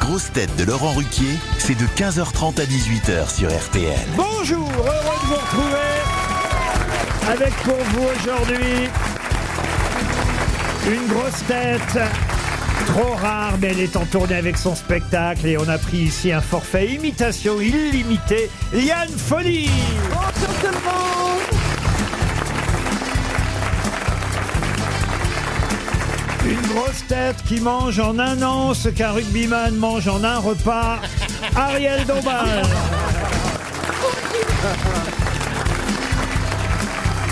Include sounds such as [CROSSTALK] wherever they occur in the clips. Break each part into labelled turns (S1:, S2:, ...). S1: grosses têtes de Laurent Ruquier, c'est de 15h30 à 18h sur RTL.
S2: Bonjour, heureux de vous retrouver avec pour vous aujourd'hui une grosse tête trop rare, mais elle est en tournée avec son spectacle et on a pris ici un forfait imitation illimitée, Liane Folie.
S3: Bonjour tout le monde
S2: Une grosse tête qui mange en un an ce qu'un rugbyman mange en un repas, Ariel Dombal.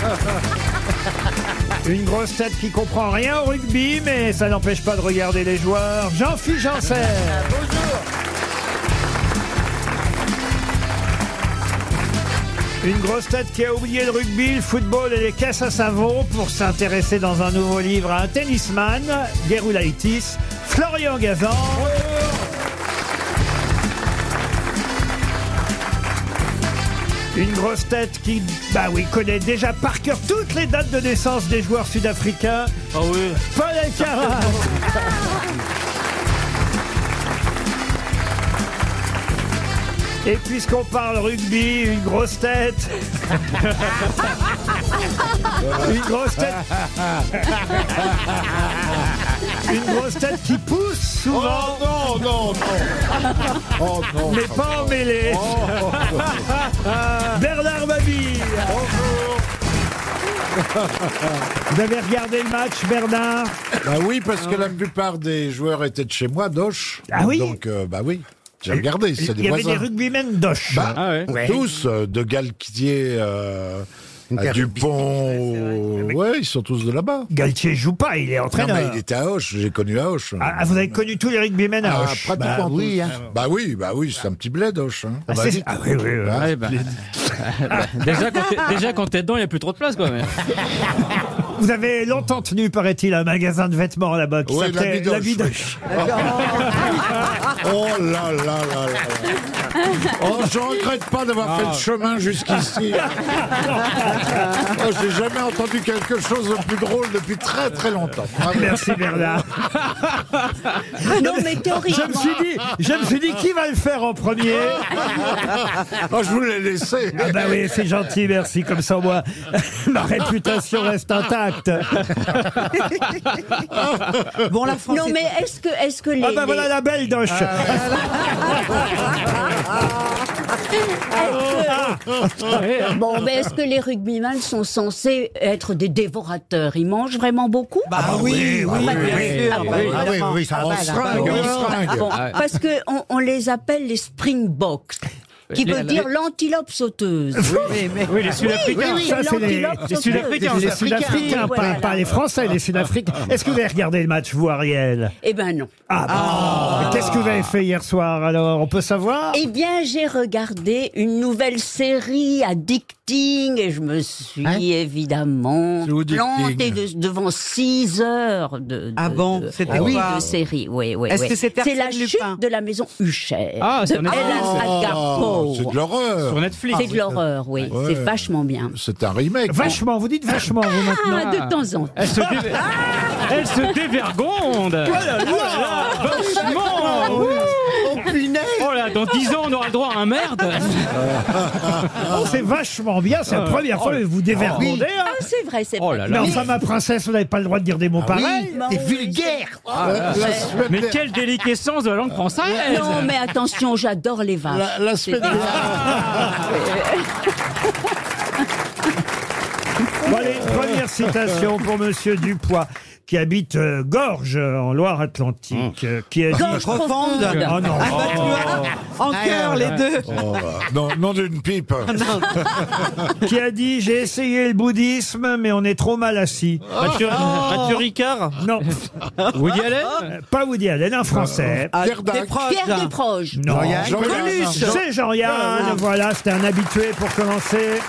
S2: Ah, Une grosse tête qui comprend rien au rugby, mais ça n'empêche pas de regarder les joueurs. Jean-Philippe Janssen. Une grosse tête qui a oublié le rugby, le football et les caisses à savon pour s'intéresser dans un nouveau livre à un tennisman, Gerulaitis, Florian Gazan. Une grosse tête qui, bah oui, connaît déjà par cœur toutes les dates de naissance des joueurs sud-africains. Ah oui. Paul Alcaraz. Et puisqu'on parle rugby, une grosse tête. une grosse tête. Une grosse tête qui pousse souvent.
S4: Oh non, non, non Oh non Oh,
S2: Mais pas emmêlée. Bernard Mabille.
S4: Oh,
S2: [LAUGHS] Vous avez regardé le match, Bernard
S4: Bah oui, parce que la plupart des joueurs étaient de chez moi, d'Oche.
S2: Ah oui
S4: Donc, euh, bah oui, j'ai regardé, c'est
S2: Il
S4: des
S2: y avait
S4: voisins.
S2: des rugbymen d'Oche.
S4: Bah,
S5: Ah ouais.
S2: Ouais.
S4: tous, euh, de Galtier euh, à Dupont... euh, Ouais, ils sont tous de là-bas.
S2: Ah Galtier joue pas, il est
S4: Non,
S2: entraîneur.
S4: mais il était à Hoche, j'ai connu à Hoche.
S2: Ah, vous avez connu tous les rugbymen à
S4: Ah,
S2: Hoche
S4: pratiquement
S2: Bah,
S4: tous.
S2: oui.
S4: Bah oui, bah oui, c'est un petit bled, Hoche. hein.
S2: Ah, c'est- ah oui, oui, oui.
S4: Ah,
S5: Ouais, bah, bah, [LAUGHS] déjà, quand t'es- déjà, quand t'es dedans, il n'y a plus trop de place. Quoi, mais.
S2: Vous avez longtemps tenu, paraît-il, un magasin de vêtements là-bas qui
S4: Ouais,
S2: s'appelait
S4: l'habit d'Auch,
S2: l'habit
S4: oui.
S2: d'Auch.
S4: Oh là là là là là. Oh, je regrette pas d'avoir
S2: Ah.
S4: fait le chemin jusqu'ici. Oh, j'ai jamais entendu quelque chose de plus drôle depuis très très longtemps. Bravo.
S2: Merci Bernard.
S3: Ah Non mais
S2: Je me
S3: théoriquement,
S2: suis dit, je me suis dit, qui va le faire en premier
S4: [LAUGHS] Oh, je vous l'ai laissé.
S2: Ah bah oui, c'est gentil, merci. Comme ça, moi, [LAUGHS] ma réputation
S3: [LAUGHS]
S2: reste intacte.
S6: Bon, la France.
S3: non mais est-ce que, est-ce que les, Ah.
S2: Ah bah voilà la belle d'Auch. [LAUGHS]
S3: les- bon, mais est-ce que les rugbyman sont censés être des dévorateurs Ils mangent vraiment beaucoup
S2: Ah,
S6: Bah, oui, oui, oui, bien sûr.
S3: Ah
S6: bah,
S3: oui,
S6: évidemment.
S4: oui, oui, ça
S6: Ah,
S4: va,
S6: bah,
S4: ça
S6: là,
S4: va.
S6: bah,
S4: Oui.
S6: oui.
S4: seringue.
S3: bon,
S5: Ah ouais.
S3: Parce que on, on les appelle les springboks, qui
S5: Les-
S3: veut
S5: les-
S3: dire l'antilope sauteuse.
S6: Oui, mais-
S5: Oui, les Sud-Africains.
S3: oui,
S2: ça, c'est les-
S3: l'antilope
S5: les Sud-Africains.
S2: Les
S5: Les
S2: Sud-Africains,
S3: Ouais,
S2: pas,
S3: voilà.
S2: pas les Français, les Sud-Africains. Est-ce que vous avez regardé le match, vous, Ariel
S3: Eh ben non.
S2: Ah, bah. Mais Qu'est-ce que vous avez fait hier soir, alors On peut
S3: [LAUGHS]
S2: savoir
S3: Eh bien, j'ai regardé une nouvelle série addicting et je me suis
S6: Hein
S3: évidemment
S4: C'est où,
S3: plantée
S4: Addicting
S3: de- devant 6 heures de, de-
S6: Ah bon,
S3: de-
S6: c'était
S3: oui,
S6: quoi
S3: de série. Oui, oui,
S6: Est-ce
S3: oui.
S6: que c'est
S3: C'est la
S6: Arsène Lupin
S3: chute de la maison Huchère.
S5: Ah, c'est
S3: de
S5: un
S3: Hélène
S4: Oh,
S3: Agapo.
S4: c'est de l'horreur.
S5: Sur Netflix.
S3: C'est de l'horreur, oui.
S4: Ouais.
S3: C'est vachement bien.
S4: C'est un remake.
S2: Vachement, vous dites vachement, vous, maintenant.
S3: Ah, de temps en temps.
S5: Elle se, dé-
S4: Ah,
S5: Elle se dévergonde.
S2: [LAUGHS]
S5: Vachement. Oh là, dans 10 ans, on aura le droit à un merde.
S2: C'est vachement bien, c'est la première fois que vous dévergondez. hein.
S3: Ah, c'est vrai, c'est
S5: Oh
S3: vrai.
S5: là
S2: Mais
S5: là.
S2: enfin, ma princesse, vous n'avez pas le droit de dire des mots
S3: Ah
S2: pareils.
S3: C'est vulgaire.
S4: La, la semaine
S5: Mais
S4: dernière-
S5: quelle déliquescence de la langue française.
S3: Non, mais attention, j'adore les vaches.
S4: la- la semaine
S3: C'est-
S4: dernière-
S2: Ah. Bon, allez, une première citation pour Monsieur Dupois, qui habite euh, Gorge, euh, en Loire-Atlantique, euh, qui a dit...
S3: Gorge
S6: Profonde.
S3: profonde.
S2: Oh non. Oh. Ah,
S6: Ah, bah, tu vois, en cœur, les deux.
S4: Oh, non, non
S6: [LAUGHS]
S4: d'une pipe.
S2: qui a dit j'ai essayé le bouddhisme mais on est trop mal assis.
S6: Ah.
S5: Mathieu, Mathieu Ricard.
S2: Ah.
S4: [LAUGHS]
S2: Non,
S5: Woody Allen.
S2: Ah, pas Woody Allen, un français.
S6: Ah,
S4: Pierre Dac.
S6: t'es proche.
S3: Pierre Desproges.
S2: Non,
S4: Jean-
S6: Coluche.
S4: Jean-
S2: c'est Jean-Yann, voilà, c'était un habitué pour commencer.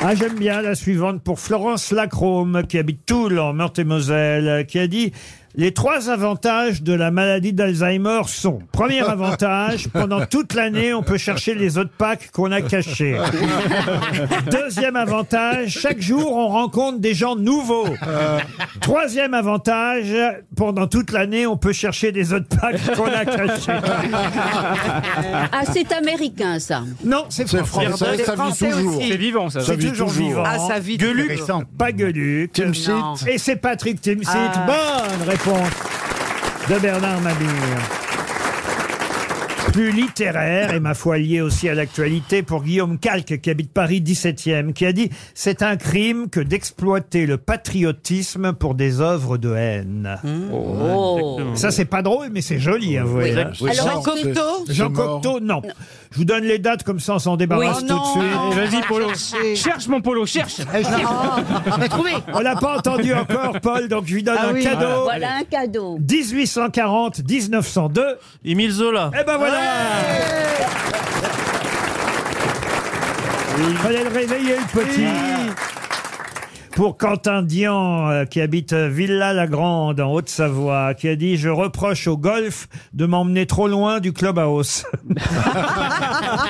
S2: Ah, j'aime bien la suivante pour Florence Lacrome, qui habite Toul en Meurthe-et-Moselle, qui a dit Les trois avantages de la maladie d'Alzheimer sont premier avantage, pendant toute l'année, on peut chercher les autres packs qu'on a
S6: [LAUGHS]
S2: cachés.
S7: [LAUGHS]
S2: Deuxième avantage, chaque jour, on rencontre des gens nouveaux.
S4: Euh.
S2: Troisième avantage, pendant toute l'année, on peut chercher des autres packs qu'on a cachés.
S3: Ah, c'est américain, ça.
S2: Non, c'est
S4: C'est
S2: français.
S4: français,
S6: Des
S4: ça vit
S6: Français
S4: toujours.
S6: aussi.
S5: C'est vivant, ça.
S4: Ça
S2: C'est
S4: vit
S2: toujours
S4: toujours.
S2: vivant.
S6: Ah, ça vit
S2: Gueuluc,
S6: toujours.
S2: pas Gueuluc.
S4: Tim
S6: Non.
S4: Sit.
S2: Et c'est Patrick Timsit.
S6: Ah.
S2: Bonne réponse de Bernard Mabir. Plus littéraire et ma foi lié aussi à l'actualité pour Guillaume Calque qui habite Paris 17e qui a dit c'est un crime que d'exploiter le patriotisme pour des œuvres de haine.
S3: Oh.
S2: Ça c'est pas drôle mais c'est joli à vous.
S3: Oui.
S2: hein.
S4: Oui,
S3: Alors,
S4: mort,
S3: est-ce que-
S4: c'est-
S6: Cocteau
S4: c'est
S2: Jean
S4: mort.
S2: Cocteau non. Je vous donne les dates comme ça on s'en débarrasse
S6: Oh
S2: tout de
S6: non.
S2: suite.
S5: Eh, ben, Vas-y, Polo.
S6: Chercher.
S5: Cherche mon Polo, cherche.
S2: Eh, Ah. On l'a pas entendu [LAUGHS] encore Paul donc je lui donne
S6: Ah
S2: un
S6: oui.
S2: cadeau.
S3: Voilà un cadeau.
S2: 1840 1902
S5: Emile Zola.
S2: Eh ben voilà Il fallait le réveiller le petit pour Quentin Dian, euh, qui habite Villa-la-Grande, en Haute-Savoie, qui a dit « Je reproche au golf de m'emmener trop loin du
S5: [LAUGHS]
S2: clubhouse.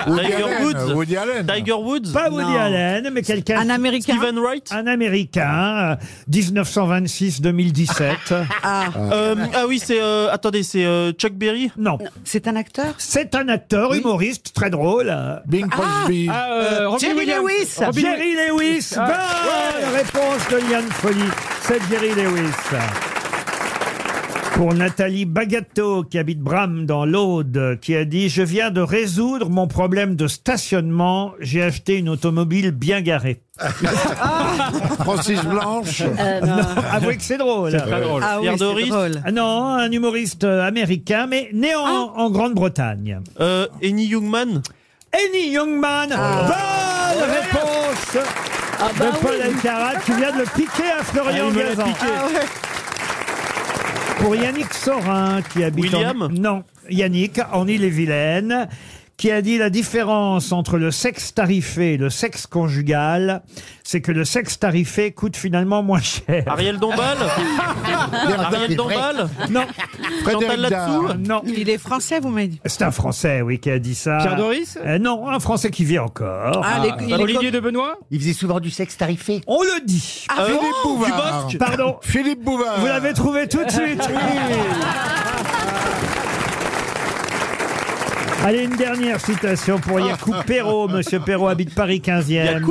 S4: Woody
S5: Tiger
S4: Allen,
S5: Woods.
S4: Woody Allen.
S5: Tiger » Woods.
S2: Pas Woody
S6: Non.
S2: Allen, mais quelqu'un...
S6: Un Américain.
S5: Steven Wright.
S2: Un Américain, euh, 1926-2017.
S6: Ah,
S5: Euh, ah oui, c'est. euh, attendez, c'est euh, Chuck Berry.
S2: non.
S6: c'est un acteur
S2: C'est un acteur, humoriste, très drôle. euh,
S4: Bing Crosby.
S6: Jerry Lewis.
S2: Jerry Lewis. Bonne réponse de Liane Folly. C'est Jerry Lewis. Pour Nathalie Bagatto, qui habite Bram dans l'Aude, qui a dit Je viens de résoudre mon problème de stationnement. J'ai acheté une automobile bien garée.
S4: Francis Blanche.
S2: Avouez que c'est drôle.
S5: Pas drôle.
S6: Ah oui,
S5: Pierre
S6: c'est
S5: Doris.
S6: drôle. Ah.
S2: Ah Non, un humoriste euh, américain, mais né en, en Grande-Bretagne.
S5: Euh, Annie Youngman.
S2: Annie Youngman.
S6: Ah.
S2: Bonne réponse
S6: bah
S2: de Paul Elkarat, qui vient de le piquer à
S5: Ah,
S2: Florian
S5: il me l'a
S2: Gazan.
S5: piqué.
S2: Pour Yannick Sorin, qui habite
S5: William
S2: en... Non, Yannick, en Ille-et-Vilaine, qui a dit la différence entre le sexe tarifé et le sexe conjugal, c'est que le sexe tarifé coûte finalement moins cher. [LAUGHS]
S5: Ariel
S8: [LAUGHS]
S5: Dombal.
S8: Ah,
S5: Ariel Dombal.
S2: Non,
S5: Chantal
S4: Frédéric
S5: Latsou.
S4: Dard.
S2: non.
S6: Il est français, vous m'avez dit.
S2: C'est un Français, oui, qui a dit ça.
S8: Pierre Doris
S2: Euh, Non, un Français qui vit encore.
S6: Ah, les- il est
S8: Olivier de Benoît
S9: Il faisait souvent du sexe tarifé.
S2: On le dit.
S6: Ah
S5: Euh,
S6: bon
S4: Bouvard.
S5: Dubosc.
S2: Pardon,
S4: Philippe Bouvard.
S2: vous l'avez trouvé tout de suite. Allez, une dernière citation pour Yacoub Perrault. Monsieur Perrault habite Paris 15e.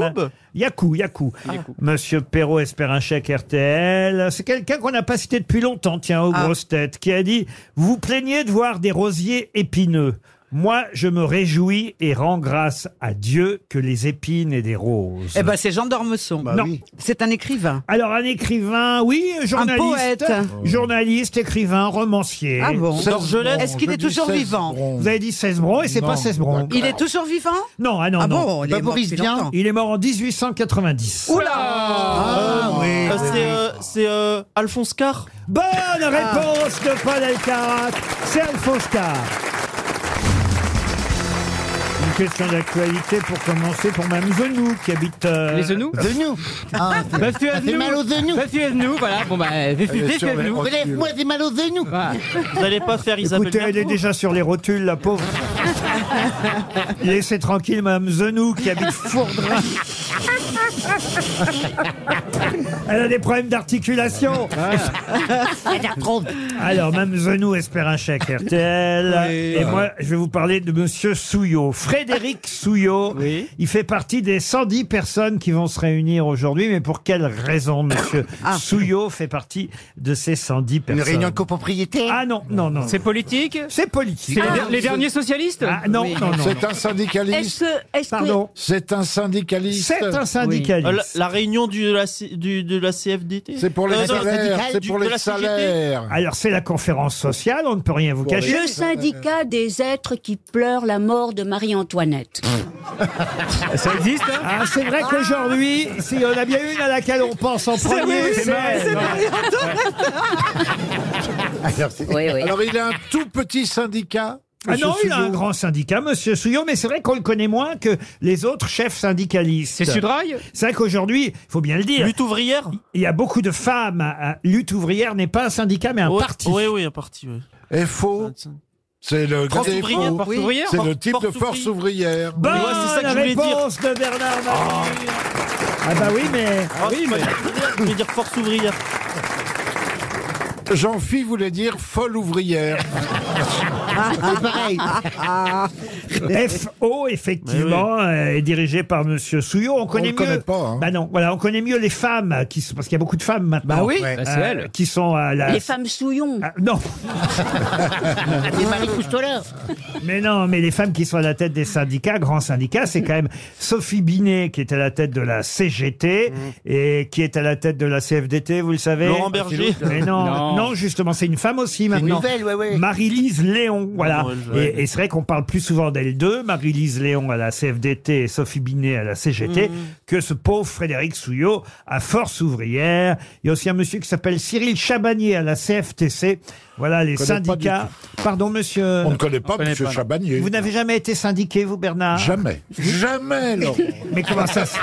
S5: Yacoub
S2: Yakou, Yakou. Monsieur Perrault espère un chèque RTL. C'est quelqu'un qu'on n'a pas cité depuis longtemps, tiens, aux
S6: Ah.
S2: grosses têtes, qui a dit « Vous vous plaignez de voir des rosiers épineux. Moi, je me réjouis et rends grâce à Dieu que les épines et des roses.
S6: Eh ben, c'est Jean d'Ormesson.
S8: Bah
S2: Non.
S6: C'est un écrivain.
S2: Alors, un écrivain, oui, journaliste.
S6: Hein.
S2: Euh,
S6: poète.
S2: Journaliste, écrivain, romancier.
S6: Ah bon
S5: Dorgelès.
S6: Est-ce qu'il est toujours vivant
S2: Vous avez dit 16 bronzes et c'est
S4: Non,
S2: pas 16 bronzes.
S6: Il est
S8: [LAUGHS]
S6: toujours vivant
S2: Non, ah non,
S6: Ah
S2: non.
S6: bon Il
S9: Bah,
S6: est mort
S9: Boris
S6: depuis
S9: Vian.
S6: longtemps.
S2: Il est mort en 1890.
S6: Oula
S5: Euh, c'est euh, c'est, euh, Alphonse Carr. Ah.
S2: Bonne réponse de Paul Elkarat. C'est Alphonse Carr. Une question d'actualité pour commencer pour Mme Zenou qui habite. euh,
S8: Les genoux
S9: De nous. Ah,
S8: Mathieu
S9: fait mal aux genoux.
S8: Mathieu Avenue, voilà. Bon, bah, défilez,
S4: sur les-
S8: Avenue.
S9: Relève-moi des mal aux genoux.
S2: Ah. [LAUGHS]
S5: Vous n'allez pas faire Isabelle
S2: Écoutez, elle est
S5: Mergo
S2: déjà sur les rotules, la pauvre. Laissez tranquille Mme Zenou qui habite Fourdray. Elle a des problèmes d'articulation.
S4: Ah.
S2: [LAUGHS] Alors, Mme Zenou espère un chèque RTL. Et moi, je vais vous parler de Monsieur Souillot. Frédéric Souillot.
S5: Oui.
S2: Il fait partie des 110 personnes qui vont se réunir aujourd'hui. Mais pour quelle raison,
S4: [COUGHS]
S2: Monsieur
S4: Ah.
S2: Souillot fait partie de ces 110
S9: Une
S2: personnes
S9: réunion de copropriété.
S2: Ah non, non, non.
S8: C'est politique
S2: C'est politique.
S8: C'est
S10: Ah,
S8: les, les derniers socialistes
S2: Ah non, non, non.
S4: C'est un syndicaliste.
S3: Est-ce que, est-ce que
S2: Pardon.
S4: C'est un syndicaliste.
S2: C'est un
S5: Euh,
S4: [LAUGHS]
S5: la,
S2: syndicaliste.
S5: la réunion du, la, C- du- de la CFDT
S4: C'est pour les
S5: Euh, non,
S4: salaires.
S5: syndicale
S4: C'est
S5: du-
S4: pour
S5: de
S4: les
S5: la CGT.
S4: salaires.
S2: Alors c'est la conférence sociale, on ne peut rien vous cacher.
S3: Le syndicat des êtres qui pleurent la mort de Marie-Antoinette.
S8: Ça existe, hein
S2: Ah, c'est vrai qu'aujourd'hui, s'il y en a bien une à laquelle on pense en premier, c'est elle.
S3: Oui, oui.
S4: Ah, Alors il a un tout petit syndicat.
S2: Ah non, il a un
S4: Souillot.
S2: grand syndicat, Monsieur Souillot, mais c'est vrai qu'on le connaît moins que les autres chefs syndicalistes.
S8: C'est Sudrail
S2: C'est vrai qu'aujourd'hui, il faut bien le dire,
S10: Lutte ouvrière
S2: il y a beaucoup de femmes. à- à- Lutte ouvrière n'est pas un syndicat, mais un
S10: Ouais,
S2: parti.
S10: Oui, oui, un parti. ouais.
S4: Eh, FO, c'est le
S10: France
S4: FO,
S10: ouvrière,
S8: Porte
S6: Oui.
S8: ouvrière
S4: c'est
S10: Force-
S4: le type de
S10: Force
S4: force ouvrière.
S2: Bonne
S10: Ouais, c'est ça que je voulais
S2: réponse de Bernard Mabille. Ah bah oui, mais...
S10: Ah oui, mais... Je voulais dire force ouvrière.
S4: Jean-Phi voulait dire folle ouvrière.
S2: Ah,
S9: C'est pareil.
S2: FO, effectivement, euh, est dirigé par Monsieur Souillot. On connaît
S4: le
S2: mieux.
S4: connaît pas, hein.
S2: Bah non, voilà, on connaît mieux les femmes euh, qui sont, parce qu'il y a beaucoup de femmes maintenant.
S6: Bah oui.
S2: euh,
S8: Bah, c'est elle.
S2: qui sont à la.
S3: Les femmes souillons.
S2: Ah,
S3: [LAUGHS]
S2: non,
S9: Les maris, couche-toi là.
S2: mais non, mais les femmes qui sont à la tête des syndicats, grands syndicats, c'est quand même Sophie Binet qui est à la tête de la CGT et qui est à la tête de la CFDT, vous le savez.
S10: Mm. Laurent Berger.
S2: Mais non, non,
S8: Non.
S2: justement, c'est une femme aussi
S9: Une
S2: maintenant.
S9: nouvelle, ouais, ouais.
S2: Marie-Lise Léon, voilà.
S10: non, elle, ouais.
S2: Et, et c'est vrai qu'on parle plus souvent d'elles deux, Marie-Lise Léon à la CFDT et Sophie Binet à la
S9: Mmh.
S2: CGT, que ce pauvre Frédéric Souillot à Force Ouvrière. Il y a aussi un monsieur qui s'appelle Cyril Chabanier à la CFTC. Voilà les
S4: connais pas du
S2: syndicats. Pardon, monsieur.
S4: On ne connaît pas
S8: connaît
S4: Monsieur
S8: pas, non.
S4: Chabanier.
S2: Vous n'avez jamais été syndiqué, vous, Bernard
S4: Jamais. Jamais, Laurent.
S2: [LAUGHS] Mais comment ça se...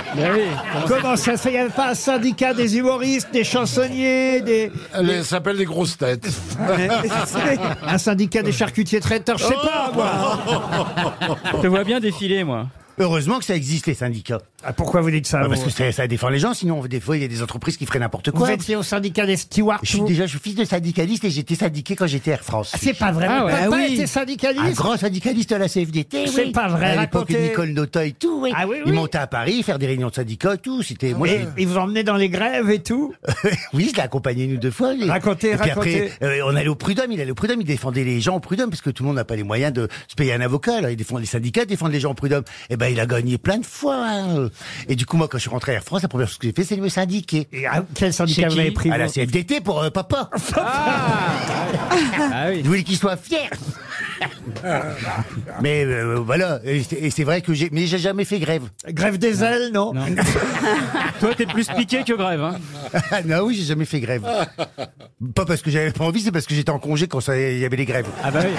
S2: Comment ça se fait Il n'y avait pas un syndicat des humoristes, des chansonniers, des...
S4: Elle elle s'appelle les grosses
S2: [LAUGHS]
S4: têtes.
S2: un syndicat des charcutiers traiteurs, je sais
S11: Oh,
S2: pas, moi.
S8: Je te vois bien défiler, moi.
S11: Heureusement que ça existe, les syndicats.
S2: Ah, pourquoi vous dites ça
S11: Ah,
S2: vous
S11: parce que ça, ça défend les gens, sinon, des fois, il y a des entreprises qui feraient n'importe
S2: Vous
S11: quoi.
S2: étiez au syndicat des stewards
S11: Je suis
S2: vous
S11: déjà, je suis fils de syndicaliste et j'étais syndiqué quand j'étais Air France.
S2: Ah, C'est pas vrai.
S8: Ah
S2: Votre
S8: ouais,
S2: papa
S6: oui.
S2: était
S11: Un
S2: syndicaliste.
S11: grand syndicaliste à la CFDT,
S2: C'est
S11: oui.
S2: pas vrai,
S11: À l'époque,
S2: racontez.
S11: Nicole Notat et tout, oui.
S2: Ah oui, oui.
S11: Il montait à Paris faire des réunions de syndicats et tout. C'était, moi,
S2: Et
S11: je-
S2: il vous emmenait dans les grèves et tout.
S11: [LAUGHS] oui, je l'ai accompagné une ou deux fois. Et-
S2: Racontez,
S11: et puis
S2: racontez.
S11: après, euh, on allait au prud'homme, il allait au prud'homme, il défendait les gens au prud'homme parce que tout le monde n'a pas les moyens de se payer un avocat. Alors, il défend les syndicats, défendent les gens au prud'homme. Et ben, il a gagné plein de fois. hein. Et du coup, moi, quand je suis rentré à Air France, la première chose que j'ai fait, c'est de me syndiquer.
S2: Et à quel syndicat
S8: Chez
S2: vous
S8: qui
S2: avez pris
S11: À la
S2: vous
S11: CFDT pour euh,
S2: [LAUGHS]
S11: papa.
S2: Ah.
S6: [LAUGHS]
S8: Ah oui.
S11: Je voulais qu'il soit
S2: [LAUGHS]
S11: fier. mais euh, voilà, et c'est- et c'est vrai que j'ai, mais j'ai jamais fait grève.
S2: Grève des ailes, non,
S8: Non.
S2: [LAUGHS]
S8: Toi, t'es plus piqué que grève. Hein.
S11: Ah [LAUGHS] non, oui, j'ai jamais fait grève. Pas parce que j'avais pas envie, c'est parce que j'étais en congé quand ça- il y avait les grèves.
S8: Ah bah oui.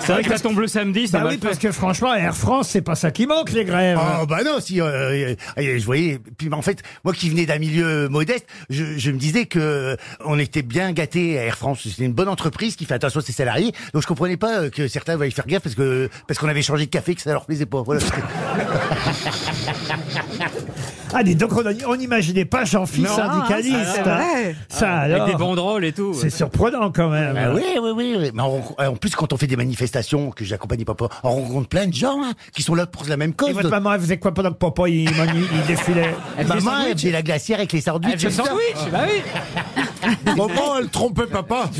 S8: C'est vrai que ça tombe le samedi, ça
S2: Bah
S8: va
S2: oui,
S8: le
S2: parce
S8: faire.
S2: que franchement, Air France, c'est pas ça qui manque, les grèves.
S11: Oh bah non, si euh, euh, euh, je voyais. Puis en fait, moi qui venais d'un milieu modeste, je, je me disais que euh, on était bien gâté à Air France. C'était une bonne entreprise qui fait attention à ses salariés. Donc je comprenais pas euh, que certains allaient faire gaffe parce que parce qu'on avait changé de café que ça leur plaisait pas. Voilà.
S2: Ah, dis donc, on- on n'imaginait pas Jean-Philippe syndicaliste. hein.
S6: c'est vrai.
S2: Ça, alors,
S8: Avec des banderoles et tout.
S2: c'est surprenant quand même.
S11: Ah oui, oui, oui, oui. Mais on rencontre- euh, en plus, quand on fait des manifestations, que j'accompagne papa, on rencontre plein de gens hein, qui sont là pour la même cause.
S2: Et votre maman, elle faisait quoi pendant que papa, il, il- il défilait
S8: Elle fait
S11: Maman,
S8: sandwich.
S11: elle faisait la glacière avec les sandwichs.
S8: Elle fait
S11: comme ça.
S8: sandwich, bah oui.
S4: Au moment où elle
S2: [LAUGHS]
S4: trompait papa.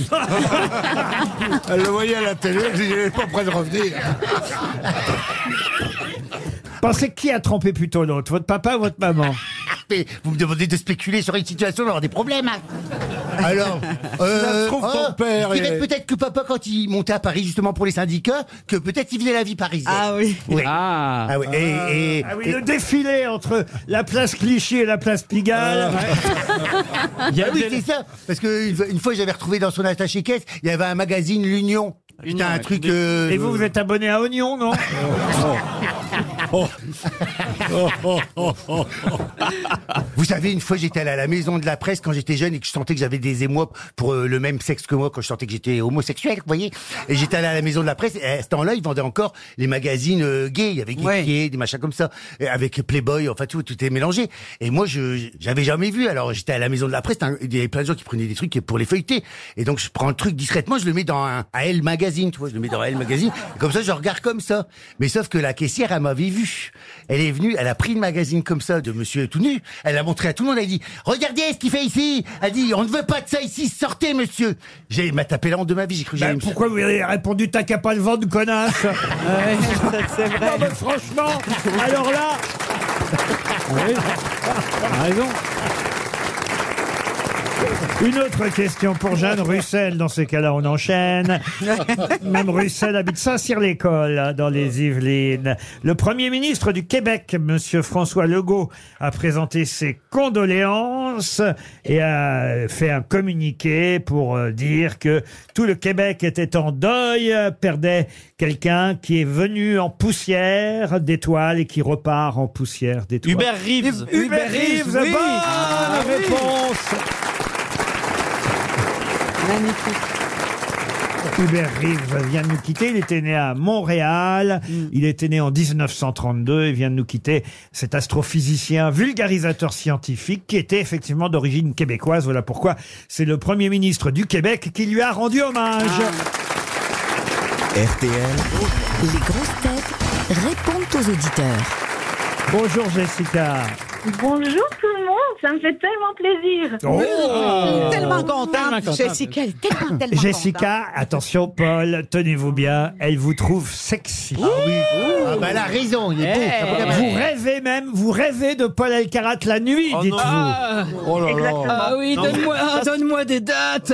S4: Elle le voyait à la télé, elle disait, il n'est pas prêt de revenir.
S2: Pensez qui a trompé plutôt l'autre, votre papa ou votre maman
S11: Mais vous me demandez de spéculer sur une situation, on va avoir des problèmes. hein. Alors, euh,
S4: se trouve, ton père
S11: je dirais
S4: est-
S11: peut-être que papa, quand il montait à Paris justement pour les syndicats, que peut-être il faisait la vie parisienne.
S6: Ah oui.
S11: oui. Ah,
S8: Ah.
S11: oui. Et, et-
S2: Ah oui,
S11: et-
S2: le défilé entre la place Clichy et la place Pigalle. [LAUGHS]
S8: Il y a
S11: Ah oui,
S8: des-
S11: c'est ça. Parce que une, une fois, j'avais retrouvé dans son attaché caisse, il y avait un magazine L'Union. C'était
S8: L'Union,
S11: un
S8: ouais.
S11: truc. euh,
S2: Et vous, vous êtes abonné à Oignon, non
S11: [LAUGHS] Vous savez, une fois, j'étais allé à la maison de la presse quand j'étais jeune et que je sentais que j'avais des émois pour euh, le même sexe que moi quand je sentais que j'étais homosexuel, vous voyez. Et j'étais allé à la maison de la presse et à ce temps-là, ils vendaient encore les magazines euh, gays. Il y avait Geekier,
S6: Ouais.
S11: des machins comme ça, et avec Playboy, enfin tout, tout est mélangé. Et moi, je j'avais jamais vu. Alors, j'étais à la maison de la presse, hein, il y avait plein de gens qui prenaient des trucs pour les feuilleter. Et donc, je prends le truc discrètement, je le mets dans un AL magazine, tu vois, je le mets dans AL magazine. Et comme ça, je regarde comme ça. Mais sauf que la caissière, elle m'avait vu. Elle est venue, elle a pris le magazine comme ça de monsieur tout nu. Elle l'a montré à tout le monde. Elle a dit, regardez ce qu'il fait ici. Elle a dit, on ne veut pas de ça ici. Sortez, monsieur. J'ai, elle m'a tapé la honte de ma vie. J'ai cru que
S2: Bah,
S11: j'allais me-
S2: Pourquoi vous avez répondu t'as qu'à pas le
S11: [LAUGHS]
S2: vendre, connasse
S6: c'est
S2: Non
S6: vrai.
S2: mais franchement, alors là,
S8: Ah, raison.
S2: Une autre question pour Jeanne Russell. Dans ces cas-là, on enchaîne. Mme Russell habite Saint-Cyr-l'École, hein, dans les Yvelines. Le Premier ministre du Québec, M. François Legault, a présenté ses condoléances et a fait un communiqué pour euh, dire que tout le Québec était en deuil, euh, perdait quelqu'un qui est venu en poussière d'étoiles et qui repart en poussière d'étoiles.
S10: Hubert Reeves.
S2: Hubert Reeves, bonne
S10: Ah, oui.
S2: réponse. Hubert Reeves vient de nous quitter. Il était né à Montréal. Il était né en 1932 et vient de nous quitter. Cet astrophysicien, vulgarisateur scientifique, qui était effectivement d'origine québécoise. Voilà pourquoi c'est le premier ministre du Québec qui lui a rendu hommage.
S1: RTL.
S12: Les grosses têtes répondent aux auditeurs.
S2: Bonjour Jessica.
S13: Bonjour tout le monde, ça me fait tellement plaisir.
S2: Oh. Oui, tellement
S13: contente,
S2: Jessica,
S13: Ah, tellement,
S2: Jessica, attention Paul, tenez-vous bien, elle vous trouve sexy. Ah oui.
S11: Ah bah, elle a raison, il est beau, ça vaut la peine.
S2: Vous rêvez même, vous rêvez de Paul Elkarat la nuit,
S11: Oh,
S2: dites-vous.
S10: Oh
S7: Ah oui, donne-moi ah, donne-moi des dates.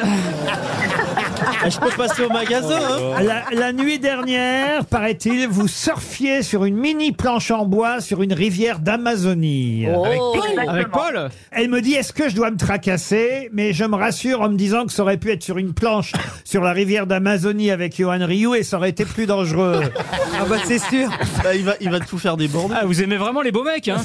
S10: Ah, je peux passer au magasin. hein.
S2: La, la nuit dernière, paraît-il, vous surfiez sur une mini planche en bois sur une rivière d'Amazonie.
S7: Avec Paul Avec Paul
S2: Elle me dit est-ce que je dois me tracasser Mais je me rassure en me disant que ça aurait pu être sur une planche [LAUGHS] sur la rivière d'Amazonie avec Johan Ryu et ça aurait été plus dangereux.
S10: [LAUGHS] Ah bah c'est sûr. Bah, il, va, il va tout faire déborder.
S7: Ah, vous aimez vraiment les beaux mecs, hein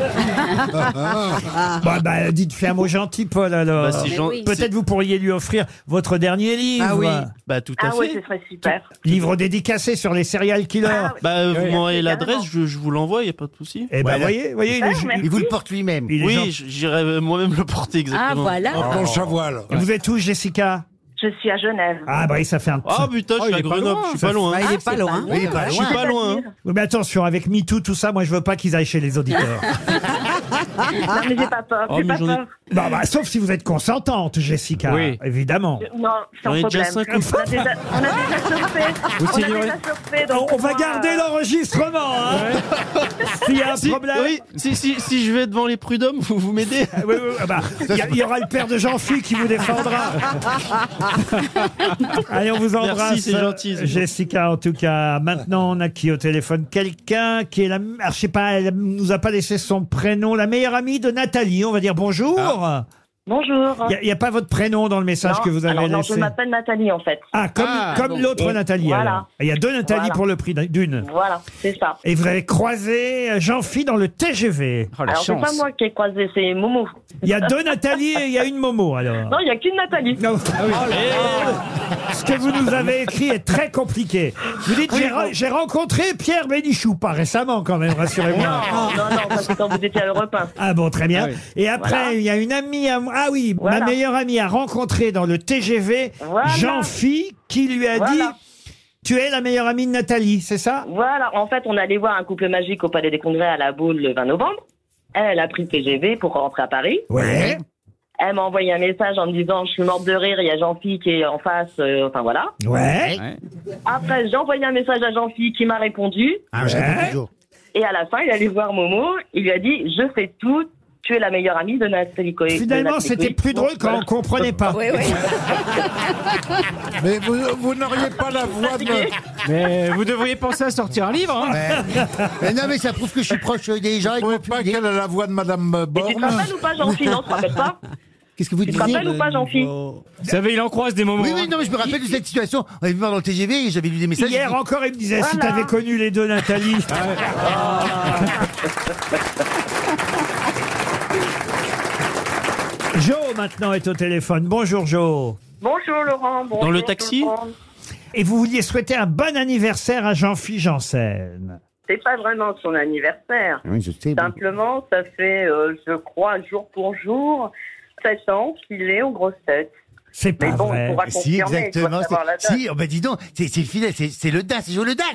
S2: [LAUGHS] Ah,
S11: Ah,
S2: bah, bah dites fais un mot gentil Paul alors.
S10: Bah, c'est Mais gen- oui.
S2: Peut-être vous pourriez lui offrir votre dernier livre.
S10: Ah oui. Bah tout à
S13: Ah
S10: fait.
S13: ouais, ce serait super. Ah
S2: Livre dédicacé sur les serial killers.
S10: Bah vous m'envoyez
S13: oui,
S10: l'adresse,
S13: carrément.
S10: je, je vous l'envoie, y a pas de souci.
S2: Eh ben
S11: Voilà.
S2: voyez, voyez, il est-
S13: Ah, merci.
S11: Il vous le porte lui-même.
S2: il est
S10: oui,
S2: gentil.
S10: j- j'irai moi-même le porter exactement.
S14: Ah, voilà.
S4: En planche à voile.
S2: Vous êtes où Jessica
S13: Je suis à Genève.
S2: Ah bah oui, ça fait un
S10: Ah putain, je suis
S7: Oh, il
S10: à
S7: est pas
S10: Grenoble,
S7: loin.
S10: je suis pas loin.
S13: Ah,
S15: il est pas loin.
S11: Oui, bah,
S10: Je suis pas loin. hein.
S2: Oui, Mais attention, avec MeToo, tout ça, moi je veux pas qu'ils aillent chez
S13: [LAUGHS]
S2: les auditeurs.
S13: Non, mais j'ai pas peur,
S10: Oh,
S13: j'ai
S10: mais
S13: Ah, pas
S10: j'en ai-
S13: peur.
S2: Bah, bah, sauf si vous êtes consentante, Jessica.
S7: Oui.
S2: Évidemment.
S13: Non,
S10: J'en
S13: sans
S10: ai déjà
S13: problème.
S10: cinq
S13: on a déjà, on a déjà surfé. on a
S7: signerez-
S13: déjà surfé.
S2: On,
S13: donc
S2: on va
S13: moi,
S2: garder
S13: euh,
S2: l'enregistrement. Hein S'il y a un
S10: Si,
S2: problème.
S10: oui, si, si, si je vais devant les prud'hommes, vous, vous m'aidez
S2: Ah, oui, oui, ah bah, Il y a- il y, aura le père de Jean-Philippe qui vous défendra. Allez, on vous embrasse.
S10: Merci, c'est gentil, c'est
S2: Jessica, en tout cas. Maintenant, on a qui au téléphone Quelqu'un qui est la. ah, Je sais pas, elle nous a pas laissé son prénom. La meilleure amie de Nathalie. On va dire bonjour.
S10: Ah.
S13: Bonjour.
S2: Il n'y a, pas votre prénom dans le message
S13: Non,
S2: que vous avez
S13: alors, non,
S2: laissé.
S13: je m'appelle Nathalie en fait.
S2: Ah, comme,
S7: Ah,
S2: comme
S7: donc,
S2: l'autre
S7: bon,
S2: Nathalie.
S13: voilà.
S2: alors. Il y a deux Nathalie
S13: Voilà.
S2: pour le prix d'une.
S13: Voilà, c'est ça.
S2: Et vous avez croisé euh, Jean-Phi dans le TGV.
S7: Oh, la
S13: alors c'est pas
S7: chance.
S13: moi qui ai croisé, c'est Momo.
S2: Il y a deux Nathalie et il y a une Momo alors.
S13: Non, il n'y a qu'une Nathalie.
S2: Non. Ce que vous nous avez écrit est très compliqué. Vous dites, j'ai re- j'ai rencontré Pierre Bénichou, pas récemment quand même, rassurez-moi.
S13: Non, non, non, parce que quand vous étiez à Europe 1.
S2: Ah bon, très bien.
S7: Ah oui.
S2: Et après,
S13: Voilà.
S2: il y a une amie à moi. Ah oui,
S13: Voilà.
S2: ma meilleure amie a rencontré dans le TGV
S13: Voilà.
S2: Jean-Phi qui lui a
S13: Voilà.
S2: dit Tu es la meilleure amie de Nathalie, c'est ça
S13: Voilà, en fait, on allait voir un couple magique au Palais des Congrès à la Boule le 20 novembre. Elle, elle a pris le TGV pour rentrer à Paris.
S2: Ouais.
S13: Elle m'a envoyé un message en me disant Je suis morte de rire, il y a Jean-Phi qui est en face, euh, enfin voilà.
S2: Ouais.
S11: hein.
S13: Après, j'ai envoyé un message à Jean-Phi qui m'a répondu.
S11: Ah, je réponds toujours.
S13: Et à la fin, il allait voir Momo, il lui a dit Je fais tout, tu es la meilleure amie de Nathalie Coé.
S2: Finalement, c'était plus drôle quand on comprenait pas.
S4: Mais vous, vous n'auriez pas la voix de.
S7: Mais vous devriez penser à sortir un livre, hein
S11: Mais non, mais ça prouve que je suis proche des gens.
S4: Vous
S11: et-
S4: trouvez pas qu'elle a la voix de Madame
S13: Et tu te
S4: Borne
S13: rappelles ou pas, Jean-Phi Non, tu te rappelles pas
S11: Qu'est-ce que vous
S13: Tu te
S11: disiez
S13: rappelles ou pas, Jean-Phi
S11: Euh,
S7: euh, Vous savez, il en croise des moments. hein.
S11: Oui, oui, non, mais je me rappelle de cette situation. On avait vu dans le TGV et j'avais lu des messages.
S2: Hier
S11: j'ai dit,
S2: encore, il me disait si
S13: Voilà.
S2: t'avais connu les
S11: [LAUGHS]
S2: deux Nathalie. [LAUGHS] Joe maintenant est au téléphone. Bonjour Joe.
S13: Bonjour Laurent. Bonjour,
S10: le taxi
S13: tout le monde.
S2: Et vous vouliez souhaiter un bon anniversaire à Jean-Philippe Janssen.
S13: C'est pas vraiment son anniversaire.
S11: Oui, je sais. bon.
S13: Simplement, ça fait, euh, je crois, jour pour jour, 7 ans qu'il est aux grosses têtes.
S2: C'est pas
S13: Mais bon,
S2: vrai.
S13: il pourra
S11: Si,
S13: confirmer,
S11: exactement.
S13: il doit savoir la
S11: c'est-
S13: date.
S11: Si, oh, bah dis donc, c'est c'est le fidèle, c'est c'est le DAS, c'est Joe le DAS.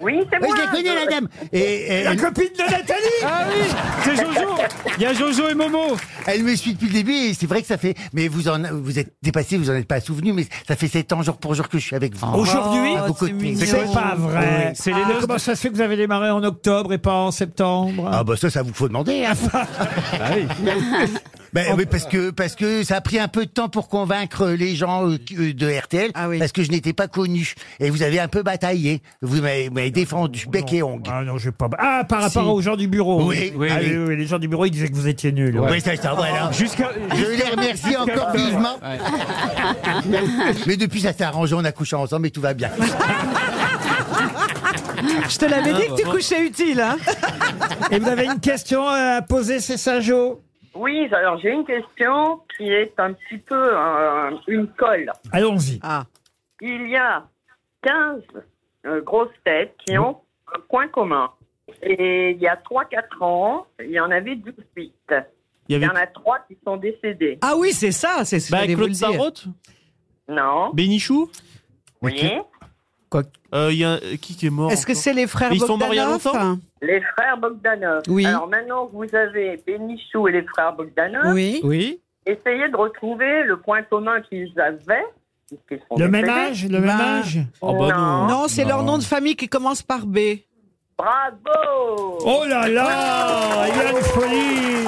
S13: Oui, c'est
S11: Oui,
S13: moi.
S11: je la connais, la dame. Et, et-
S2: La
S11: elle,
S2: copine de Nathalie
S7: Ah oui C'est Jojo Il y a Jojo et Momo
S11: elle me suit depuis le début et c'est vrai que ça fait. Mais vous en, vous êtes dépassé, vous en êtes pas souvenu, mais ça fait 7 ans jour pour jour que je suis avec vous.
S2: Ah, Aujourd'hui,
S11: À vos côtés.
S2: c'est pas vrai.
S7: C'est les
S2: Ah,
S7: noces.
S2: Comment ça se fait que vous avez démarré en octobre et pas en septembre [LAUGHS] Bah
S11: Ah bah ça, ça vous faut demander. hein. [LAUGHS] Ben oui, parce que parce que ça a pris un peu de temps pour convaincre les gens euh, qui- euh, de RTL, parce que je n'étais pas connu. Et vous avez un peu bataillé. Vous m'avez vous m'avez défendu bec et ongle.
S2: Ah non, j'ai pas. Ah, par rapport aux gens du bureau.
S11: Oui,
S2: Ah oui, oui, les gens du bureau, ils disaient que vous étiez nuls. Ah,
S11: Oui, c'est ça, voilà.
S2: Jusqu'à-
S11: Je
S2: jusqu'à-
S11: les remercie
S2: [LAUGHS] jusqu'à-
S11: encore vivement. [LAUGHS] Mais depuis, ça s'est arrangé, on a couché ensemble et tout va bien.
S16: [LAUGHS] Je te l'avais dit que tu
S11: Ah, bon.
S16: couchais utile, hein
S2: Et vous avez une question à poser, c'est ça, Jo
S13: Oui, alors j'ai une question qui est un petit peu euh, une colle.
S2: Allons-y.
S8: Ah.
S13: Il y a 15 euh, grosses têtes qui ont un point commun. Et il y a 3-4 ans, il y en avait 18. Il
S8: Il y avait-
S13: y en a 3 qui sont décédés.
S8: Ah oui, c'est ça, c'est ce que
S10: Bah,
S8: j'allais vous
S10: Claude
S8: le dire.
S10: Sarraute
S13: Non.
S10: [LAUGHS] Bénichou
S13: Oui.
S10: Quoi Il y a euh, qui qui est mort
S13: Est-ce que
S10: encore
S13: c'est les frères
S10: Ils sont morts il y a
S13: Bogdanov
S10: longtemps
S13: Les frères Bogdanov.
S10: Oui.
S13: Alors maintenant que vous avez Bénichou et les frères Bogdanov,
S10: Oui. Oui.
S13: essayez de retrouver le point commun qu'ils avaient. puisqu'ils sont
S2: Le même
S13: décédés.
S2: âge Le même âge
S10: Ah
S13: Oh, bah
S8: Ben.
S13: non.
S8: Non, c'est leur nom de famille qui commence par B.
S13: Bravo
S2: Oh là là Il y a une folie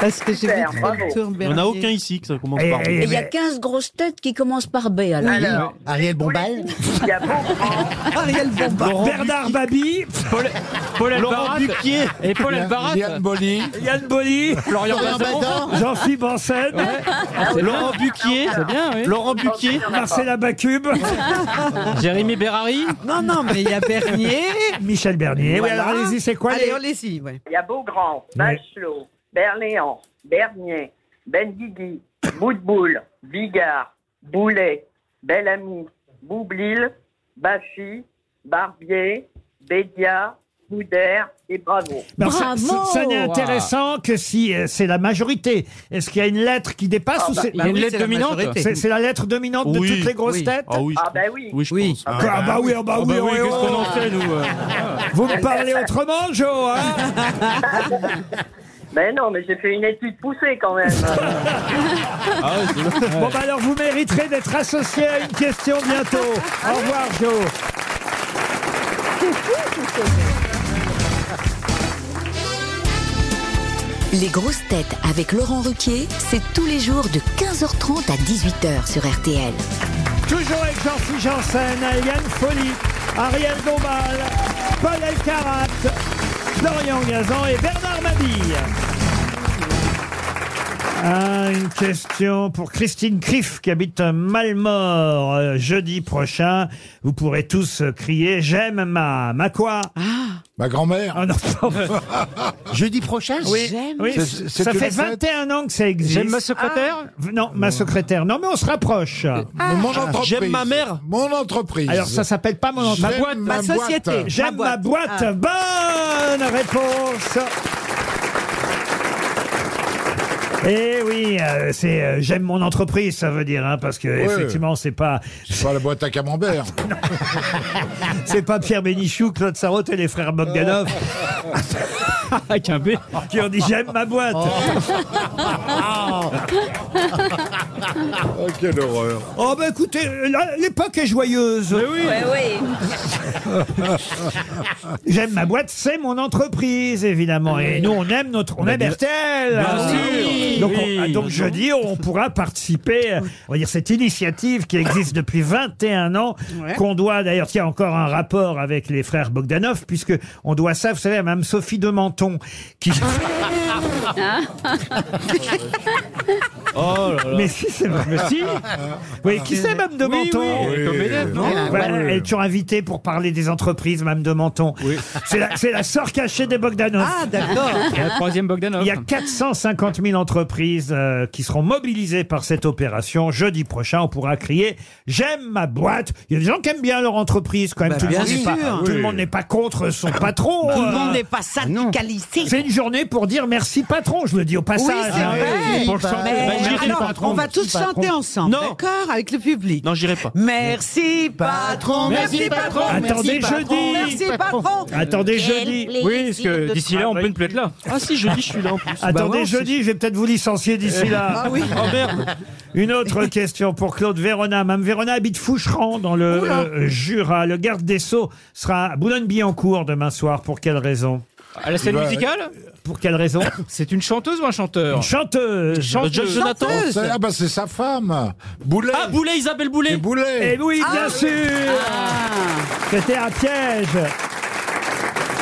S8: Parce que j'ai
S3: Super,
S8: vu
S3: bravo.
S8: Victor
S10: Il n'y en
S8: Bernier.
S10: a aucun ici que ça commence
S11: Eh,
S10: par.
S3: Et il y a 15 grosses têtes qui commencent par B alors.
S11: Alors, Ariel Bombal
S3: Ariel Bombal.
S2: Bernard Babi,
S7: Paul, Paul Elbarat et Paul Elbarat,
S4: Bonny.
S2: Yann Bonny,
S7: Florian Gazan,
S2: Jean-Philippe Janssen,
S5: Ah,
S7: Laurent Buquier, c'est Ah, bien, oui. Laurent Buquier,
S2: Marcella Bacube,
S7: Jérémy Berrari.
S8: Non, non, mais il y a Bernier.
S2: Michel Bernier. Eh Oui,
S8: Voilà.
S2: alors allez-y, c'est quoi
S8: Allez,
S2: les-
S8: allez-y, ouais.
S13: Il y a Beaugrand, Bachelot, Berléand, Bernier, Benguigui, Boutboul, Bigard, Boulet, Bellamy, Boublil, Bachy, Barbier, Bédia, Boudère et Bravo.
S2: Non, Ben, ça- ça, ça n'est intéressant que si euh, c'est la majorité. Est-ce qu'il y a une lettre qui dépasse
S13: Ah,
S2: ou
S13: bah,
S2: c'est
S13: il y a une
S2: Oui,
S13: lettre
S2: c'est la
S13: dominante.
S2: majorité. C'est c'est la lettre dominante de
S7: Oui,
S2: toutes les grosses
S7: oui.
S2: têtes
S7: Ah oui, je
S13: Ah bah oui.
S7: Oui, je pense.
S2: Ah, bah oui, ah bah oui, oui,
S7: qu'est-ce
S2: oui.
S7: qu'on en fait, nous euh
S2: Vous me parlez autrement, hein. Joe hein
S13: [LAUGHS] Mais Ben non, mais j'ai fait une étude poussée
S2: [LAUGHS]
S13: quand même.
S2: Bon, bah alors vous mériterez d'être associé à une question bientôt. Au revoir, Joe.
S17: Les grosses têtes avec Laurent Ruquier, c'est tous les jours de 15h30 à 18h sur RTL.
S2: Toujours avec Jean-Philippe Janssen, Yann Folly, Ariel Dombal, Paul Elkarat, Florian Gazan et Bernard
S7: [LAUGHS]
S2: Mabille. Ah, une question pour Christine Criff qui habite Malmort euh, jeudi prochain. Vous pourrez tous euh, crier J'aime ma. Ma quoi
S4: Ma grand-mère.
S2: Ah non,
S4: [LAUGHS]
S11: Jeudi prochain
S2: Oui, oui,
S4: C'est- c'est
S2: ça
S4: une
S2: fait
S4: recette
S2: 21 ans que ça existe.
S7: J'aime ma secrétaire
S2: Ah, Non, ma secrétaire. Non, mais on se rapproche.
S4: Mon entreprise.
S10: J'aime ma mère.
S4: Mon entreprise.
S2: Alors ça s'appelle pas mon
S4: J'aime
S2: entreprise.
S4: ma boîte.
S2: J'aime ma boîte. Bonne réponse. Eh oui, euh, c'est euh, j'aime mon entreprise, ça veut dire, hein, parce que
S4: Ouais.
S2: effectivement, c'est pas Ah,
S4: C'est pas la boîte à
S2: [LAUGHS]
S4: camembert.
S2: c'est pas Pierre Bénichou, Claude Sarraute et les frères Bogdanov
S7: [LAUGHS] Avec un B.
S2: qui ont dit j'aime ma boîte.
S4: Oh, quelle horreur.
S2: Oh bah écoutez, là, l'époque est joyeuse.
S3: oui.
S2: [LAUGHS] J'aime ma boîte, c'est mon entreprise, évidemment. Et nous, on aime notre, on aime RTL.
S7: bien Bah, sûr. Oui.
S2: Donc, on-
S7: Oui.
S2: ah, donc jeudi, on pourra participer. euh, On va dire cette initiative qui existe depuis 21 ans,
S8: Ouais.
S2: qu'on doit d'ailleurs, qui a encore un rapport avec les frères Bogdanov, puisque on doit ça, vous savez, à Mme Sophie de Menton, qui.
S10: Oh là là.
S2: [LAUGHS] Mais si, c'est vrai.
S7: Ah. Mais si,
S11: Ah.
S2: Oui, qui c'est, Mme de
S7: oui,
S2: Menton
S7: oui, comme élève, non
S2: Voilà, Elle est toujours invitée pour parler des entreprises, Mme de Menton. C'est la, c'est la sœur cachée des Bogdanov.
S8: Ah, d'accord.
S7: Et la troisième Bogdanov.
S2: Il y a 450 000 entreprises euh, qui seront mobilisées par cette opération. Jeudi prochain, on pourra crier « J'aime ma boîte ». Il y a des gens qui aiment bien leur entreprise quand même.
S8: Bah,
S2: tout, le
S8: bien
S2: monde n'est
S8: sûr.
S2: pas, tout le monde n'est pas contre son patron.
S8: Tout
S2: euh.
S8: le monde n'est pas syndicalisé.
S2: C'est une journée pour dire merci patron, je le dis au
S8: Oui,
S2: passage.
S8: c'est
S2: hein.
S8: vrai.
S7: pour le chanter.
S8: Mais
S7: Bah, j'irai
S8: alors,
S7: pas
S8: on
S7: prendre.
S8: va tous chanter ensemble,
S10: Non.
S8: d'accord, avec le public.
S10: Non, j'irai pas.
S8: Merci
S5: Patron,
S8: patron, merci
S5: merci,
S8: patron,
S2: Attendez
S8: merci patron,
S2: jeudi.
S8: merci patron.
S2: Attendez
S5: Quel
S2: jeudi.
S5: plaisir
S7: Oui, parce que
S5: de-
S7: d'ici là, on peut ne plus être là.
S10: Ah si, jeudi, je suis là en plus.
S2: [LAUGHS] Attendez jeudi, je vais peut-être vous licencier d'ici là.
S8: Ah oui.
S10: Oh merde.
S2: Une autre question pour Claude Vérona. Mme Vérona habite Foucheran dans le euh, Jura. Le garde des Sceaux sera à Boulogne-Billancourt demain soir. Pour quelle raison
S5: À la scène
S2: Bah,
S5: musicale
S2: Pour quelle raison
S5: C'est une chanteuse ou un chanteur
S2: Une
S4: Euh,
S2: chanteuse.
S5: Chanteuse. Jonathan.
S4: Ah bah c'est sa femme. Boulet.
S5: Ah, Boulet, Isabelle Boulet.
S4: Boulet.
S13: Eh
S2: Et oui, bien
S4: Ah.
S2: sûr C'était un piège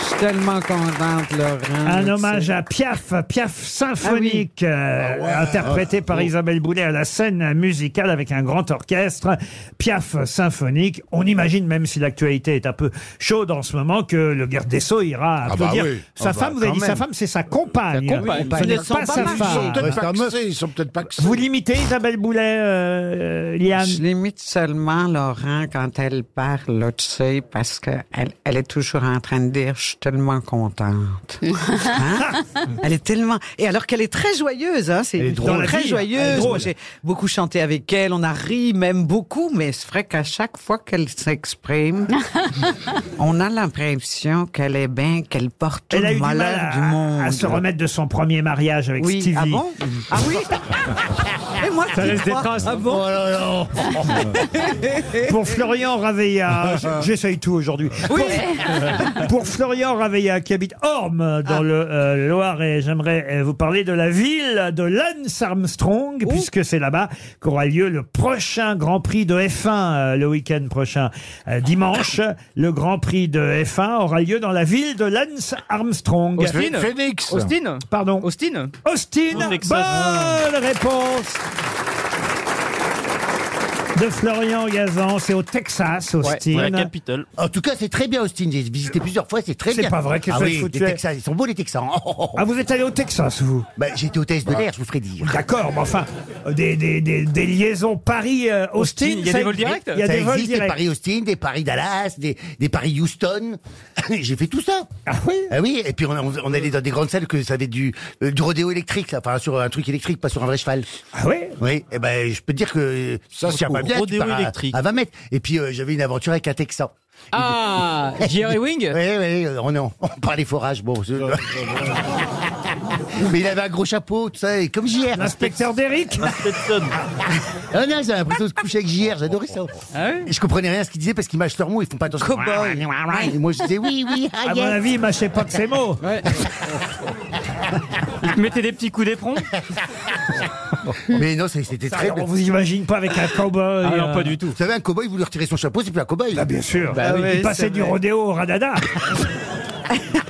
S8: Je suis tellement contente, Laurent.
S2: Un
S4: Ah,
S2: hommage à Piaf, Piaf symphonique, euh,
S4: Ah
S2: interprété par
S4: Oh.
S2: Isabelle Boulet à la scène musicale avec un grand orchestre. Piaf symphonique. On imagine, même si l'actualité est un peu chaude en ce moment, que le garde des Sceaux ira
S4: bah
S2: applaudir
S4: oui.
S2: sa
S4: Ah bah
S2: femme. vous avez
S4: quand
S2: dit sa
S4: même.
S2: femme, c'est sa compagne.
S4: Sa compagne.
S2: Ce
S4: Ils
S2: n'est
S4: ne sont
S2: pas
S4: pas
S2: sa
S4: mariés.
S2: femme.
S4: Ils sont peut-être paxés, ils sont peut-être paxés.
S2: Vous limitez Isabelle Boulet, euh, Liane
S8: Je l'imite seulement, Laurent, quand elle parle, là, tu sais, parce qu'elle elle est toujours en train de dire « je suis tellement contente Hein? Elle est tellement... Et alors qu'elle est très joyeuse, hein, c'est
S10: Elle est
S8: une
S10: drôle.
S8: très
S10: Elle est
S8: joyeuse.
S10: drôle.
S8: Moi, j'ai beaucoup chanté avec elle, on a ri même beaucoup, mais c'est vrai qu'à chaque fois qu'elle s'exprime, on a l'impression qu'elle est bien, qu'elle porte tout
S2: Elle a
S8: le
S2: eu du mal
S8: malheur du monde.
S2: à, à se remettre de son premier mariage avec
S8: Oui,
S2: Stevie.
S8: ah bon Ah oui Et moi,
S2: Ça
S8: qui
S2: laisse des
S8: crois-
S2: traces. Oh
S8: Ah bon
S2: [LAUGHS] Pour Florian
S4: [LAUGHS]
S2: Raveilla, j- j'essaye tout aujourd'hui.
S8: Oui.
S2: Pour, [LAUGHS] pour Florian Raveilla qui habite Orme
S5: Ah.
S2: dans le euh, Loiret, j'aimerais euh, vous parler de la ville de Lance
S5: Oh.
S2: Armstrong puisque c'est là-bas qu'aura lieu le prochain Grand Prix de F1 euh, le week-end prochain euh,
S5: [COUGHS]
S2: dimanche. Le Grand Prix de F1 aura lieu dans la ville de Lance Armstrong.
S5: Austin
S4: Phoenix.
S5: Austin
S2: Pardon.
S5: Austin
S2: Austin.
S5: Au Texas.
S2: Bonne réponse de Florian Gazan. C'est au Texas, Austin. Euh,
S11: En tout cas, c'est très bien, Austin. J'ai visité plusieurs fois, c'est très
S2: C'est
S11: bien.
S2: pas vrai, qu'est-ce
S11: ah
S2: que
S11: oui,
S2: vous
S11: les
S2: foutez
S11: Texans, ils sont beaux, les Texans. [LAUGHS]
S2: Ah, vous êtes allé au Texas, vous
S11: bah, J'étais hôtesse de l'air, je vous ferai dire.
S2: D'accord, mais enfin, euh, des, des, des, des liaisons euh, Paris-Austin. Il y a
S11: Ça
S2: des vols
S11: existe, des
S2: directs.
S11: Paris-Austin, des Paris-Dallas, des, des Paris-Houston. [LAUGHS] J'ai fait tout ça.
S2: Ah oui
S11: Ah oui, et puis on, on- on allait dans des grandes salles que ça avait du, euh, du rodéo électrique, là. enfin sur un truc électrique, pas sur un vrai cheval.
S2: Ah oui
S11: Oui, et ben je peux te dire que ça
S10: Ça,
S11: se tient
S10: au
S11: pas bien. tu
S10: rodéo
S11: pars à-
S10: électrique.
S11: À, 20 mètres. Et puis euh, j'avais une aventure avec un Texan.
S5: Ah, Jerry Wing
S11: [LAUGHS] Oui, oui, euh, on, on [LAUGHS] parlait forage, bon.
S2: [LAUGHS]
S11: je- Mais il avait un gros chapeau, tout ça, et comme JR.
S2: L'inspecteur d'Eric
S11: [LAUGHS] Ah non, j'avais l'impression de se coucher avec JR, j'adorais ça.
S5: Ah
S11: Et je comprenais rien à ce qu'il disait parce qu'il mâche leurs mots, ils font pas attention.
S2: Cowboy.
S11: Et moi je disais oui, oui, ah,
S2: À mon
S11: yes.
S2: avis, il mâchait pas de ses mots.
S5: [LAUGHS] Il te mettait des petits coups d'éperon
S11: [LAUGHS] Mais non, c'est- c'était
S2: Ça,
S11: très.
S2: alors, on vous imagine pas avec un cowboy.
S5: Ah
S2: euh,
S5: non, pas du tout.
S11: Vous savez, un cowboy, vous lui retirez son chapeau, c'est plus un cowboy.
S2: Ah, bien sûr.
S5: Bah oui,
S2: il passait
S5: c'est
S2: du
S5: vrai.
S2: rodéo au radada.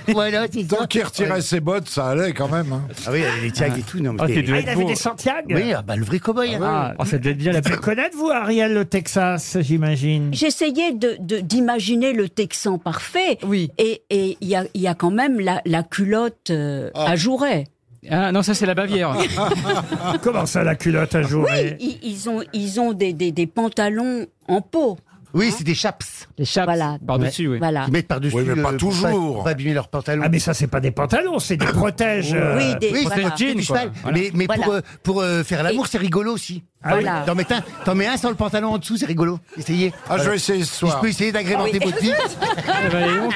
S11: Voilà, c'est ça.
S4: Tant qu'il retirait ses bottes, ça allait quand même. hein.
S11: Ah oui, les tiags et tout, non, mais
S5: Ah,
S11: t'es-
S5: t'es
S2: Ah,
S5: de- devait
S2: il
S5: être
S2: avait
S5: beau.
S2: des Santiago.
S11: Oui, ah, bah, le vrai cowboy. hein.
S5: Ah, oh, ça devait être bien la
S2: Vous connaissez, vous, Ariel, le Texas, j'imagine
S3: J'essayais de- de- d'imaginer le Texan parfait.
S8: Oui.
S3: Et et il y a, il y a quand même la, la culotte euh, à jouret.
S5: Ah non, ça c'est la Bavière.
S2: [LAUGHS] Comment ça, la culotte à
S3: Oui,
S2: jouer
S3: ils, ils ont, ils ont des, des- des pantalons en peau. hein.
S11: Oui, c'est des chaps.
S5: Les chaps
S3: Voilà.
S5: par-dessus, oui.
S3: Voilà.
S11: Ils mettent par-dessus.
S4: Oui, mais
S11: le-
S4: pas
S11: pour
S4: toujours.
S11: Pour pas abîmer leurs pantalons.
S2: Ah, mais ça, c'est pas des pantalons,
S11: [LAUGHS]
S2: c'est des protèges. euh,
S3: Oui, des,
S11: Oui,
S3: voilà.
S11: c'est le jean, du
S5: quoi.
S11: cheval.
S5: Voilà.
S11: Mais, mais
S3: Voilà.
S11: pour, euh, pour euh, faire l'amour, c'est rigolo aussi.
S2: Ah oui.
S3: Voilà.
S11: T'en mets, un, t'en mets un sans le pantalon en dessous, c'est rigolo. Essayez.
S4: Ah, je vais essayer ce
S11: Si je
S4: soir.
S11: peux essayer d'agrémenter
S7: Ah
S11: votre vie.
S5: Eh ben, dis donc.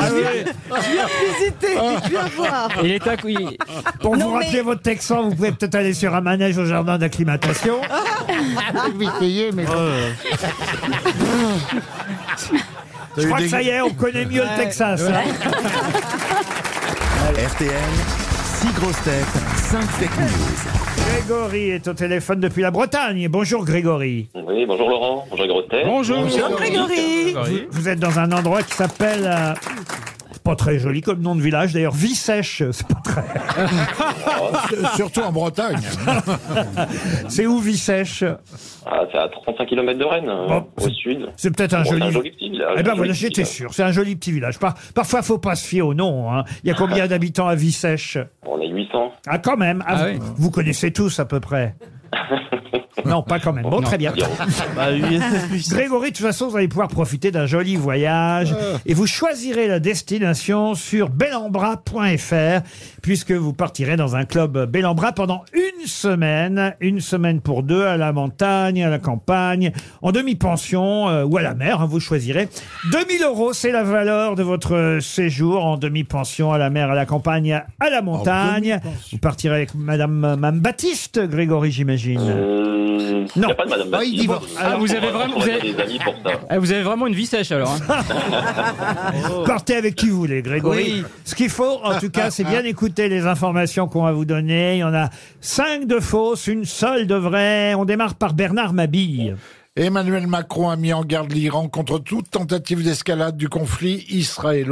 S4: Ah oui.
S6: Visitez, je
S8: Ah.
S6: viens voir.
S5: Il est à
S3: [LAUGHS]
S5: cou- il-
S2: Pour
S3: Ah. Non,
S2: vous rappeler
S3: mais-
S2: votre texan, vous pouvez peut-être aller sur un manège au jardin
S3: [LAUGHS]
S2: d'acclimatation. Euh,
S11: Je vais essayer, mais.
S2: Je crois que ça y est, on connaît mieux le Texas. hein.
S1: RTL, 6 grosses têtes, 5 fake news.
S2: Grégory est au téléphone depuis la Bretagne. Bonjour Grégory.
S18: Oui, bonjour Laurent, bonjour Grostet.
S5: Bonjour.
S6: Bonjour Grégory.
S2: Vous êtes dans un endroit qui s'appelle... euh, c'est pas très joli comme nom de village, d'ailleurs, Vissèche, [LAUGHS] c'est pas très...
S4: [LAUGHS] Surtout en Bretagne.
S2: [LAUGHS] C'est où Vissèche
S18: Ah, c'est à 35 km de Rennes, euh,
S2: Bon,
S18: au sud.
S2: C'est peut-être un
S18: Bon,
S2: joli...
S18: c'est un joli petit village,
S2: Eh ben
S18: un
S2: voilà,
S18: joli
S2: j'étais
S18: petit
S2: sûr, c'est un joli petit village. Par... Parfois, faut pas se fier au nom. hein. Il y a combien d'habitants à Vissèche
S18: On a 800.
S2: Ah quand même, Ah,
S5: Ah
S2: vous,
S5: oui.
S2: vous connaissez tous à peu près. non, pas quand même. Bon, très bien.
S4: [LAUGHS]
S2: Grégory, de toute façon, vous allez pouvoir profiter d'un joli voyage et vous choisirez la destination sur bellambra.fr puisque vous partirez dans un club Bellambra pendant une semaine, une semaine pour deux à la montagne, à la campagne, en demi-pension euh, ou à la mer, hein, vous choisirez. 2000 euros, c'est la valeur de votre séjour en demi-pension à la mer, à la campagne, à la montagne. Vous partirez avec Madame Mme Baptiste, Grégory, j'imagine.
S18: Euh, Il n'y a pas de madame Bastille. hein,
S5: Ah, vous avez
S18: On va
S5: vraiment, vous
S18: trouver
S5: avez-
S18: des amis pour ça.
S5: Ah, vous avez vraiment une vie sèche alors. hein.
S2: Partez avec qui vous voulez, Grégory.
S5: Oui.
S2: Ce qu'il faut, en tout cas, c'est bien écouter les informations qu'on va vous donner. Il y en a cinq de fausses, [LAUGHS] une seule de vraie. On démarre par Bernard Mabille.
S4: Emmanuel Macron a mis en garde l'Iran contre toute tentative d'escalade du conflit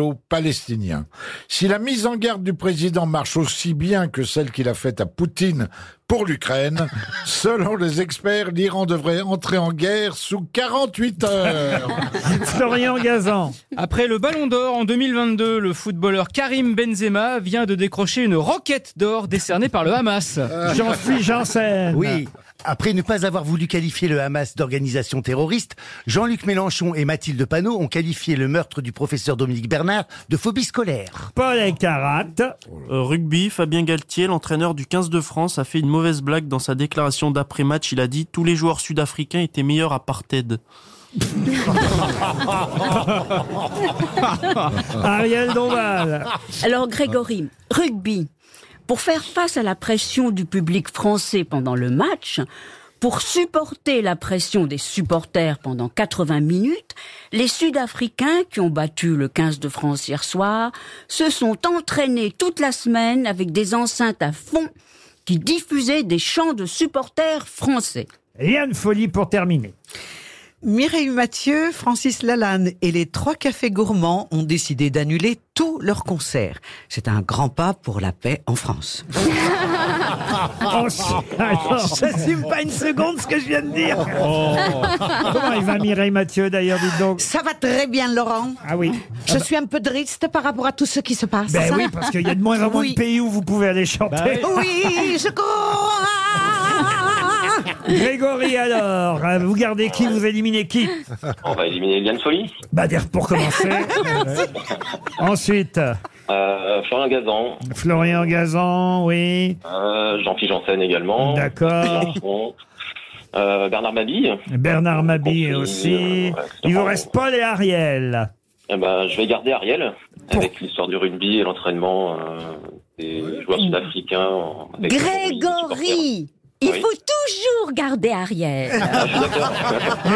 S4: israélo-palestinien. Si la mise en garde du président marche aussi bien que celle qu'il a faite à Poutine pour
S2: [LAUGHS]
S4: l'Ukraine, selon les experts, l'Iran devrait entrer en guerre sous 48 heures.
S2: [LAUGHS] Florian Gazan.
S5: Après le Ballon d'Or en 2022, le footballeur Karim Benzema vient de décrocher une roquette d'or décernée par le Hamas.
S2: Euh, Jean-Philippe Janssen.
S11: Euh. Oui. Après ne pas avoir voulu qualifier le Hamas d'organisation terroriste, Jean-Luc Mélenchon et Mathilde Panot ont qualifié le meurtre du professeur Dominique Bernard de phobie scolaire.
S2: Paul Elkarat.
S10: Euh, rugby, Fabien Galtier, l'entraîneur du 15 de France, a fait une mauvaise blague dans sa déclaration d'après-match. Il a dit Tous les joueurs sud-africains étaient meilleurs à Parted.
S8: [LAUGHS]
S2: Ah, Ariel Dombal.
S3: [LAUGHS] Alors Grégory, rugby. Pour faire face à la pression du public français pendant le match, pour supporter la pression des supporters pendant 80 minutes, les Sud-Africains qui ont battu le 15 de France hier soir se sont entraînés toute la semaine avec des enceintes à fond qui diffusaient des chants de supporters français.
S2: Yann Folie pour terminer.
S8: Mireille Mathieu, Francis Lalanne et les trois cafés gourmands ont décidé d'annuler tous leurs concerts. C'est un grand pas pour la paix en France.
S2: J'assume pas une seconde ce que je viens de dire. Oh. Comment il va Mireille Mathieu d'ailleurs, dites donc
S7: Ça va très bien, Laurent.
S2: Ah oui.
S7: Je suis un peu triste par rapport à tout ce qui se passe.
S2: Ben
S8: hein.
S2: oui, parce qu'il y a de moins en moins
S7: Oui.
S2: de pays où vous pouvez aller chanter.
S8: Bah
S7: Oui, je crois.
S2: Grégory, alors, euh, vous gardez qui, vous éliminez qui [LAUGHS]
S18: On va éliminer Liane Folie,
S2: Bah, dire pour
S7: [LAUGHS]
S2: commencer. Ensuite,
S18: euh, Florian Gazan,
S2: Florian Gazan, oui.
S18: euh, Jean-Philippe Janssen également.
S2: D'accord.
S18: Mélenchon, euh, Bernard Mabille.
S2: Bernard Mabille
S18: Compris,
S2: aussi.
S18: euh, ouais,
S2: Il vous reste Paul et Ariel.
S18: Eh ben, je vais garder Ariel avec l'histoire du rugby et l'entraînement euh, des joueurs sud-africains. en- avec-
S3: Grégory, il
S18: Oui.
S3: faut toujours garder
S2: [LAUGHS]
S3: arrière.
S18: Ah, je suis d'accord.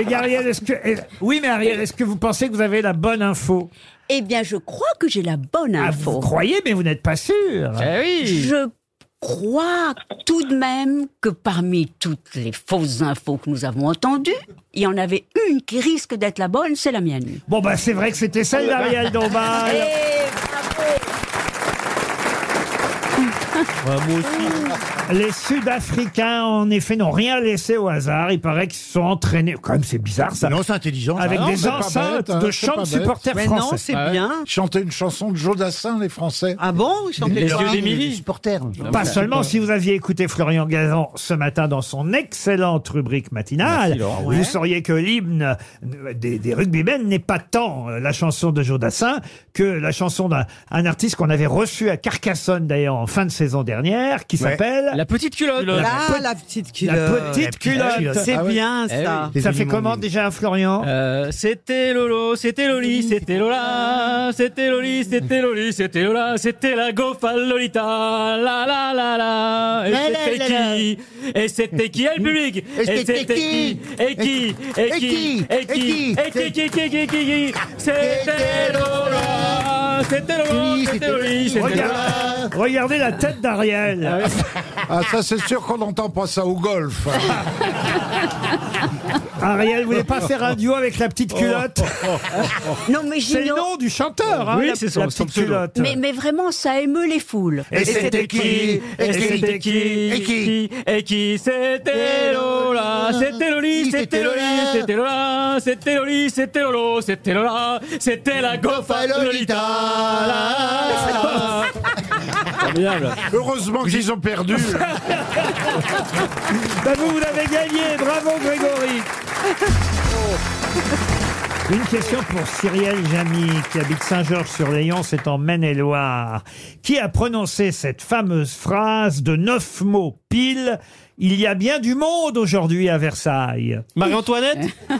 S2: Mais Ariel, est-ce que. eh, Oui, mais Ariel, est-ce que vous pensez que vous avez la bonne info
S3: Eh bien, je crois que j'ai la bonne
S2: Ah,
S3: info.
S2: vous croyez, mais vous n'êtes pas sûr.
S3: Je crois tout de même que parmi toutes les fausses infos que nous avons entendues, il y en avait une qui risque d'être la bonne, c'est la mienne.
S2: Bon, bah, c'est vrai que c'était celle d'Ariel Dombal. Les Sud-Africains, en effet, n'ont rien laissé au hasard. Il paraît qu'ils se sont entraînés. Quand même, c'est bizarre ça.
S11: Non, c'est intelligent. ça.
S2: Avec
S11: Ah non,
S2: des
S11: c'est pas
S2: enceintes
S11: bête, hein,
S2: de
S11: c'est
S2: chants
S11: pas bête.
S2: de supporters
S11: Mais non,
S2: français.
S11: c'est Ah ouais. bien.
S4: Chanter une chanson de Jodassin, les Français.
S8: Ah bon Ils chantaient Les quoi yeux d'Émilie.
S11: Les supporters.
S2: Pas seulement si vous aviez écouté Florian Gazan ce matin dans son excellente rubrique matinale,
S5: Merci, Laurent.
S2: vous
S5: Ouais.
S2: sauriez que l'hymne euh, des, des rugbymen n'est pas tant euh, la chanson de Jodassin que la chanson d'un un artiste qu'on avait reçu à Carcassonne d'ailleurs en fin de saison dernière qui s'appelle
S5: La petite culotte.
S2: La
S8: Là,
S2: petite-
S8: la petite
S2: La
S8: culotte.
S2: petite culotte.
S8: Eh C'est
S2: Ah ouais.
S8: bien
S2: Eh
S8: ça.
S2: oui. Ça fait comment déjà, Florian
S5: Euh, c'était Lolo, c'était Loli, c'était Lola, c'était Loli, c'était Loli, c'était Lola, c'était la gofale Lolita, la la la
S9: La,
S5: la, et
S9: la,
S5: c'était
S9: la,
S5: qui Et c'était qui Eh, le public
S9: Et c'était qui
S5: Et qui Et qui Et qui Et qui qui qui qui qui qui C'était Lola, c'était Lolo, c'était Loli, c'était Lola.
S2: Regardez, regardez la tête d'Ariel.
S4: Ah, ça, c'est sûr qu'on n'entend pas ça au golf.
S2: [LAUGHS] Ariel, vous voulez pas faire un duo avec la
S10: Oh,
S2: petite culotte
S3: [LAUGHS] Non, mais
S2: C'est le
S3: Gino-
S2: nom du chanteur, hein,
S5: Oui,
S2: la,
S5: c'est son-
S2: la
S5: son
S2: petite
S5: pseudo.
S2: culotte.
S3: Mais, mais vraiment, ça émeut les foules.
S5: Et c'était qui Et c'était qui Et qui Et qui C'était Lola, c'était Loli, c'était Loli, c'était Lola, c'était Loli, c'était Lolo, c'était Lola, c'était la gofa Lolita. la, la. Formidable.
S4: Heureusement qu'ils ont
S5: [LAUGHS]
S4: perdu.
S2: Bah, vous, vous l'avez gagné, bravo Grégory Une question pour Cyrielle Jamy, qui habite Saint-Georges-sur-Layon, c'est en Maine-et-Loire. Qui a prononcé cette fameuse phrase de neuf mots pile Il y a bien du monde aujourd'hui à Versailles.
S5: [LAUGHS]
S10: Marie-Antoinette
S2: Bonne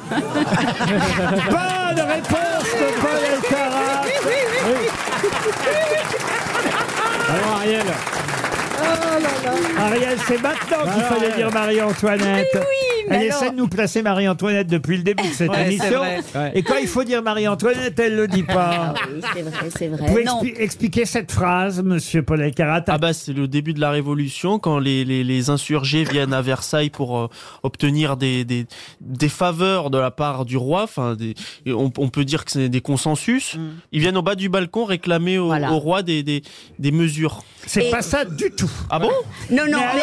S2: réponse de Paul Elkarat. Eh.
S5: Alors Ariel,
S2: Ah
S6: Oh là
S2: Ariel, c'est maintenant qu'il
S6: Alors,
S2: fallait
S6: euh,
S2: dire Marie-Antoinette.
S6: mais Eh oui, mais
S2: elle
S6: alors-
S2: essaie de nous placer Marie-Antoinette depuis le début de cette
S6: Ouais, c'est
S2: émission.
S6: vrai. Ouais.
S2: Et quand il faut dire Marie-Antoinette, elle le dit
S3: Ah
S6: [LAUGHS]
S2: pas.
S19: c'est vrai, c'est
S2: Vous
S3: Eh
S2: pouvez
S19: vrai. Non.
S2: expli- expliquer cette phrase, monsieur Paul Elkarat
S10: Ah bah c'est le début de la Révolution quand les, les, les insurgés viennent à Versailles pour euh, obtenir des, des, des faveurs de la part du roi. Enfin, des, et on, on peut dire que c'est des consensus.
S3: Mm.
S10: Ils viennent au bas du balcon réclamer au, au roi des, des, des mesures.
S2: C'est pas ça du tout.
S10: Ah bon
S3: Non, non, mais-
S11: Mais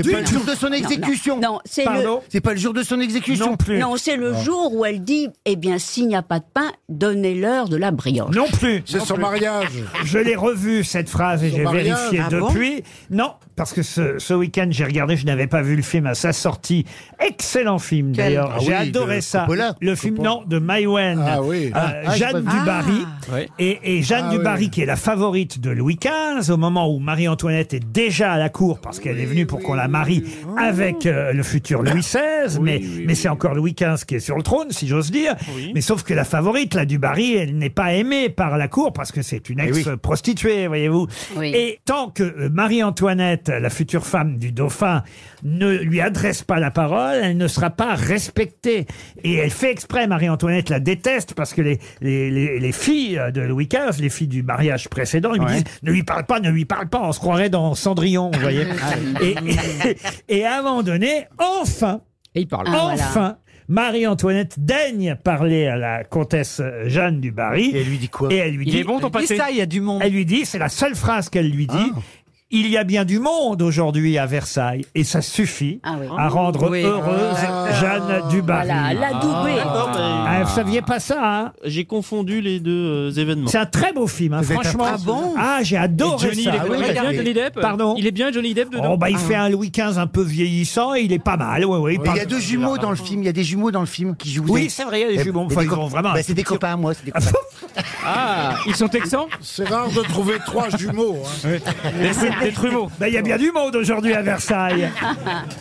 S11: pas le jour de son exécution.
S3: Non, non, c'est le...
S11: C'est pas le jour de son exécution. Ah. Non plus.
S3: Non, c'est le jour où elle dit, eh bien, s'il n'y a pas de pain, donnez-leur de la brioche.
S2: Non plus.
S3: C'est
S2: Non
S3: son
S2: plus.
S3: mariage.
S2: Je l'ai revue cette phrase et
S3: Son
S2: j'ai
S3: mariage.
S2: vérifié
S3: Ah bon
S2: depuis. non, parce que ce, ce week-end j'ai regardé, je n'avais pas vu le film à sa sortie. Excellent film
S6: Quel-
S2: d'ailleurs.
S6: Ah
S2: j'ai
S6: oui,
S2: adoré
S6: de
S2: ça.
S6: Coppola.
S2: Le film
S6: Coppola.
S2: non de Maïwen. Euh,
S6: Ah oui. Ah, ah, j'ai
S2: Jeanne
S6: pas vu.
S2: Dubarry.
S6: Ouais.
S2: Et, et Jeanne
S6: Ah
S2: Dubarry
S6: oui.
S2: qui est la favorite de Louis XV au moment où Marie-Antoinette est déjà à la cour parce qu'elle est venue pour qu'on la marie avec euh, le futur Louis XVI. mais mais c'est encore Louis XV qui est sur le trône, si j'ose dire. Mais sauf que la favorite, la Dubarry, elle n'est pas aimée par la cour parce que c'est une
S6: Eh oui.
S2: ex-prostituée, euh, voyez-vous. Et tant que euh, Marie-Antoinette, la future femme du dauphin, ne lui adresse pas la parole, elle ne sera pas respectée. Et elle fait exprès, Marie-Antoinette la déteste parce que les, les, les, les filles euh, de Louis XV, les filles du mariage précédent, ils me disent ne lui parle pas, ne lui parle pas, on se croirait dans Cendrillon, vous voyez.
S6: Ah
S2: et, [LAUGHS] et, et à un moment donné, enfin,
S6: Ah,
S2: enfin,
S6: voilà.
S2: Marie-Antoinette daigne parler à la comtesse Jeanne du Barry. Et
S11: elle lui dit quoi
S2: Et elle lui
S5: Il
S2: dit
S5: est bon, ton
S2: elle lui dit
S5: pâté
S2: ça, il y a du monde. Ah. Elle lui dit, c'est la seule phrase qu'elle lui dit. Il y a bien du monde aujourd'hui à Versailles et ça suffit
S3: oui.
S2: à rendre
S10: Ah Oui.
S2: heureuse
S10: Ah.
S2: Jeanne du Barry.
S10: Voilà, la doublée.
S2: Ah, vous saviez pas ça hein
S10: J'ai confondu les deux euh, événements.
S2: C'est un très beau film, hein,
S10: Vous êtes
S2: franchement.
S10: un- Ah bon
S2: Ah, j'ai adoré
S10: Et Johnny,
S2: ça.
S10: il est- il est bien Johnny Depp
S2: Pardon
S10: Il est bien Johnny Depp dedans
S2: Oh bah il
S10: Ah.
S2: fait un Louis XV un peu vieillissant et il est pas mal. Ouais, ouais,
S11: Mais il y a deux jumeaux dans le film. Il y a des jumeaux dans le film qui jouent.
S2: Oui,
S11: des-
S2: c'est vrai, il y a des
S11: Eh,
S2: jumeaux.
S11: et
S2: Enfin,
S11: des
S2: ils
S11: co-
S2: ont vraiment un
S11: Bah, c'est des
S2: futur.
S11: copains, moi. C'est des
S2: [LAUGHS]
S11: copains.
S5: Ah, ils sont texans
S4: C'est rare de trouver trois
S10: [LAUGHS]
S4: jumeaux. hein.
S2: Ben, Il y a bien du monde aujourd'hui à Versailles.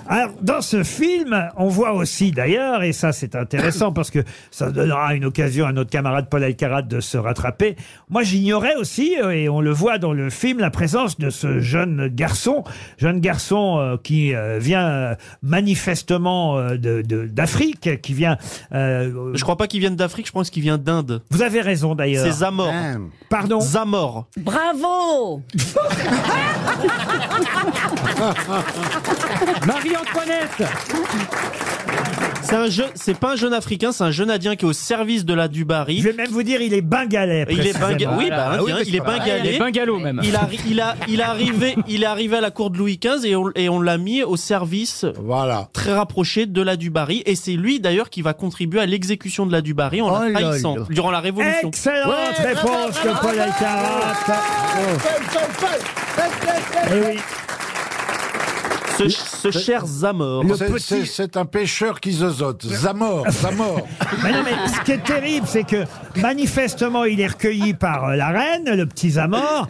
S2: Alors, dans ce film, on voit aussi d'ailleurs, et ça c'est intéressant parce que ça donnera une occasion à notre camarade Paul Alcarat de se rattraper. Moi j'ignorais aussi, euh, et on le voit dans le film, la présence de ce jeune garçon, jeune garçon euh, qui euh, vient euh, manifestement euh, de- de- d'Afrique, qui vient... euh,
S10: Je crois pas qu'il vienne d'Afrique, je pense qu'il vient d'Inde.
S2: Vous avez raison d'ailleurs.
S10: C'est Zamor.
S2: Pardon
S10: Zamor.
S3: Bravo
S2: [LAUGHS]
S5: Marie-Antoinette
S10: C'est un jeune- c'est pas un jeune africain, c'est un jeune indien qui est au service de la Dubarry.
S2: Je vais même vous dire, il est bengalais.
S10: Il est
S2: précisément.
S10: benga- oui, bah,
S2: Ah
S10: indien,
S2: oui, mais
S10: il est
S2: c'est pas
S10: bengalais.
S2: mal. Il est bungalow, même.
S10: Il, arri- il a, il est arrivé, il est arrivé à la cour de Louis XV et on, et on l'a mis au service très rapproché de la Dubarry. Et c'est lui d'ailleurs qui va contribuer à l'exécution de la Dubarry en la
S2: Oh là
S10: trahissant
S2: là.
S10: durant la Révolution.
S2: Excellente réponse de Paul Alcarat. Eh oui.
S10: Ce, ce cher Zamor.
S4: C'est- c'est- C'est un pêcheur qui zozote. Zamor, Zamor.
S2: [LAUGHS] Mais non, mais ce qui est terrible, c'est que manifestement, il est recueilli par euh, la reine, le petit Zamor,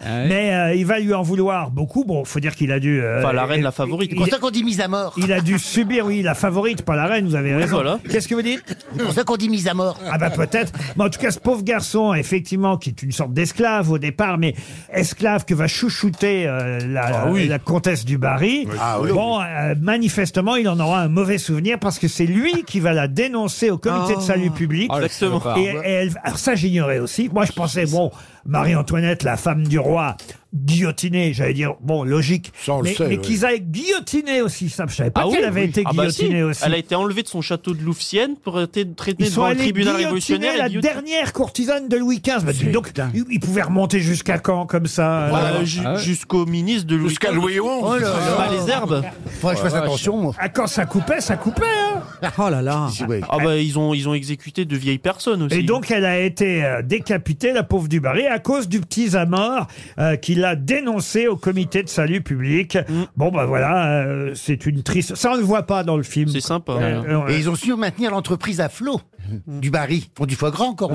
S10: Ah oui.
S2: mais euh, il va lui en vouloir beaucoup. Bon, faut dire qu'il a dû. euh,
S10: Enfin, la reine,
S2: il-
S10: la favorite.
S2: il-
S11: C'est pour ça qu'on dit mise à mort.
S2: Il a dû subir, oui, la favorite, pas la reine, vous avez raison.
S11: voilà.
S2: Qu'est-ce que vous dites
S11: C'est pour ça qu'on dit mise à mort.
S2: Ah bah peut-être. Mais en tout cas, ce pauvre garçon, effectivement, qui est une sorte d'esclave au départ, mais esclave que va chouchouter euh, la, la comtesse du Barry.
S6: Ah oui.
S2: Bon, euh, manifestement, il en aura un mauvais souvenir parce que c'est lui qui va la dénoncer au comité de
S6: Ah.
S2: salut public.
S6: Ah, le salopard.
S2: Et, et elle, alors ça, j'ignorais aussi. Moi, je pensais, bon, Marie-Antoinette, la femme du roi, guillotinée, j'allais dire, bon, logique.
S4: le
S2: mais
S4: sait,
S2: mais
S4: oui.
S2: qu'ils aillent guillotinée aussi, ça, je savais pas
S10: Ah oui,
S2: qu'elle avait
S10: oui.
S2: été
S10: Ah bah si.
S2: guillotinée aussi.
S10: Elle a été enlevée de son château de Louveciennes pour être traitée
S2: Ils sont
S10: devant le
S2: allés
S10: tribunal
S2: guillotiner
S10: révolutionnaire. et
S2: la
S10: guillotinée.
S2: dernière courtisane de Louis XV. Bah, dis donc, ils ils pouvaient remonter jusqu'à quand comme ça
S10: Bah,
S2: alors
S10: ju-
S11: Ah
S10: Jusqu'au ministre de Louis
S4: Jusqu'à
S10: XV.
S4: Louis XI.
S10: Oh là là. Pas les herbes.
S11: Faudrait que je fasse attention, moi.
S2: Ah, quand ça coupait, ça coupait. Hein
S11: Oh là là.
S10: Ah bah ils ont ils ont exécuté de vieilles personnes aussi.
S2: Et donc, elle a été euh, décapitée, la pauvre Dubarry, à cause du petit Zamor euh, qui l'a dénoncé au comité de salut public.
S5: Mm.
S2: Bon, bah voilà, euh, c'est une triste. Ça, on ne le voit pas dans le film. Euh,
S10: C'est sympa.
S5: hein.
S11: Et ils ont su maintenir l'entreprise à flot. Du Barry. Ils font du foie gras encore.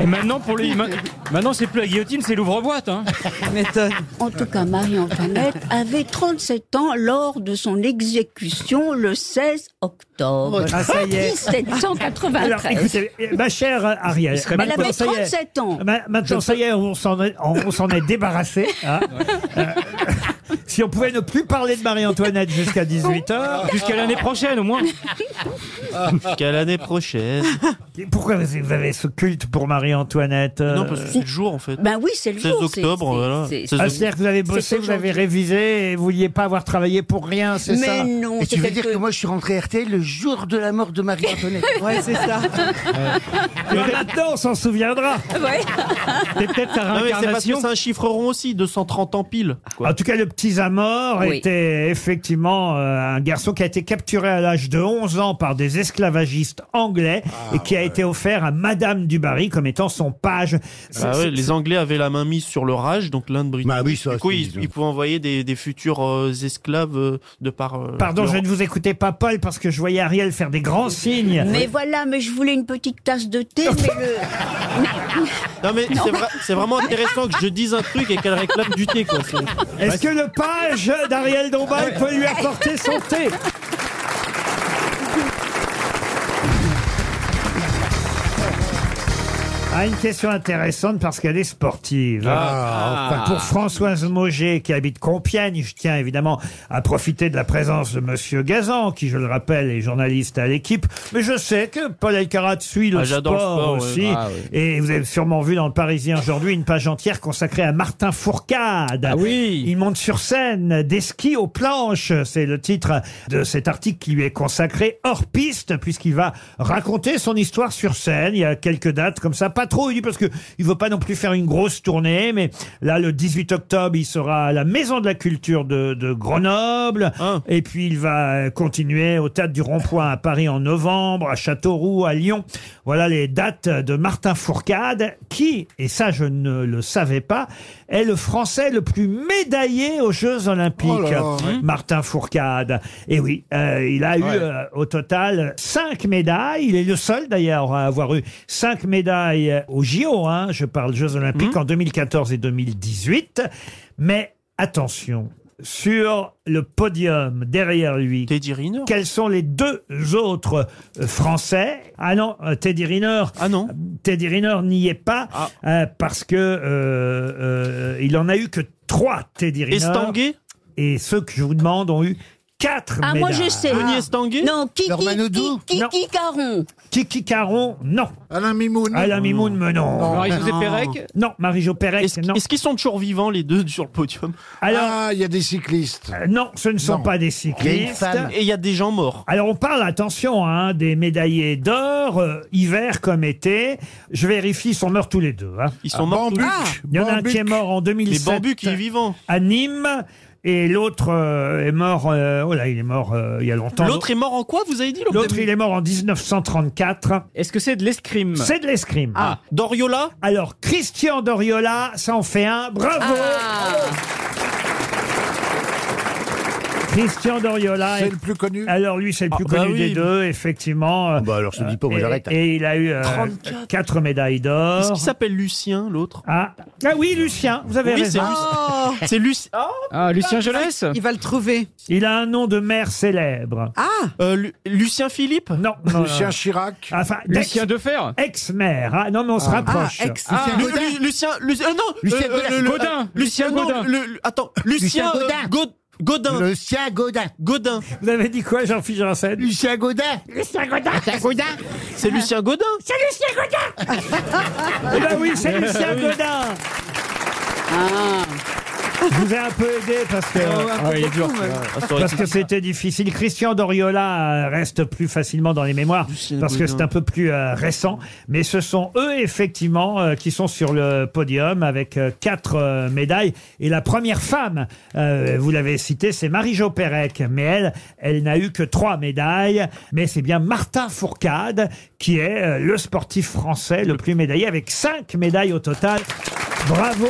S5: Et maintenant, pour lui, ma- maintenant c'est plus la guillotine, c'est l'ouvre-boîte. [LAUGHS] Hein.
S3: En tout cas, Marie-Antoinette avait 37 ans lors de son exécution le 16 octobre
S2: Ah, ça y est.
S3: 1793.
S2: Alors, écoutez, ma chère Ariel,
S3: Il serait
S2: maintenant,
S3: mal posé.
S2: ça y est-
S3: 37 ans.
S2: Ma- maintenant, ça y est, on s'en est, on- on s'en est débarrassé. hein. Euh, [LAUGHS] Si on pouvait ne plus parler de Marie-Antoinette jusqu'à 18h.
S5: Jusqu'à l'année prochaine, au
S3: [LAUGHS]
S5: moins.
S10: [LAUGHS] Jusqu'à l'année prochaine.
S2: Pourquoi vous vous avez ce culte pour Marie-Antoinette euh,
S10: Non, parce que c'est le jour, en fait.
S3: Ben oui, c'est le
S10: 16
S3: jour,
S10: octobre,
S3: c'est-
S10: voilà.
S3: c'est-
S10: 16
S2: Ah, c'est-à-dire que vous avez
S3: C'est
S2: bossé,
S3: ce
S2: vous avez
S3: genre de-
S2: révisé et vous vouliez pas avoir travaillé pour rien, c'est ça
S11: Et tu veux dire que moi je suis rentré à RTL le jour de la mort de Marie-Antoinette
S2: [LAUGHS] Ouais, c'est ça. Mais maintenant, on s'en souviendra. [LAUGHS]
S10: C'est peut-être C'est parce
S2: ta
S10: que
S2: réincarnation.
S10: c'est un chiffre rond aussi, 230 ans pile.
S2: En tout cas, le petit Zamor
S10: Oui.
S2: était effectivement euh, un garçon qui a été capturé à l'âge de 11 ans par des esclavagistes anglais
S10: Ah,
S2: et qui a été offert à Madame du Barry comme étant son page.
S10: Ah ouais, les Anglais avaient la main mise sur le rage, donc l'Inde britannique. du coup,
S2: c'est
S10: ils,
S2: évident.
S10: ils pouvaient envoyer des, des futurs euh, esclaves euh, de par. euh,
S2: Pardon,
S10: leur-
S2: je ne vous écoutais pas, Paul, parce que je voyais Ariel faire des grands signes.
S3: Mais voilà, mais je voulais une petite tasse de thé, mais le...
S4: Ah,
S3: [LAUGHS]
S10: Non, mais c'est vra- c'est vraiment intéressant que je dise un truc et qu'elle réclame du thé, quoi. C'est-
S2: Est-ce que le page d'Ariel Dombal peut lui apporter son thé Ah, une question intéressante parce qu'elle est sportive.
S11: Ah,
S2: Enfin,
S11: enfin.
S2: Pour Françoise Mauger, qui habite Compiègne, je tiens évidemment à profiter de la présence de Monsieur Gazan, qui, je le rappelle, est journaliste à l'équipe. Mais je sais que Paul Elkarat suit le
S10: Ah,
S2: sport,
S10: j'adore le sport, ouais.
S2: aussi.
S10: Ah, ouais.
S2: Et vous avez sûrement vu dans le Parisien aujourd'hui une page entière consacrée à Martin Fourcade.
S10: Ah
S2: oui. Il monte sur scène des skis aux planches. C'est le titre de cet article qui lui est consacré hors piste puisqu'il va raconter son histoire sur scène. Il y a quelques dates comme ça. Pas trop, il dit, parce que il veut pas non plus faire une grosse tournée. Mais là, le 18 octobre, il sera à la Maison de la Culture de, de Grenoble.
S11: Ah.
S2: Et puis, il va continuer au Théâtre du Rond-Point à Paris en novembre, à Châteauroux, à Lyon. Voilà les dates de Martin Fourcade, qui, et ça je ne le savais pas, est le Français le plus médaillé aux Jeux Olympiques.
S11: Oh là là,
S10: Mhm.
S11: ouais.
S2: Martin Fourcade. Et oui, euh, il a eu
S11: Ouais.
S2: euh, au total cinq médailles. Il est le seul d'ailleurs à avoir eu cinq médailles aux JO. hein. Je parle Jeux Olympiques
S10: Mhm.
S2: en 2014 et 2018. Mais attention, sur le podium derrière lui, quels sont les deux autres euh, Français Ah non, euh, Teddy Riner.
S10: Ah non. Ah.
S2: Teddy Riner n'y est pas euh, parce que euh, euh, il en a eu que trois Teddy Riner.
S10: Estanguet
S2: Et ceux que je vous demande ont eu quatre
S3: Ah,
S2: médailles.
S3: moi, je sais. Denis
S10: Estanguet
S3: Non, Kiki, Kiki, Kiki, Caron.
S2: Kiki Caron, non. Alain Mimoun. Alain Mimoun, mais non.
S10: Non. Marie-Josée
S2: Non.
S10: Pérec
S2: Non, Marie-Jo Pérec, non.
S10: Est-ce qu'ils sont toujours vivants, les deux, sur le podium
S2: Alors,
S4: Ah, il y a des cyclistes.
S2: Euh, Non, ce ne sont
S4: Non.
S2: pas des
S10: Il y a une
S2: cyclistes.
S10: femme. Et il y a des gens morts.
S2: Alors on parle, attention, hein, des médaillés d'or, euh, hiver comme été. Je vérifie, ils sont morts tous les deux. hein. Ah,
S10: Ils sont morts tous les deux. Bambuc,
S2: Il y en a un
S10: Bambuc.
S2: qui est mort en 2007.
S10: Mais Bambuc, il est vivant.
S2: À Nîmes. Et l'autre euh, est mort, euh, oh là, il est mort euh, il y a longtemps.
S10: L'autre est mort en quoi, vous avez dit
S2: L'autre, il est mort en 1934.
S5: Est-ce que c'est de l'escrime
S2: C'est de l'escrime.
S10: Ah, Doriola
S2: Alors, Christian Doriola, ça en fait un. Bravo Christian Doriola.
S4: C'est
S2: est-
S4: le plus connu.
S2: Alors lui, c'est le
S4: Ah,
S2: plus
S4: bah
S2: connu
S4: oui.
S2: des deux, effectivement.
S11: Bah alors, je te dis pas, moi,
S2: Et-
S11: j'arrête.
S2: Et, il a eu euh,
S10: 34.
S2: quatre médailles d'or.
S10: Est-ce qu'il s'appelle Lucien, l'autre
S2: ah. Ah oui, Lucien, vous avez
S10: Oui, c'est
S2: raison.
S10: Lucien.
S5: Oh.
S10: C'est Lucien.
S5: Ah, Lucien Jeunesse
S8: Il va le trouver.
S2: Il a un nom de maire célèbre.
S8: Ah
S10: Euh, Lu- Lucien Philippe
S2: Non. non, non.
S4: Chirac.
S2: Enfin,
S5: Lucien
S2: d'ex-
S5: Defer
S2: Ex-maire. Ah, non, mais on se rapproche.
S10: Ah, Lu- Lu- Lucien, Lucien, euh, non,
S11: Lucien
S10: euh,
S11: Godin.
S10: le- le-
S11: Godin.
S10: euh, Lucien,
S11: Lucien
S10: non,
S11: Godin.
S10: le- le- attends, Lucien,
S11: [LAUGHS] Lucien
S10: euh,
S11: Godin.
S10: God- Godin.
S11: Lucien Godin.
S10: Godin.
S2: Vous avez dit quoi, Jean-Philippe Janssen
S11: Lucien Godin.
S9: Lucien Godin. Lucien Godin.
S10: C'est Lucien Godin.
S9: C'est
S3: Ah,
S9: Lucien Godin.
S2: [LAUGHS] Eh ben oui, c'est Lucien
S9: Oui.
S2: Godin. Ah. Je vous ai un peu aidé parce que
S5: Ah ouais, il est dur, celui-là. Ah, ça aurait
S2: parce
S5: été
S2: que c'était difficile. Christian Doriola euh, reste plus facilement dans les mémoires parce que
S5: Godin.
S2: c'est un peu plus euh, récent. Mais ce sont eux effectivement euh, qui sont sur le podium avec euh, quatre euh, médailles et la première femme, euh, vous l'avez citée, c'est Marie-Jo Pérec. Mais elle, elle n'a eu que trois médailles. Mais c'est bien Martin Fourcade qui est euh, le sportif français le plus médaillé avec cinq médailles au total. Bravo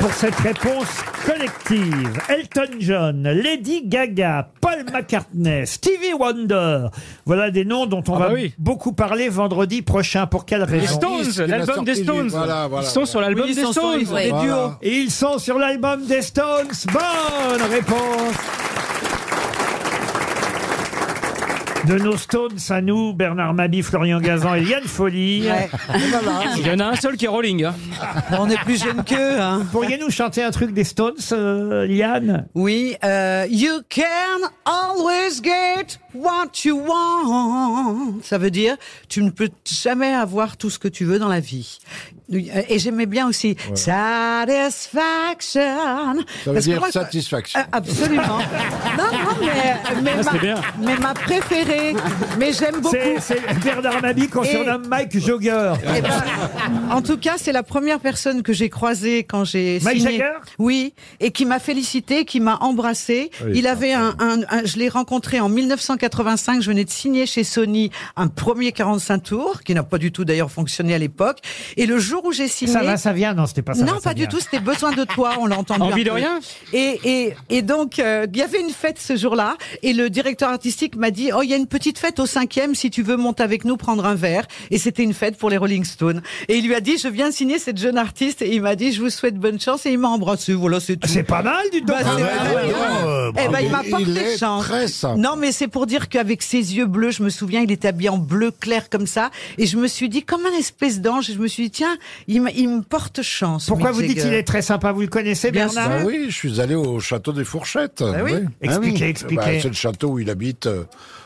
S2: pour cette réponse collective. Elton John, Lady Gaga, Paul McCartney, Stevie Wonder. Voilà des noms dont on
S5: Ah
S2: va
S5: bah oui.
S2: beaucoup parler vendredi prochain. Pour quelle
S5: Les
S2: raison
S5: Stones, l'album des Stones. Ils sont sur l'album des Stones.
S2: Des duos. Et ils sont sur l'album des Stones. Bonne réponse de nos Stones à nous, Bernard Mabi, Florian Gazan et Liane Folly. [LAUGHS]
S5: Ouais. hein Il y en a un seul qui est rolling. hein.
S2: On est plus jeunes qu'eux. hein. Pourriez nous chanter un truc des Stones, euh, Liane
S8: Oui. Euh, you can always get what you want. Ça veut dire, tu ne peux jamais avoir tout ce que tu veux dans la vie. Euh, Et j'aimais bien aussi satisfaction.
S4: Ça veut
S8: Parce que
S4: dire
S8: moi,
S4: satisfaction.
S2: Ah,
S8: euh, absolument. non, non,
S4: [LAUGHS]
S8: mais, mais,
S4: Ah, c'est
S8: ma,
S4: bien.
S8: mais ma préférée, mais j'aime beaucoup.
S2: C'est- c'est Bernard Mabie qu'on
S8: Et- Eh ben,
S2: surnomme Mike Jogger.
S8: En tout cas, c'est la première personne que j'ai croisée quand j'ai
S2: Mike
S8: signé.
S2: Jagger
S8: oui, et qui m'a félicité, qui m'a embrassé.
S2: Oui,
S8: Il avait un, un- un- je l'ai rencontré en 1985. Je venais de signer chez Sony un premier 45 tours qui n'a pas du tout d'ailleurs fonctionné à l'époque. Et le jour où j'ai signé,
S2: Ça va, ça vient Non, c'était pas ça.
S8: non,
S2: va, ça
S8: pas du
S2: vient.
S8: tout. C'était besoin de toi. On l'a entendu.
S2: Envie
S8: un
S2: de
S8: peu.
S2: rien
S8: Et, et, et donc, euh, il y avait une fête ce jour-là. Et le directeur artistique m'a dit, oh, il y a une petite fête au cinquième. Si tu veux, monte avec nous prendre un verre. Et c'était une fête pour les Rolling Stones. Et il lui a dit, je viens de signer cette jeune artiste. Et il m'a dit, je vous souhaite bonne chance. Et il m'a embrassé. Voilà, c'est tout.
S2: C'est pas mal, du tout.
S8: Bah, c'est
S4: Ah ouais,
S8: vrai,
S4: ouais,
S8: oui,
S4: ouais.
S8: hein.
S4: Euh,
S8: Eh ben,
S4: bravo.
S8: il m'a
S4: Il
S8: porté
S4: est
S8: chance.
S4: très sympa.
S8: Non, mais c'est pour dire qu'avec ses yeux bleus, je me souviens, il était habillé en bleu clair comme ça. Et je me suis dit, comme un espèce d'ange. Et je me suis dit, tiens, il, me- il me porte chance.
S2: Pourquoi
S8: Mick
S2: vous dites
S8: Jagger.
S2: qu'il est très sympa Vous le connaissez,
S8: Bien
S2: Bernard Bah
S4: Bah oui, je suis allé au château des Fourchettes.
S2: oui. Expliquez, expliquez.
S4: Bah, c'est le château où il habite euh,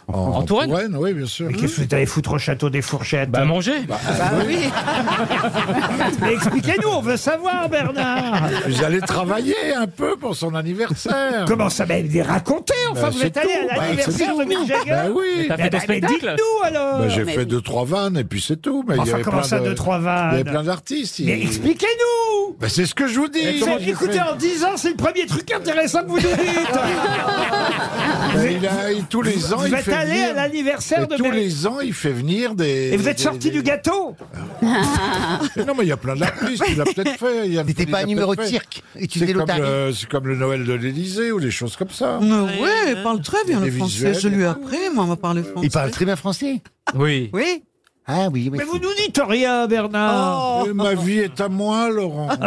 S4: en,
S2: En Touraine
S4: oui, bien sûr.
S2: Mais qu'est-ce que vous allez foutre au château des fourchettes Bah
S5: manger
S4: [LAUGHS]
S2: Mais expliquez-nous, on veut savoir, Bernard
S4: Vous allez travailler un peu pour son anniversaire.
S2: Comment ça va Des raconter Enfin,
S4: Bah,
S2: vous
S4: c'est
S2: êtes allé
S4: tout.
S2: à
S4: Bah,
S2: l'anniversaire
S4: c'est
S2: de
S4: tout.
S2: Mick Jagger
S4: Bah oui. Mais t'as fait ton
S2: bah, mais
S4: spectacle
S2: Dites-nous alors
S4: Bah, j'ai fait deux, trois vannes et puis c'est tout. Mais
S2: Enfin,
S4: il y avait
S2: comment
S4: plein
S2: ça,
S4: de...
S2: deux, trois vannes
S4: Il y avait plein d'artistes.
S2: Mais
S4: il-
S2: expliquez-nous
S4: Bah, c'est ce que je vous dis.
S2: C'est- Écoutez, en 10 ans, c'est le premier truc intéressant que vous nous dites
S4: [LAUGHS] Bah, il a- il- tous les ans,
S2: Ah, Vous
S4: il
S2: êtes
S4: fait
S2: allé
S4: venir-
S2: à l'anniversaire
S4: Et
S2: de
S4: Tous
S2: Mick-
S4: les ans, il fait venir des.
S2: Et vous êtes
S4: des-
S2: sorti
S4: des- Ah
S2: du gâteau
S4: Mais non, mais il y a plein d'artistes, il
S2: [LAUGHS]
S4: l'a peut-être fait.
S11: C'était
S4: C'était
S11: pas un numéro de cirque, utiliser
S4: C'est comme,
S11: l'otarie.
S4: le- c'est comme le Noël de l'Élysée ou des choses comme ça.
S8: Mais ouais, il parle très bien
S4: Des
S8: le français.
S4: visuels.
S8: Je lui ai appris, moi, on parle français.
S11: Il parle très bien français.
S5: Oui.
S8: Oui.
S11: Ah oui,
S2: Mais vous nous dites rien, Bernard
S8: Oh,
S4: Mais Ma vie est à moi,
S8: [LAUGHS]
S4: Laurent.
S2: [LAUGHS]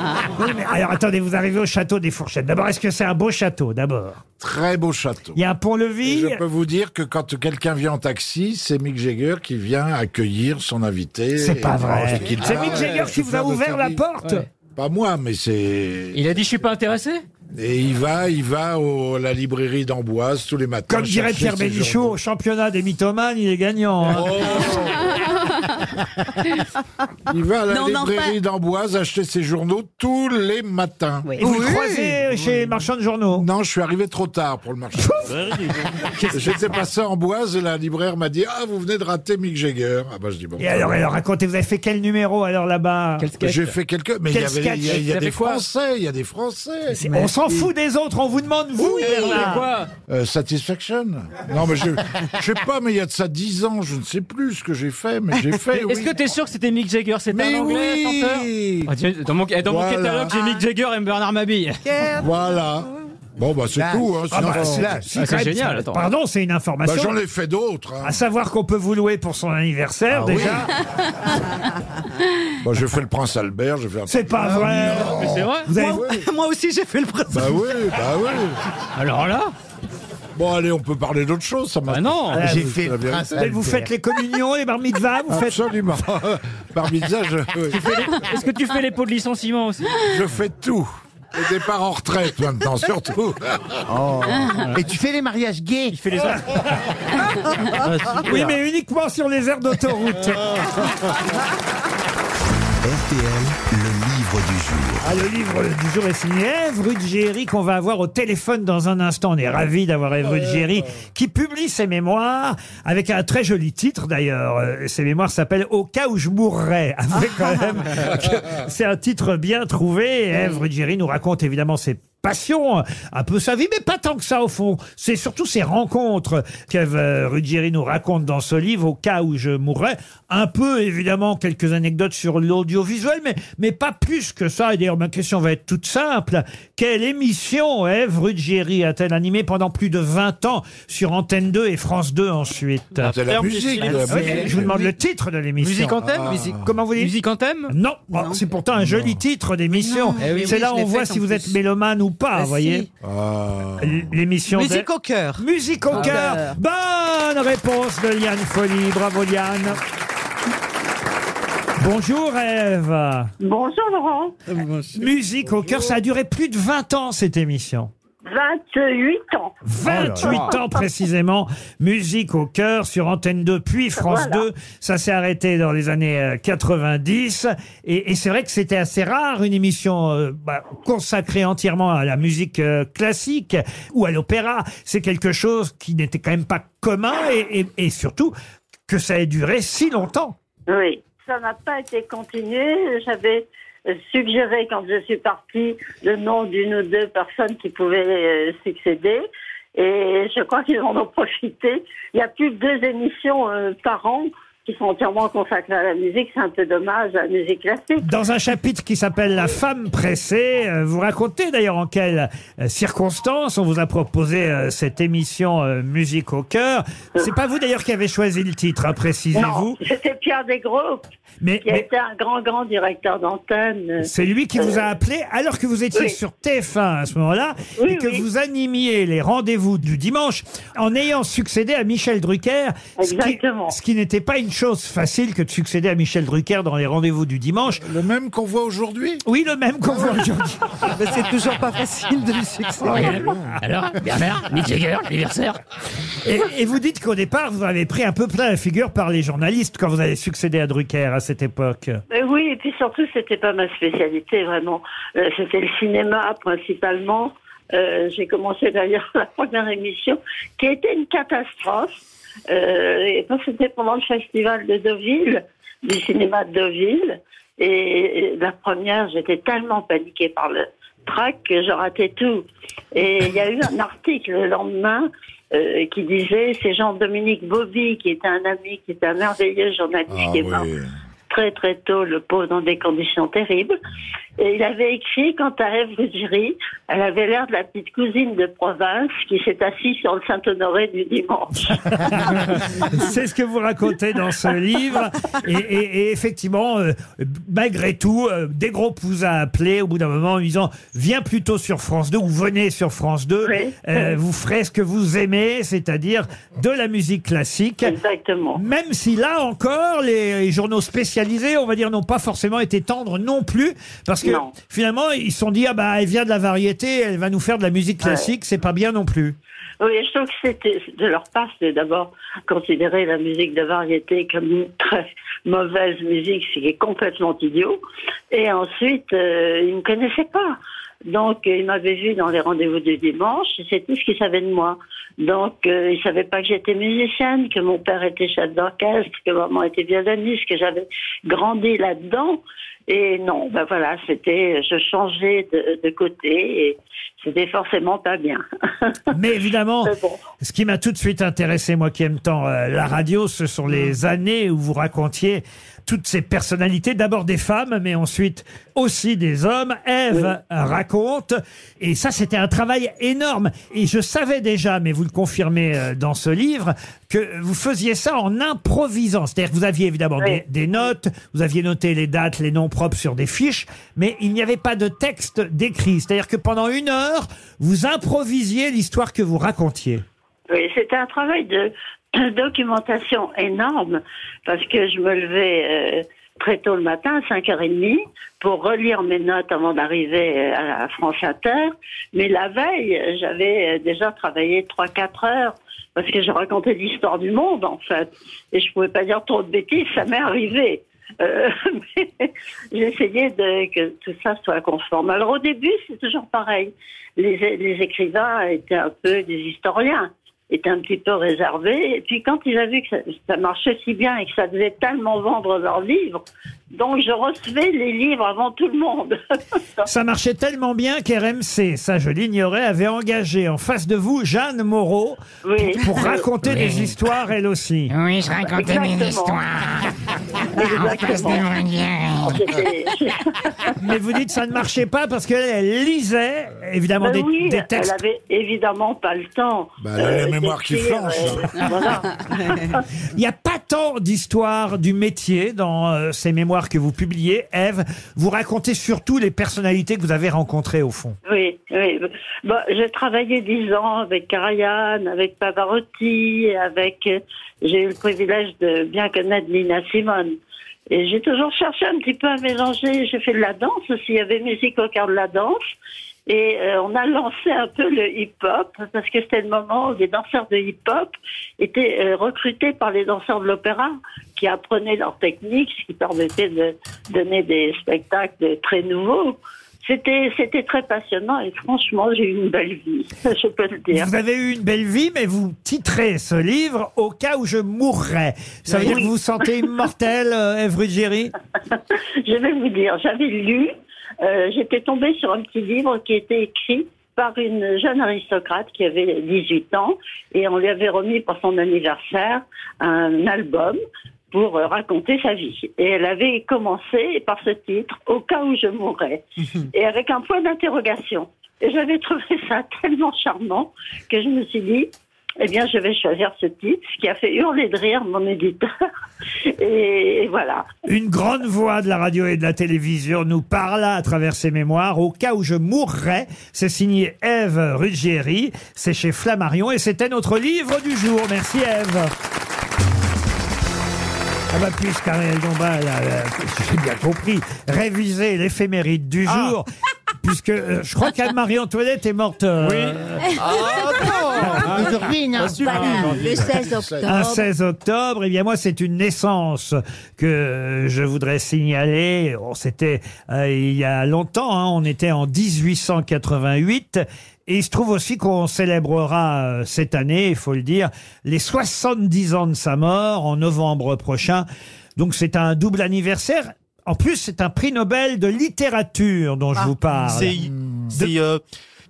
S8: Ah.
S2: Oui, mais alors attendez, vous arrivez au château des Fourchettes. D'abord, est-ce que c'est un beau château D'abord.
S4: Très beau château.
S2: Il y a un pont-levis.
S4: Et Je peux vous dire que quand quelqu'un vient en taxi, c'est Mick Jagger qui vient accueillir son invité.
S2: C'est pas
S4: Et-
S2: vrai.
S4: et qu'il
S2: C'est
S4: parle,
S2: Mick Jagger qui
S4: et
S2: vous a
S4: plein de
S2: ouvert la
S4: services.
S2: porte Ouais.
S4: Pas moi, mais c'est.
S5: Il a dit, je suis pas intéressé
S4: Et il va, il va au- à la librairie d'Amboise tous les matins.
S2: Comme dirait
S4: chercher
S2: Pierre
S4: ses
S2: Bénichou, au championnat des mythomanes, il est gagnant.
S4: Oh.
S2: hein.
S4: journaux. Il va à la
S2: Non, mais enfin-
S4: librairie d'Amboise acheter ses journaux tous les matins.
S2: Et vous le croisez euh, chez les marchands de journaux
S4: Non, je suis arrivé trop tard pour le marchand.
S2: [LAUGHS]
S4: J'étais passé en Boise et la libraire m'a dit Ah, vous venez de rater Mick Jagger. Ah, bah, je dis bon.
S2: Et alors, alors, racontez, vous avez fait quel numéro alors là-bas
S4: J'ai fait quelques. Mais il y,
S2: Quel
S4: avait,
S2: sketch
S4: il y a, il y a
S2: Il y
S4: des
S2: avait quoi
S4: Français, il y a des Français.
S2: On s'en fout des autres, on vous demande vous, Bernard.
S4: Euh, Satisfaction Non, mais je, je sais pas, mais il y a de ça 10 ans, je ne sais plus ce que j'ai fait, mais j'ai fait.
S5: Est-ce
S4: oui.
S5: que t'es sûr que c'était Mick Jagger C'était
S4: Mais
S5: un anglais,
S4: oui.
S5: chanteur Ah, tiens, Dans mon, eh, dans mon
S4: Voilà.
S5: catalogue, j'ai Mick Jagger et Bernard Mabille.
S4: Voilà. Bon, bah, c'est
S5: Là.
S4: tout. Hein,
S5: Ah,
S4: sinon-
S5: bah, c'est là.
S2: Si,
S5: Ah, c'est
S2: quand même,
S5: génial,
S2: ça-
S5: attends.
S2: Pardon, c'est une
S4: Bah,
S2: information.
S4: J'en ai fait d'autres. hein. Ah,
S2: À savoir qu'on peut vous louer pour son anniversaire, déjà. [LAUGHS]
S4: Bah, j'ai fait le Prince Albert, j'ai fait un-
S2: C'est pas vrai.
S5: Mais c'est vrai
S2: Vous avez-
S8: Moi, moi aussi, j'ai fait le prince.
S4: Bah oui, bah oui.
S5: Alors là
S4: Bon, allez, on peut parler d'autre chose, ça m'a.
S5: Bah non
S4: Ah,
S11: J'ai
S4: vous-
S11: fait
S4: la
S11: le
S4: vérité.
S11: prince
S2: Mais vous faites les communions, les bar mitzvahs, vous faites...
S4: Absolument. [LAUGHS] Par bizarre, je, oui.
S5: Est-ce que tu fais les pots de licenciement aussi
S4: je fais tout. Le départ en retraite maintenant, surtout.
S2: Ah.
S11: Et Oh. tu fais les mariages gays.
S5: Il fait
S11: [LAUGHS]
S5: les autres.
S2: Oui, mais uniquement sur les
S11: [LAUGHS]
S2: aires d'autoroute.
S1: RTL, le livre du jour.
S2: Ah, le livre du jour est signé Ève Ruggieri qu'on va avoir au téléphone dans un instant. On est ravis d'avoir Ève Ruggieri qui publie ses mémoires avec un très joli titre d'ailleurs. Euh, Ses mémoires s'appellent Au cas où je mourrais. [LAUGHS] Avouez quand même que C'est un titre bien trouvé. Et Ève Ruggieri nous raconte évidemment ses passions, un peu sa vie, mais pas tant que ça au fond. C'est surtout ses rencontres qu'Ève euh, Ruggieri nous raconte dans ce livre, au cas où je mourrais. Un peu, évidemment, quelques anecdotes sur l'audiovisuel, mais, mais pas plus que ça. Et d'ailleurs, ma question va être toute simple. Quelle émission Ève Ruggieri a-t-elle animée pendant plus de 20 ans sur Antenne 2 et France 2 ensuite
S4: C'est la
S5: ferme du
S4: musique.
S5: silence.
S4: la
S2: Ah oui,
S4: musique.
S2: Je vous demande le titre de l'émission. Ah.
S5: Musique en thème
S4: Musique-
S2: Comment vous dites
S5: Musique en thème
S2: non, Oh, c'est pourtant un joli titre d'émission.
S5: Eh oui,
S2: c'est
S5: oui,
S2: là
S5: je
S2: où
S5: l'ai
S2: on voit
S5: faite
S2: si
S5: en
S2: vous
S5: plus.
S2: êtes mélomane ou pas, Ah, vous voyez. si.
S4: Ah.
S2: L- L'émission Musique d'A- au cœur. Musique au Ah, cœur. Bonne réponse de Liane Folie. Bravo Liane. Bonjour Eve.
S20: Bonjour Laurent.
S2: Musique au cœur, ça a duré plus de 20 ans cette émission.
S20: 28 ans.
S2: 28 ans précisément, musique au cœur sur Antenne 2 puis France
S20: Voilà.
S2: 2. Ça s'est arrêté dans les années euh, 90 et, et c'est vrai que c'était assez rare une émission euh, bah, consacrée entièrement à la musique euh, classique ou à l'opéra. C'est quelque chose qui n'était quand même pas commun et, et- et surtout que ça ait duré si longtemps.
S20: Oui. Ça n'a pas été continué. J'avais euh, suggéré quand je suis partie le nom d'une ou deux personnes qui pouvaient euh, succéder. Et je crois qu'ils en ont profité. Il n'y a plus que deux émissions euh, par an qui sont entièrement consacrées à la musique. C'est un peu dommage, la musique classique.
S2: Dans un chapitre qui s'appelle La femme pressée, euh, vous racontez d'ailleurs en quelles euh, circonstances on vous a proposé euh, cette émission euh, Musique au cœur. C'est pas vous d'ailleurs qui avez choisi le titre, hein,
S20: Non,
S2: précisez-vous.
S20: c'était Pierre Desgros,
S2: Mais-
S20: qui a
S2: mais-
S20: été un grand, grand directeur d'antenne.
S2: C'est lui qui vous a
S20: Euh,
S2: appelé alors que vous étiez
S20: oui.
S2: sur TF1 à ce moment-là et que vous animiez les rendez-vous du dimanche en ayant succédé à Michel Drucker. ce qui- Ce qui n'était pas une chose facile que de succéder à Michel Drucker dans les rendez-vous du dimanche.
S4: Le même qu'on voit aujourd'hui
S2: Oui, le même qu'on voit aujourd'hui.
S8: [LAUGHS] Mais c'est toujours pas facile de lui succéder.
S2: Alors,
S8: Bernard, Mick Jagger, l'anniversaire.
S2: Et, et vous dites qu'au départ, vous avez pris un peu plein la figure par les journalistes quand vous avez succédé à Drucker à cette époque.
S20: Mais Euh, oui, et puis surtout, c'était pas ma spécialité vraiment. Euh, c'était le cinéma principalement. Euh, J'ai commencé d'ailleurs [LAUGHS] la première émission, qui était une catastrophe. Euh, et parce que c'était pendant le festival de Deauville, du cinéma de Deauville. Et la première, j'étais tellement paniquée par le trac que je ratais tout. Et il y a eu un article le lendemain euh, qui disait, c'est Jean-Dominique Bobby, qui était un ami, qui était un merveilleux journaliste qui est mort très très tôt le pauvre dans des conditions terribles. Et il avait écrit quant à Ève Ruggieri, elle avait l'air de la petite cousine de province qui s'est assise sur le Saint-Honoré du dimanche.
S2: [LAUGHS] C'est ce que vous racontez dans ce livre. Et, et- et effectivement, euh, malgré tout, euh, des gros pouces à appeler au bout d'un moment en disant Viens plutôt sur France 2 ou venez sur France 2. Euh, vous ferez ce que vous aimez, c'est-à-dire de la musique classique.
S20: Exactement.
S2: Même si là encore, les, les journaux spécialisés, on va dire, n'ont pas forcément été tendres non plus. Parce que
S20: Non.
S2: finalement, ils se sont dit Ah bah, elle vient de la variété, elle va nous faire de la musique
S20: Ouais.
S2: classique, c'est pas bien non plus.
S20: Oui, je trouve que c'était de leur part, c'est d'abord considérer la musique de variété comme une très mauvaise musique, ce qui est complètement idiot. Et ensuite, euh, ils ne me connaissaient pas. Donc, euh, ils m'avaient vu dans les rendez-vous du dimanche, et c'est tout ce qu'ils savaient de moi. Donc, euh, ils ne savaient pas que j'étais musicienne, que mon père était chef d'orchestre, que maman était violoniste, que j'avais grandi là-dedans. Et non, ben voilà, c'était, je changeais de, de côté, et c'était forcément pas bien. [LAUGHS]
S2: Mais évidemment, ce qui m'a tout de suite intéressé, moi qui aime tant euh, la radio, ce sont les années où vous racontiez toutes ces personnalités, d'abord des femmes, mais ensuite aussi des hommes. Ève raconte, et ça c'était un travail énorme. Et je savais déjà, mais vous le confirmez euh, dans ce livre, que vous faisiez ça en improvisant. C'est-à-dire que vous aviez évidemment des, des notes, vous aviez noté les dates, les noms propres sur des fiches, mais il n'y avait pas de texte décrit. C'est-à-dire que pendant une heure, vous improvisiez l'histoire que vous racontiez.
S20: Oui, c'était un travail de [CLEARS THROAT] documentation énorme parce que je me levais euh, très tôt le matin, à 5h30, pour relire mes notes avant d'arriver euh, à France Inter. Mais la veille, euh, j'avais euh, déjà travaillé 3-4 heures parce que je racontais l'histoire du monde, en fait. Et je pouvais pas dire trop de bêtises, ça m'est arrivé. Euh, [LAUGHS] mais J'essayais de que tout ça soit conforme. Alors au début, c'est toujours pareil. Les, les écrivains étaient un peu des historiens, étaient un petit peu réservés. Et puis quand ils avaient vu que ça, ça marchait si bien et que ça faisait tellement vendre leurs livres, donc je recevais les livres avant tout le monde.
S2: Ça marchait tellement bien qu'RMC, ça je l'ignorais, avait engagé en face de vous Jeanne Moreau pour raconter des histoires elle aussi.
S9: Oui, je racontais mes histoires. En face de
S20: Oh,
S9: Molière.
S2: Mais vous dites ça ne marchait pas parce qu'elle elle lisait évidemment
S20: [LAUGHS] Ben
S2: des,
S20: oui,
S2: des textes.
S20: elle avait évidemment pas le temps.
S2: Bah, elle a la mémoire qui
S20: d'écrire,
S2: flanche,
S20: euh,
S2: hein. [LAUGHS]
S20: voilà.
S2: Il n'y a pas tant d'histoire du métier dans euh, ces mémoires que vous publiez, Eve. Vous racontez surtout les personnalités que vous avez rencontrées au fond.
S20: Oui, Oui. Bah, j'ai travaillé dix ans avec Karajan, avec Pavarotti, avec. J'ai eu le privilège de bien connaître Nina Simone. Et j'ai toujours cherché un petit peu à mélanger. J'ai fait de la danse aussi. Il y avait musique au cœur de la danse. Et euh, on a lancé un peu le hip-hop parce que c'était le moment où les danseurs de hip-hop étaient euh, recrutés par les danseurs de l'opéra qui apprenaient leurs techniques, ce qui permettait de donner des spectacles très nouveaux. C'était c'était très passionnant et franchement j'ai eu une belle vie, [LAUGHS] je peux le dire.
S2: Vous avez eu une belle vie, mais vous titrez ce livre au cas où je mourrais. Ça veut
S20: Oui.
S2: dire que vous vous sentez immortel, euh, Ève Ruggieri
S20: Je vais vous dire, j'avais lu, euh, j'étais tombée sur un petit livre qui était écrit par une jeune aristocrate qui avait 18 ans et on lui avait remis pour son anniversaire un album pour euh, raconter sa vie. Et elle avait commencé par ce titre, Au cas où je mourrais, et avec un point d'interrogation. Et j'avais trouvé ça [LAUGHS] tellement charmant que je me suis dit, eh bien, je vais choisir ce titre, ce qui a fait hurler de rire mon éditeur. [LAUGHS] Et, et voilà.
S2: Une grande voix de la radio et de la télévision nous parla à travers ses mémoires. Au cas où je mourrais, c'est signé Ève Ruggieri. C'est chez Flammarion et c'était notre livre du jour. Merci Ève. Ah bah puisqu'Ariel Dombal, a, euh, j'ai bien compris, révisé l'éphéméride du jour, puisque euh, je crois qu'Anne-Marie-Antoinette est morte... euh, oui.
S9: Ah non Aujourd'hui, non. Voilà,
S4: Ah,
S9: le 16 octobre.
S2: Un 16 Ah, octobre, eh bien moi c'est une naissance que euh, je voudrais signaler. Oh, C'était euh, il y a longtemps, hein, on était en 1888. Et il se trouve aussi qu'on célébrera euh, cette année, il faut le dire, les 70 ans de sa mort en novembre prochain. Donc c'est un double anniversaire. En plus, c'est un prix Nobel de littérature dont je vous parle.
S10: Ah. C'est c'est, euh,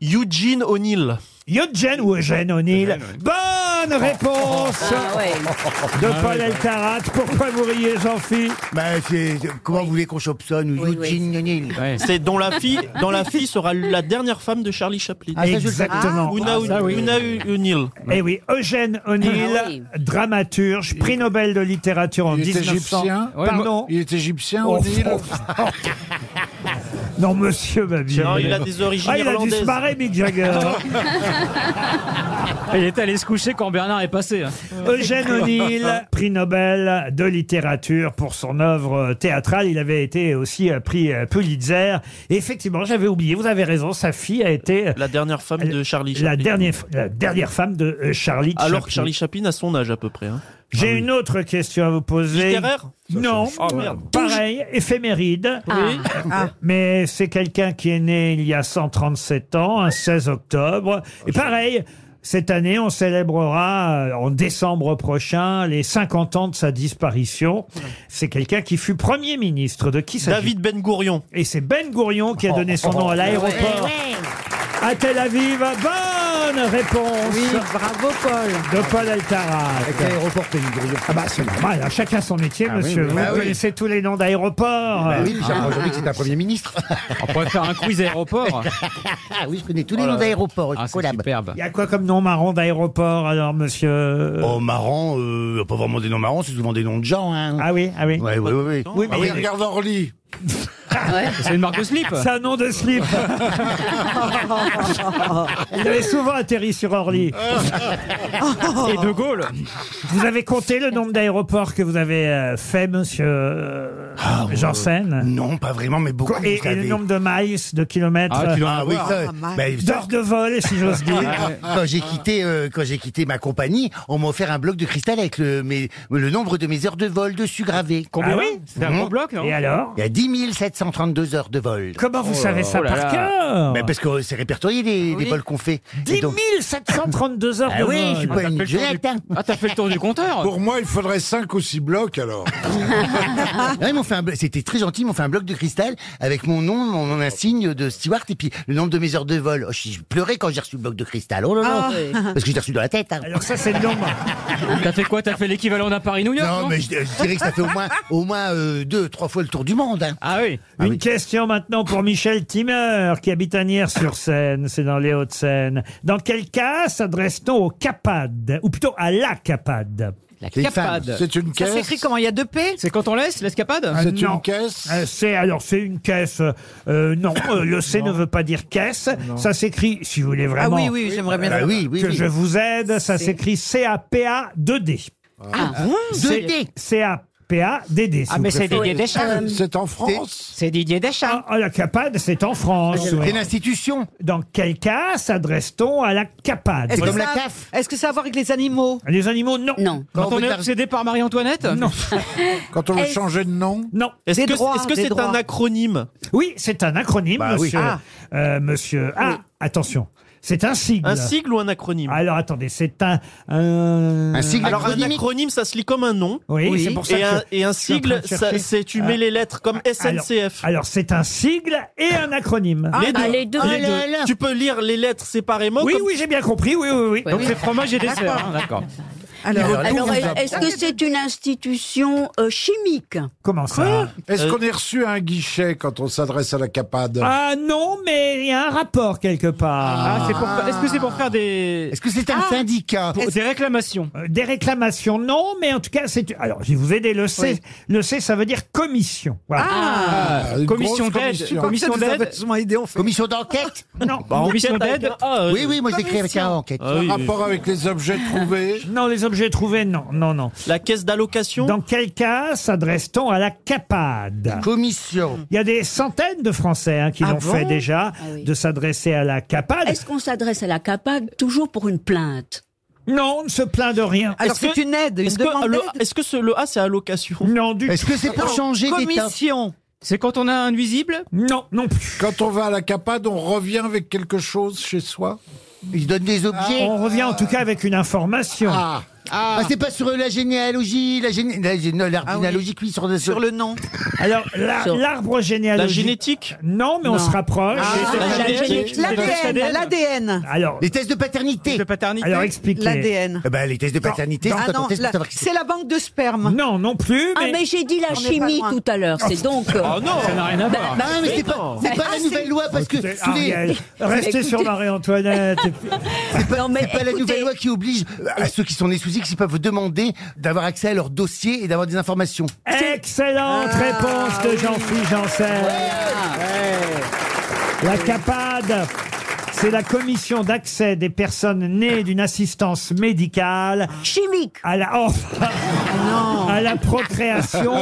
S10: Eugene O'Neill.
S2: Eugene ou Eugene O'Neill. Bonne réponse
S13: Ah
S10: Ah,
S2: de
S4: Ah,
S2: Paul Elkarat. Pourquoi vous riez, Jean-Philippe
S11: Bah, Comment vous voulez qu'on chope ça, nous, Eugene O'Neill
S10: C'est dont la fille, dont la fille sera la dernière femme de Charlie Chaplin.
S2: Ah, ça, je le savais. Exactement.
S10: Una,
S2: Ah, ça, oui.
S10: Una O'Neill.
S2: Eh oui, Eugène O'Neill,
S10: Ah oui.
S2: dramaturge, prix Nobel de littérature en
S4: Il est
S2: 1900.
S4: égyptien
S2: Pardon
S4: Il est égyptien,
S2: Oh,
S4: O'Neill
S2: oh, Non, monsieur Babi.
S4: Gérard, il a des origines
S2: Ah, il a dû
S4: irlandaises.
S2: se marrer, Mick
S4: [LAUGHS]
S2: Jagger.
S5: Il était allé se coucher quand Bernard est passé. hein.
S2: Eugène
S10: Ah.
S2: O'Neill, prix Nobel de littérature pour son œuvre théâtrale. Il avait été aussi euh, prix euh, Pulitzer. Et effectivement, j'avais oublié, vous avez raison, sa fille a été... euh,
S10: La dernière femme de Charlie Chaplin.
S2: La dernière, la dernière femme de euh, Charlie
S10: Alors que
S2: Chaplin.
S10: Charlie Chaplin a son âge à peu près. hein.
S2: J'ai une autre question à vous poser.
S10: Littéraire
S2: Non.
S10: Ah, merde.
S2: Pareil, éphéméride.
S10: Ah.
S2: Ah.
S10: Oui.
S19: Ah.
S2: [LAUGHS] Mais c'est quelqu'un qui est né il y a 137 ans, un 16 octobre.
S19: Ah,
S2: Et pareil, cette année, on célébrera euh, en décembre prochain les 50 ans de sa disparition. C'est quelqu'un qui fut Premier ministre. De qui s'agit
S10: David Ben Gourion.
S2: Et c'est Ben Gourion qui a donné son
S19: Oh,
S2: nom à
S10: Eh
S2: l'aéroport
S10: ouais.
S2: à Tel Aviv. Bonne réponse Oui, bravo Paul De Paul Altarat.
S19: Aéroport
S2: Ah bah c'est normal, hein, chacun son métier,
S19: Ah oui,
S2: monsieur.
S19: oui,
S2: Vous
S19: bah oui.
S2: connaissez tous les noms d'aéroports.
S19: Bah oui, j'ai
S2: Ah.
S19: entendu que c'était un Premier ministre.
S5: On pourrait faire un quiz aéroport.
S11: oui, je connais tous les
S2: Oh là
S11: noms
S2: là.
S11: d'aéroports.
S5: Ah,
S11: je
S5: c'est
S11: collab.
S5: superbe.
S2: Il y a quoi comme nom marron d'aéroport alors, monsieur
S11: Oh, marrant, euh, pas vraiment des noms marrants, c'est souvent des noms de gens. Hein.
S2: Ah oui, ah oui.
S11: Ouais, ouais, ouais, ouais.
S2: Oui, mais
S11: Ah
S2: il-
S11: regarde
S2: [LAUGHS]
S11: Orly.
S5: C'est une marque de slip.
S2: C'est un nom de slip. Il avait souvent atterri sur Orly.
S5: Et De Gaulle.
S2: Vous avez compté le nombre d'aéroports que vous avez euh, fait, monsieur euh, Janssen
S11: Ah, Non, pas vraiment, mais beaucoup.
S2: Et,
S11: vous
S2: et le
S11: savez.
S2: nombre de miles, de kilomètres
S11: Ah, tu dois
S2: euh,
S11: en avoir. Ah, bah, ça-
S2: D'heures de vol, si j'ose dire.
S4: Ah,
S11: quand j'ai quitté, euh, quand j'ai quitté ma compagnie, on m'a offert un bloc de cristal avec le, mes- le nombre de mes heures de vol dessus Mhm. gravé.
S5: Combien Ah oui C'était un gros bloc, non Et alors
S11: Il y a 10 732 heures de vol.
S2: Comment vous Oh là savez là. ça Oh là par là. cœur
S11: Ben, Parce que c'est répertorié les, les vols qu'on fait.
S2: 10
S11: Et donc-
S2: 732 heures
S11: Ah
S2: de
S11: oui,
S2: vol.
S11: je suis pas une gelette, hein.
S5: Ah, t'as fait le tour du compteur
S4: Pour moi, il faudrait 5 ou 6
S11: [LAUGHS]
S4: blocs alors.
S11: Non, ils m'ont fait un blo- C'était très gentil, ils m'ont fait un bloc de cristal avec mon nom, mon, mon insigne de steward et puis le nombre de mes heures de vol. Oh, je je pleurais quand j'ai reçu le bloc de cristal. Oh là là
S5: Ah. Oui.
S11: Parce que je l'ai reçu dans la tête. hein.
S2: Alors ça, c'est le nombre.
S5: [LAUGHS] T'as fait quoi T'as fait l'équivalent d'un Paris-New York
S11: Non, mais je, je dirais que ça fait au moins, au moins euh, deux, trois fois le tour du monde. hein.
S5: Ah oui
S2: Une question maintenant pour Michel Timmer, qui habite à Nières-sur-Seine, c'est dans les Hauts-de-Seine. Dans quel cas s'adresse-t-on au CAPAD, ou plutôt à la CAPAD
S5: La
S2: C'est une
S5: capade.
S2: femme. C'est une
S5: Ça
S2: caisse.
S5: s'écrit comment
S7: Il y a deux P
S5: C'est quand on laisse l'escapade
S2: Ah, non. Euh, C'est alors c'est une caisse. Euh, [COUGHS] non, euh, le C ne veut pas dire caisse. Ça s'écrit, si vous voulez vraiment.
S7: oui, oui, j'aimerais bien
S2: euh,
S7: savoir. Oui, oui,
S2: que
S7: oui.
S2: je vous aide. Ça
S7: C'est-
S2: s'écrit C A P A 2 D.
S7: Ah, bon
S2: C'est-
S7: 2D.
S2: C A P A D D.
S5: Ah, mais c'est Didier Deschamps.
S2: Euh, C'est en France. C'est Didier Deschamps. Ah, la Capade, c'est en France.
S11: C'est une
S2: institution. Dans quel cas s'adresse-t-on à la Capade
S7: Est-ce que ça- Est-ce que ça a à voir avec les
S11: [LAUGHS]
S7: animaux
S2: Les animaux, non.
S3: Non.
S5: Quand on est obsédé par Marie-Antoinette
S2: Euh,
S5: Ah,
S2: Non.
S4: Quand on veut
S8: Eh
S2: Est-ce-
S4: changer de nom
S2: Non.
S10: Est-ce que est-ce que c'est un acronyme
S2: Oui, c'est un acronyme,
S10: Bah oui.
S2: monsieur.
S10: Ah.
S2: Euh, monsieur. Ah, attention. C'est un sigle.
S10: Un sigle ou un acronyme
S2: Alors attendez, c'est un. Un,
S10: Alors un acronyme, ça se lit comme un nom.
S2: Oui, c'est pour ça
S10: et
S2: que
S10: un, et un
S2: je suis en
S10: sigle,
S2: train de
S10: ça-
S2: chercher.
S10: c'est tu mets
S2: Ah.
S10: les lettres comme
S2: Alors-
S10: SNCF.
S2: Alors, c'est un sigle et un acronyme.
S10: Ah, bah, les, deux. Les deux. Tu peux lire les lettres séparément.
S2: Oui,
S10: comme-
S2: oui, j'ai bien compris. Oui, oui, oui.
S10: Donc c'est fromage et dessert, hein, d'accord.
S3: Alors,
S4: Alors,
S3: est-ce que c'est une institution euh, chimique Hein
S2: Comment ça
S4: Ah.
S2: Euh,
S4: Est-ce qu'on est reçu à un guichet quand on s'adresse à la capade
S2: Ah non, mais il y a un rapport quelque part.
S5: Ah, c'est pour fa- est-ce que c'est pour faire des.
S11: Est-ce que c'est un syndicat
S5: Des réclamations.
S2: Ah, Euh, Des réclamations, non, mais en tout cas, c'est. Alors, je vais vous aider. Le C, le C, ça veut dire commission. Voilà.
S5: Ah, Ah, une commission grosse d'aide, commission. commission
S2: Ça nous a
S5: d'aide.
S2: vachement aidé, en fait.
S11: Commission d'enquête
S2: [LAUGHS] Non.
S10: Bah, Commission enquête avec d'aide. un A, euh,
S11: Oui, oui, moi j'écris avec un A, enquête.
S10: Ah oui, oui.
S4: avec les objets trouvés
S2: [LAUGHS] Non, les objets trouvés, non, non, non.
S10: La caisse d'allocation.
S2: Dans quel cas s'adresse-t-on à la capade
S11: Commission.
S2: Il y a des centaines de Français hein, qui
S3: Ah
S2: l'ont
S3: bon
S2: fait déjà,
S3: Ah oui.
S2: de s'adresser à la capade.
S3: Est-ce qu'on s'adresse à la capade toujours pour une plainte
S2: Non, on ne se plaint de rien.
S10: Est-ce que- Est-ce que, le, est-ce que ce- le A c'est allocation
S2: Non, du
S11: Est-ce que c'est pour changer d'état
S5: Commission. C'est quand on a un nuisible
S2: Non, non plus.
S4: Quand on va à la capade, on revient avec quelque chose chez soi
S11: Ils donnent des objets.
S2: Ah, On revient en tout cas avec une information.
S11: Ah, Ah, c'est pas sur la généalogie, la, géné- la géné- non, l'arbre généalogique, oui, sur, sur le nom.
S2: Alors, la-
S11: Sur-
S2: l'arbre généalogique.
S10: La génétique
S2: Non, mais
S10: Non.
S2: on se rapproche.
S10: Ah,
S2: C'est-
S10: la
S2: c'est-
S10: génétique.
S2: c'est-
S7: L'ADN, l'ADN.
S2: Alors,
S11: Les tests de paternité.
S5: De paternité
S2: alors expliquez.
S7: L'ADN.
S11: Eh ben, les tests de paternité,
S7: Ah
S11: c'est quand
S7: non,
S11: on teste
S7: la-
S11: pour savoir qui c'est.
S7: c'est la banque de sperme.
S2: Non, non plus.
S3: Ah,
S2: mais- Oh,
S3: mais j'ai dit la
S7: On n'est pas
S3: chimie
S7: loin.
S3: tout à l'heure. C'est donc. bah, euh,
S10: Ah non, ça n'a rien à voir.
S11: Ah, mais c'est pas, c'est pas
S7: Ah,
S11: la nouvelle loi, parce que
S2: Écoutez,
S11: sous les- [LAUGHS]
S2: Ariel, restez sur Marie-Antoinette. et puis-
S11: c'est pas,
S3: Non, mais
S11: c'est pas la
S3: écoutez-
S11: nouvelle loi qui oblige euh, à ceux qui sont nés sous X, ils peuvent demander d'avoir accès à leur dossier et d'avoir des informations.
S7: Ah.
S2: Excellente réponse de Jean-Philippe Janssen. La CAPAD, c'est la commission d'accès des personnes nées d'une assistance médicale
S3: Chimique.
S2: à la, [LAUGHS] oh, à la procréation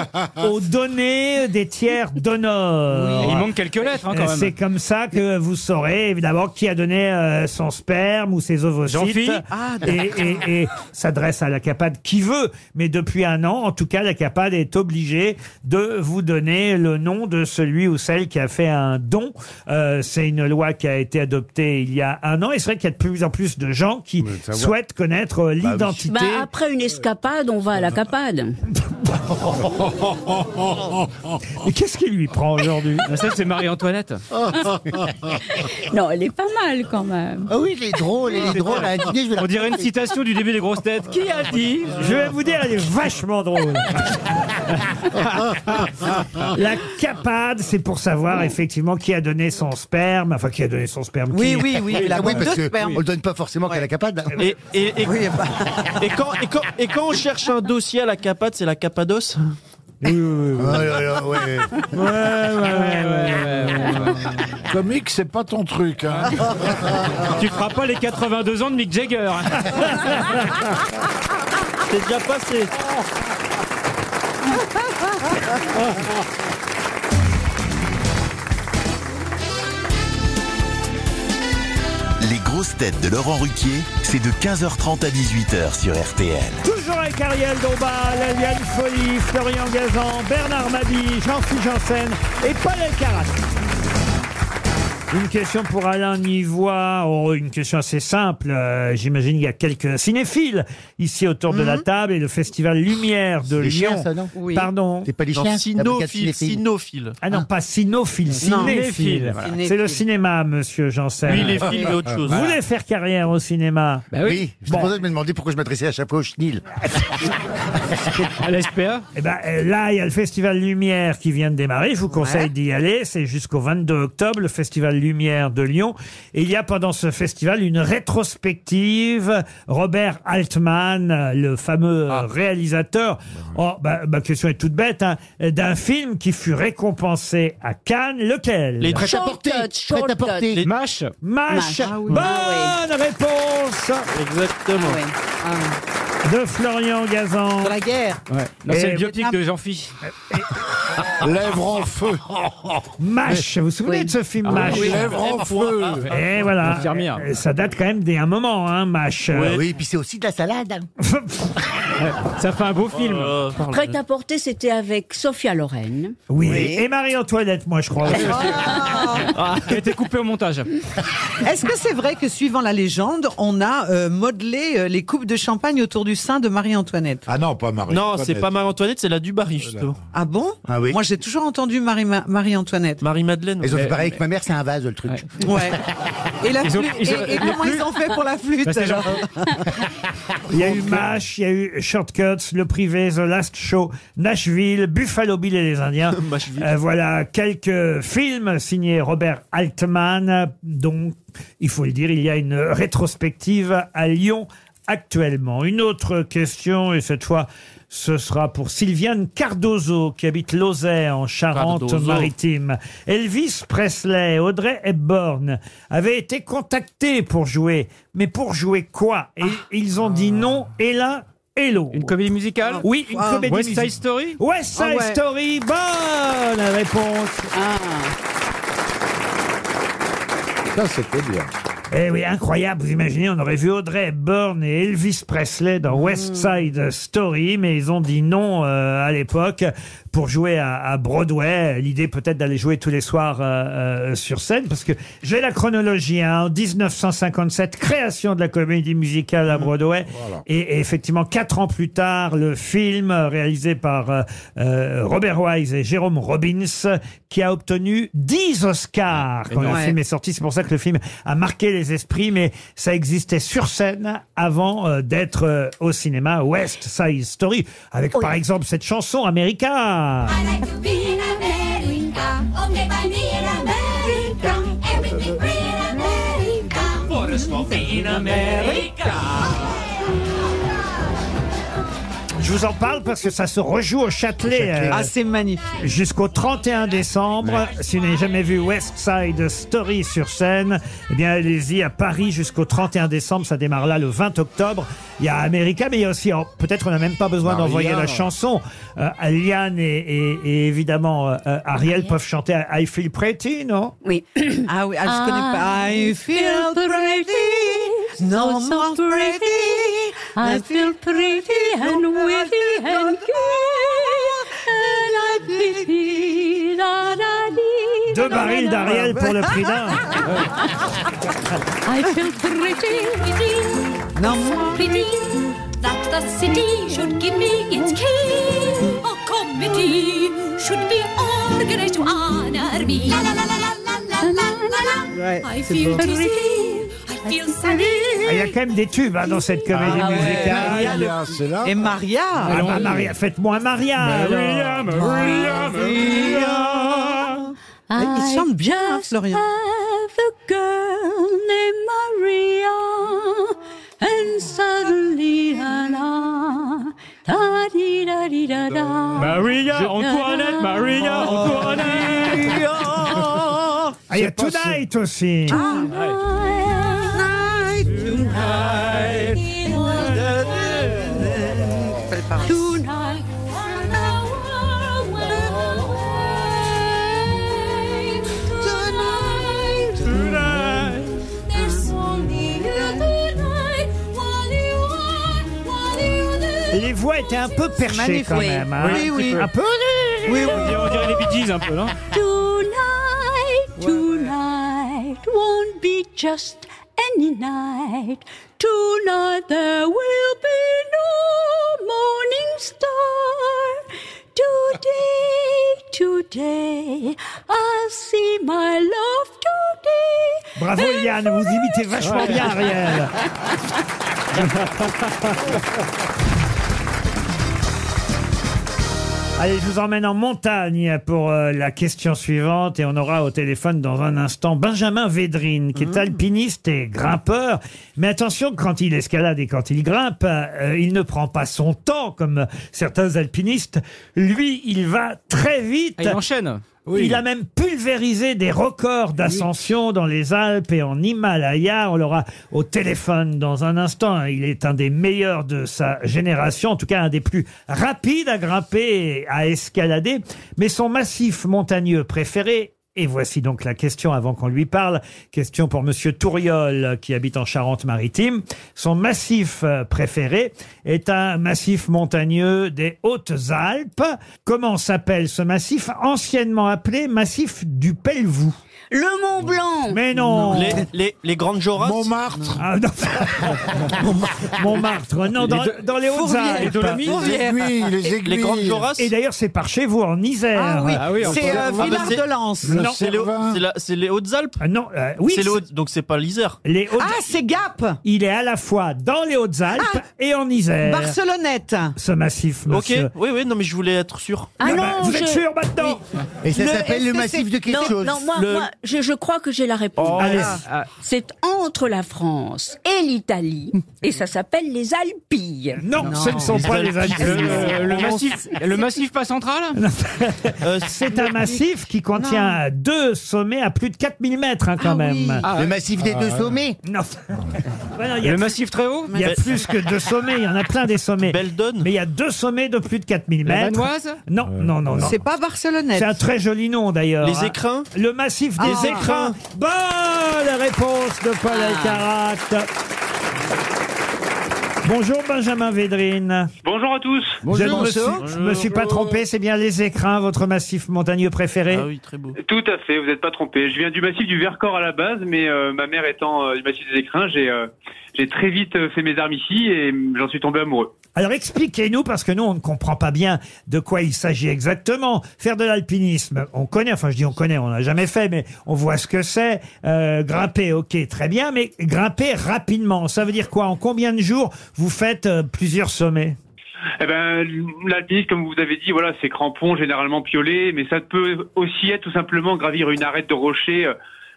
S2: aux données des tiers donneurs.
S5: Il manque quelques lettres hein,
S2: Euh,
S5: quand même.
S2: C'est comme ça que vous saurez évidemment qui a donné euh, son sperme ou ses ovocytes.
S5: Jean-Philippe
S2: et et- et s'adresse à la CAPAD qui veut. Mais depuis un an, en tout cas, la CAPAD est obligée de vous donner le nom de celui ou celle qui a fait un don. Euh, C'est une loi qui a été adoptée il y a un an. Et c'est vrai qu'il y a de plus en plus de gens qui
S11: savoir.
S2: souhaitent connaître euh, l'identité.
S3: Bah, après une escapade, on va à la capade.
S2: Mais qu'est-ce qui lui prend aujourd'hui
S5: Ah, Ça, c'est Marie-Antoinette.
S3: [LAUGHS] Non, elle est pas mal quand même.
S11: Ah oui, il est drôle, il est drôle. À un dîner, je vais la-
S5: On dirait une citation du début des grosses têtes. Qui a dit
S2: Je vais vous dire, elle est [LAUGHS] vachement drôle. La capade, c'est pour savoir effectivement qui a donné son sperme, enfin qui a donné son sperme.
S7: Oui,
S2: qui-
S7: oui,
S2: [LAUGHS]
S7: oui. La
S11: Ah oui,
S7: banque de
S11: parce qu'on
S7: sperme.
S11: ne le donne pas forcément qu'à la capade.
S10: Et, et, et,
S7: Oui, bah,
S10: et quand, et, quand, et quand on cherche un dossier à la capade, c'est la capados
S2: Oui, oui,
S10: [LAUGHS]
S2: oui.
S11: Oh là là,
S2: [LAUGHS]
S11: ouais.
S2: Ouais, ouais, ouais, ouais.
S4: Comique, c'est pas ton truc. hein.
S5: [LAUGHS] Tu feras pas les 82 ans de Mick Jagger. hein.
S2: [LAUGHS]
S10: C'est déjà passé.
S2: Oh,
S1: Les grosses têtes de Laurent Ruquier, c'est de 15h30 à 18h sur RTL.
S2: Toujours avec Ariel Dombal, Eliane Folie, Florian Gazan, Bernard Mabie, Jean-Philippe Janssen et Paul Elkarat. Une question pour Alain Nivois, Oh, une question assez simple. Euh, J'imagine qu'il y a quelques cinéphiles ici autour de
S10: Mhm.
S2: la table et le festival Lumière de
S11: Les
S2: Lyon.
S11: chiens, ça, non
S7: oui.
S2: Pardon
S11: C'est pas les
S10: Non, Hein
S11: chiens.
S10: Cynophile, cynophile.
S2: Ah non, pas cynophile, cinéphile.
S5: cinéphile,
S2: Voilà.
S7: cinéphile.
S2: C'est le cinéma, monsieur Janssen.
S10: Lui, les films et autre chose.
S2: Vous voulez faire carrière au cinéma
S5: bah
S11: Oui, c'est
S2: Bon.
S11: pour ça que je me demandais pourquoi je m'adressais à chaque fois au chenil.
S5: À la SPA
S2: Eh ben, euh, là, il y a le Festival Lumière qui vient de démarrer. Je vous conseille d'y aller. C'est jusqu'au 22 octobre, le Festival Festival Lumière de Lyon. Et il y a pendant ce festival une rétrospective. Robert Altman, le fameux réalisateur, oh, bah, ma question est toute bête, hein, d'un film qui fut récompensé à Cannes. Lequel
S11: Les Prêt-à-porter. Shortcuts, Prêt-à-porter. shortcuts. Les-
S2: Mash Mash.
S11: Mash. Ah oui.
S2: Bonne
S11: Ah
S2: réponse
S10: Exactement.
S2: de Florian Gazan. De la guerre.
S5: Non, c'est le biopic
S2: [LAUGHS]
S5: de Jean-Phi.
S4: Lèvres en feu.
S2: Mash, vous vous souvenez
S5: Oui.
S2: de ce film
S5: Ah oui,
S2: Mash
S5: oui, Lèvres en feu. Ah,
S2: Et voilà.
S5: L'infirmière.
S2: Et Ça date quand même d'un moment, hein, Mash.
S11: Oui, Ah oui, puis c'est aussi de la
S2: [LAUGHS]
S11: salade.
S2: Ça fait un beau
S10: film.
S5: Euh,
S3: Prêt à porter, c'était avec Sophia Loren.
S2: Oui. Et Marie-Antoinette, moi, je crois.
S5: qui a été coupé au montage.
S7: Est-ce que c'est vrai que suivant la légende, on a euh, modelé euh, les coupes de champagne autour du sein de Marie-Antoinette
S4: Ah non, pas Marie.
S10: Non, c'est pas Marie-Antoinette, c'est la Dubarry, justement.
S7: Ah bon
S11: Ah oui.
S7: Moi, j'ai toujours entendu Marie- Ma- Marie-Antoinette.
S10: Marie-Madeleine.
S11: Ils ont fait pareil avec ma mère, c'est un vase, le truc. [LAUGHS]
S7: Ouais. Et, la
S11: Ils ont-
S7: flûte-
S11: ils ont-
S7: et- et comment Ah, ils ont fait pour la flûte alors
S2: Il y a eu Mash, il y a eu Shortcuts, Le Privé, The Last Show, Nashville, Buffalo Bill et les Indiens. Euh, voilà quelques films signés Robert Altman. Donc, il faut le dire, il y a une rétrospective à Lyon actuellement. Une autre question, et cette fois, ce sera pour Sylviane Cardozo, qui habite Lozère, en Charente-Maritime. Maritime. Elvis Presley, Audrey Hepburn avaient été contactés pour jouer. Mais pour jouer quoi Et ils ont dit non, et l'un et l'autre. Une comédie musicale Oui, une
S5: Ah.
S2: comédie
S5: West Side
S2: musicale.
S5: Story
S2: West Side
S5: Ah ouais.
S2: Story, bonne réponse
S3: Ah.
S4: Ça, c'était bien.
S2: Eh oui, incroyable, vous imaginez, on aurait vu Audrey Hepburn et Elvis Presley dans West Side Story, mais ils ont dit non euh, à l'époque pour jouer à, à Broadway. L'idée peut-être d'aller jouer tous les soirs euh, euh, sur scène, parce que j'ai la chronologie. hein. en 1957, création de la comédie musicale à Broadway, et, et effectivement, quatre ans plus tard, le film réalisé par euh, euh, Robert Wise et Jérôme Robbins, qui a obtenu 10 Oscars quand le
S5: Énorme.
S2: film
S5: Ouais.
S2: est sorti. C'est pour ça que le film a marqué les esprits, mais ça existait sur scène avant euh, d'être euh, au cinéma West Side Story, avec par exemple cette chanson America.
S9: Being America, only by me in America, everything free in America. For a small fee in America.
S2: Je vous en parle parce que ça se rejoue au Châtelet. euh,
S7: Ah, c'est magnifique.
S2: Jusqu'au 31 décembre, si vous n'avez jamais vu West Side Story sur scène, eh bien allez-y à Paris jusqu'au 31 décembre. Ça démarre là le 20 octobre. Il y a America, mais il y a aussi, oh, peut-être on n'a même pas besoin
S5: Maria.
S2: d'envoyer la chanson. Euh, Liane et, et- et évidemment euh, euh, Ariel peuvent chanter I I Feel Pretty, non Ah,
S3: Oui.
S7: Ah oui, ah, je connais pas. I feel pretty, no more pretty. I feel pretty and witty and
S2: Deux barils d'Ariel pour
S3: Ah,
S2: le
S9: [LAUGHS]
S2: prix d'un.
S9: I feel pretty.
S7: No
S9: pretty. That the city should give me its king. A committee should be organized to honor me. La la la la la la la la la la. I feel dizzy. I feel
S2: Ah, Il y a
S9: sunny.
S2: quand même des tubes hein, dans cette comédie
S7: Ah ouais.
S2: musicale.
S7: Maria,
S4: c'est là.
S7: Et Maria.
S2: Ah bah, Maria, faites-moi un mariage.
S7: Maria, Maria, Maria. Eh, Il chante bien, hein, Florian.
S9: have a girl named Maria, and suddenly da da da dee da dee da da.
S5: Maria, Antoinette, Maria, Antoinette.
S2: Oh. Ah, il y a Tonight aussi.
S9: Tonight, on our way. Tonight, there's only you tonight. While you are, while you do.
S2: Les voix étaient un peu perchées
S9: magnifique.
S2: quand même. hein.
S5: Oui, oui.
S2: Un peu.
S5: Oui, oui. On dirait les Bee Gees un peu, non
S9: Tonight, tonight won't be just any night. Tonight there will be no morning star. Today, today, I'll see my love today.
S2: Bravo Yann, vous imitez vachement
S9: Ouais.
S2: bien Ariel. [LAUGHS] Allez, je vous emmène en montagne pour euh, la question suivante et on aura au téléphone dans un instant Benjamin Védrine qui est alpiniste et grimpeur. Mais attention, quand il escalade et quand il grimpe, euh, il ne prend pas son temps comme certains alpinistes. Lui, il va très vite.
S5: Ah, il enchaîne. Oui.
S2: Il a même pulvérisé des records d'ascension dans les Alpes et en Himalaya. On l'aura au téléphone dans un instant. Il est un des meilleurs de sa génération, en tout cas un des plus rapides à grimper et à escalader. Mais son massif montagneux préféré, et voici donc la question avant qu'on lui parle. Question pour Monsieur Touriol, qui habite en Charente-Maritime. Son massif euh, préféré est un massif montagneux des Hautes-Alpes. Comment s'appelle ce massif Anciennement appelé massif du Pelvoux.
S3: Le Mont Blanc
S2: Mais non
S10: Les, les, les grandes jorasses Ah,
S2: Montmartre Montmartre, Oh non,
S10: Les
S2: dans,
S10: deux-
S2: dans les Hautes-Alpes.
S10: Fourvière. Les Dolomites. Fourvière. Les aiguilles, les aiguilles. Les grandes Jorasses.
S2: Et d'ailleurs, c'est par chez vous, en Isère.
S10: Ah oui, Ah oui, en
S8: c'est, euh,
S10: Ah bah, c'est-
S8: Villard-de-Lans.
S10: Non, c'est les, c'est la- c'est les Hautes-Alpes
S2: Non, oui.
S10: C'est les Hautes- donc c'est pas l'Isère.
S2: Les Hautes-
S8: Ah, c'est Gap
S2: Il est à la fois dans les Hautes-Alpes et en Isère.
S8: Barcelonnette
S2: Ce massif,
S10: Ok,
S2: monsieur.
S10: oui, oui, non, mais je voulais être sûr.
S3: Ah non,
S2: vous êtes
S3: je-
S2: sûr maintenant
S11: Et ça
S3: Le-
S11: s'appelle
S3: est-ce
S11: le
S3: que
S11: massif
S3: c'est-
S11: de quelque
S3: non,
S11: chose.
S3: Non, moi,
S11: Le-
S3: moi, je, je crois que j'ai la réponse.
S11: Oh, Allez.
S2: ah.
S3: C'est entre la France et l'Italie, et ça s'appelle les Alpilles.
S2: Non, ce ne sont pas les Alpes.
S5: Euh, Le, le massif, le massif pas central
S10: Euh,
S2: C'est un massif qui contient deux sommets à plus de 4000 mètres hein, quand même.
S5: Ah, [LAUGHS] Le massif des ah, deux ouais. sommets
S2: [LAUGHS] Non. Ouais, non, il y a plus-
S5: Le massif très haut
S2: Il y a plus que deux sommets, il y en a plein des sommets. Mais il y a deux sommets de plus de 4000
S5: La
S2: mètres.
S5: Vanoise Euh,
S2: Non, non, non, non.
S8: C'est pas Barcelonnette.
S2: C'est un très joli nom d'ailleurs. hein.
S10: Les écrins
S2: Le massif des
S8: Ah.
S2: écrins. Bonne réponse de Paul Alcarat. Bonjour Benjamin Védrine.
S19: Bonjour à tous.
S2: je ne me suis, je me suis pas trompé, c'est bien les écrins, votre massif montagneux préféré.
S10: très beau.
S19: Tout à fait, vous n'êtes pas trompé. Je viens du massif du Vercors à la base, mais euh, ma mère étant euh, du massif des Écrins, j'ai euh, j'ai très vite euh, fait mes armes ici et mm, j'en suis tombé amoureux.
S2: Alors expliquez-nous, parce que nous, on ne comprend pas bien de quoi il s'agit exactement. Faire de l'alpinisme, on connaît, enfin je dis on connaît, on n'a jamais fait, mais on voit ce que c'est. Euh, grimper, ok, très bien, mais grimper rapidement, ça veut dire quoi En combien de jours vous faites euh, plusieurs sommets
S19: Eh ben, l'alpinisme, comme vous avez dit, voilà, c'est crampons généralement piolés, mais ça peut aussi être tout simplement gravir une arête de rocher euh,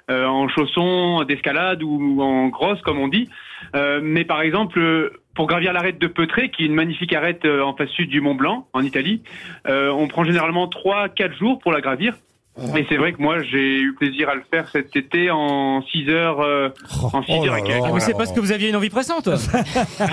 S19: euh, en chaussons d'escalade ou en grosse, comme on dit. Euh, mais par exemple, euh, pour gravir l'arête de Peutré, qui est une magnifique arête euh, en face sud du Mont Blanc, en Italie, euh, on prend généralement 3-4 jours pour la gravir. Et c'est vrai que moi, j'ai eu plaisir à le faire cet été en 6 heures, euh, en six heures et quelques.
S2: Oh,
S5: Ah, mais c'est parce que vous aviez une
S2: [LAUGHS]
S5: envie pressante [LAUGHS] Oh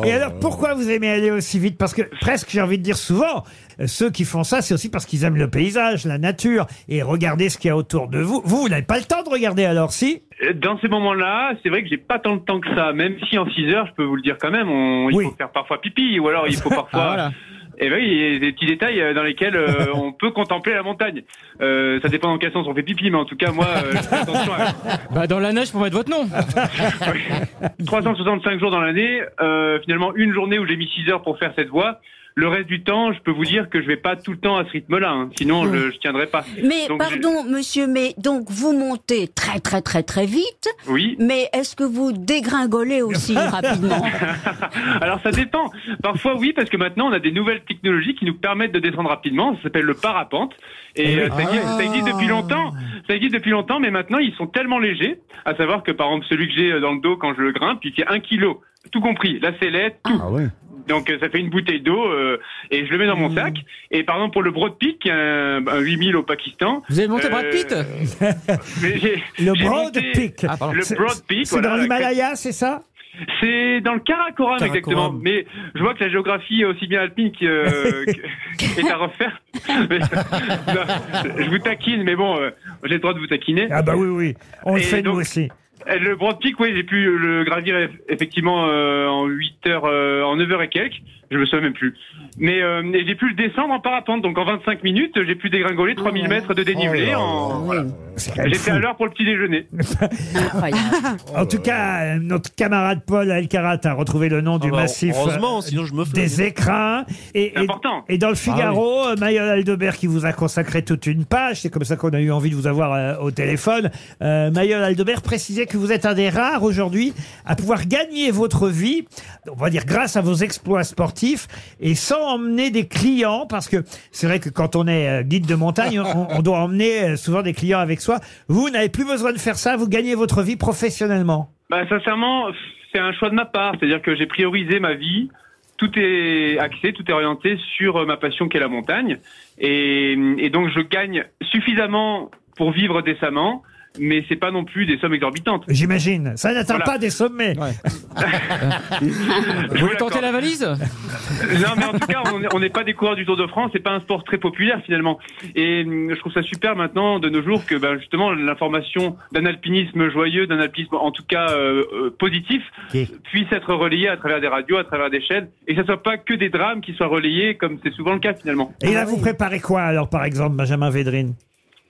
S19: Oh
S2: Et alors pourquoi vous aimez aller aussi vite Parce que presque j'ai envie de dire souvent, euh, ceux qui font ça, c'est aussi parce qu'ils aiment le paysage, la nature, et regarder ce qu'il y a autour de vous. Vous, vous n'avez pas le temps de regarder alors si
S19: Euh, Dans ces moments-là, c'est vrai que j'ai pas tant de temps que ça, même si en 6 heures, je peux vous le dire quand même, on, il faut faire parfois pipi, ou alors il faut parfois... Et ben, il y a des petits détails euh, dans lesquels euh, on peut contempler la montagne. Euh, ça dépend dans quel sens on fait pipi, mais en tout cas, moi, euh, je fais attention à-
S5: Bah dans la neige pour mettre votre nom
S19: 365 jours dans l'année, euh, finalement une journée où j'ai mis 6 heures pour faire cette voie. Le reste du temps, je peux vous dire que je vais pas tout le temps à ce rythme-là, hein. sinon je, je tiendrai pas.
S3: Mais
S19: Donc, j'ai-
S3: pardon, monsieur, mais donc vous montez très très très très vite.
S19: Oui.
S3: Mais est-ce que vous dégringolez
S2: [LAUGHS]
S3: aussi rapidement
S19: Alors ça dépend. Parfois oui, parce que maintenant on a des nouvelles technologies qui nous permettent de descendre rapidement. Ça s'appelle le parapente.
S2: Eh
S19: Et euh, ça, existe, ça existe
S2: Ah.
S19: depuis longtemps. Ça existe depuis longtemps, mais maintenant ils sont tellement légers. À savoir que par exemple celui que j'ai euh, dans le dos quand je le grimpe, il fait un kilo, tout compris, la sellette,
S2: Ah.
S19: tout.
S5: Ah
S2: [LAUGHS]
S19: Donc euh, ça fait une bouteille d'eau euh, et je le mets dans mon
S2: Mmh.
S19: sac. Et par exemple pour le Broad Peak, qui est un, un 8000 au Pakistan. Euh,
S5: Vous avez monté Brad Pitt Ah,
S19: Le
S2: Le Broad Peak.
S19: Ah, Le
S2: C'est-
S19: Broad Peak.
S2: C'est dans
S19: voilà,
S2: l'Himalaya, c'est ça
S19: c'est dans le Karakoram,
S2: Karakoram.
S19: exactement. Mais je vois que la géographie aussi bien alpine que,
S2: [LAUGHS]
S19: que- est à refaire. Mais- non, je vous taquine, mais bon, euh, j'ai le droit de vous taquiner.
S2: Ah bah oui, oui. On le
S19: Et
S2: fait nous
S19: donc-
S2: aussi.
S19: Euh, Le Broad Peak, oui, j'ai pu le gravir eff- effectivement euh, en 8 heures, euh, en 9 heures et quelques. Je me souviens même plus. Mais euh, et j'ai pu le descendre en parapente. Donc en 25 minutes, j'ai pu dégringoler 3000 mètres de dénivelé. en, voilà. J'étais à l'heure pour le petit déjeuner.
S10: Ah
S2: [LAUGHS] En tout cas, euh, notre camarade Paul Alcarat a retrouvé le nom du
S10: bah,
S2: massif
S10: heureusement,
S2: euh,
S10: sinon je me flingue.
S2: des écrins. Et, et, et
S5: Ah
S2: dans le Figaro,
S10: Ah
S2: euh, Mayol Aldebert qui vous a consacré toute une page, c'est comme ça qu'on a eu envie de vous avoir euh, au téléphone, euh, Mayol Aldebert précisait que vous êtes un des rares aujourd'hui à pouvoir gagner votre vie, on va dire grâce à vos exploits sportifs sportif et sans emmener des clients parce que c'est vrai que quand on est euh, guide de montagne, on, on doit emmener euh, souvent des clients avec soi. Vous n'avez plus besoin de faire ça, vous gagnez votre vie professionnellement.
S19: Bah, sincèrement, c'est un choix de ma part. C'est-à-dire que j'ai priorisé ma vie. Tout est axé, tout est orienté sur euh, ma passion qu'est la montagne. Et, et donc, je gagne suffisamment pour vivre décemment, mais c'est pas non plus des sommes exorbitantes. [LAUGHS]
S2: J'imagine. Ça n'atteint
S19: Voilà.
S2: pas des sommets.
S19: Vous voulez tenter la valise Non, mais en tout cas, on est- on n'est pas des coureurs du Tour de France. C'est pas un sport très populaire finalement. Et hum, je trouve ça super maintenant de nos jours que ben, justement l'information d'un alpinisme joyeux, d'un alpinisme en tout cas euh, euh, positif, puisse être relayée à travers des radios, à travers des chaînes, et que ça soit pas que des drames qui soient relayés comme c'est souvent le cas finalement. Ah
S2: Et là, vous préparez quoi alors, par exemple, Benjamin Védrine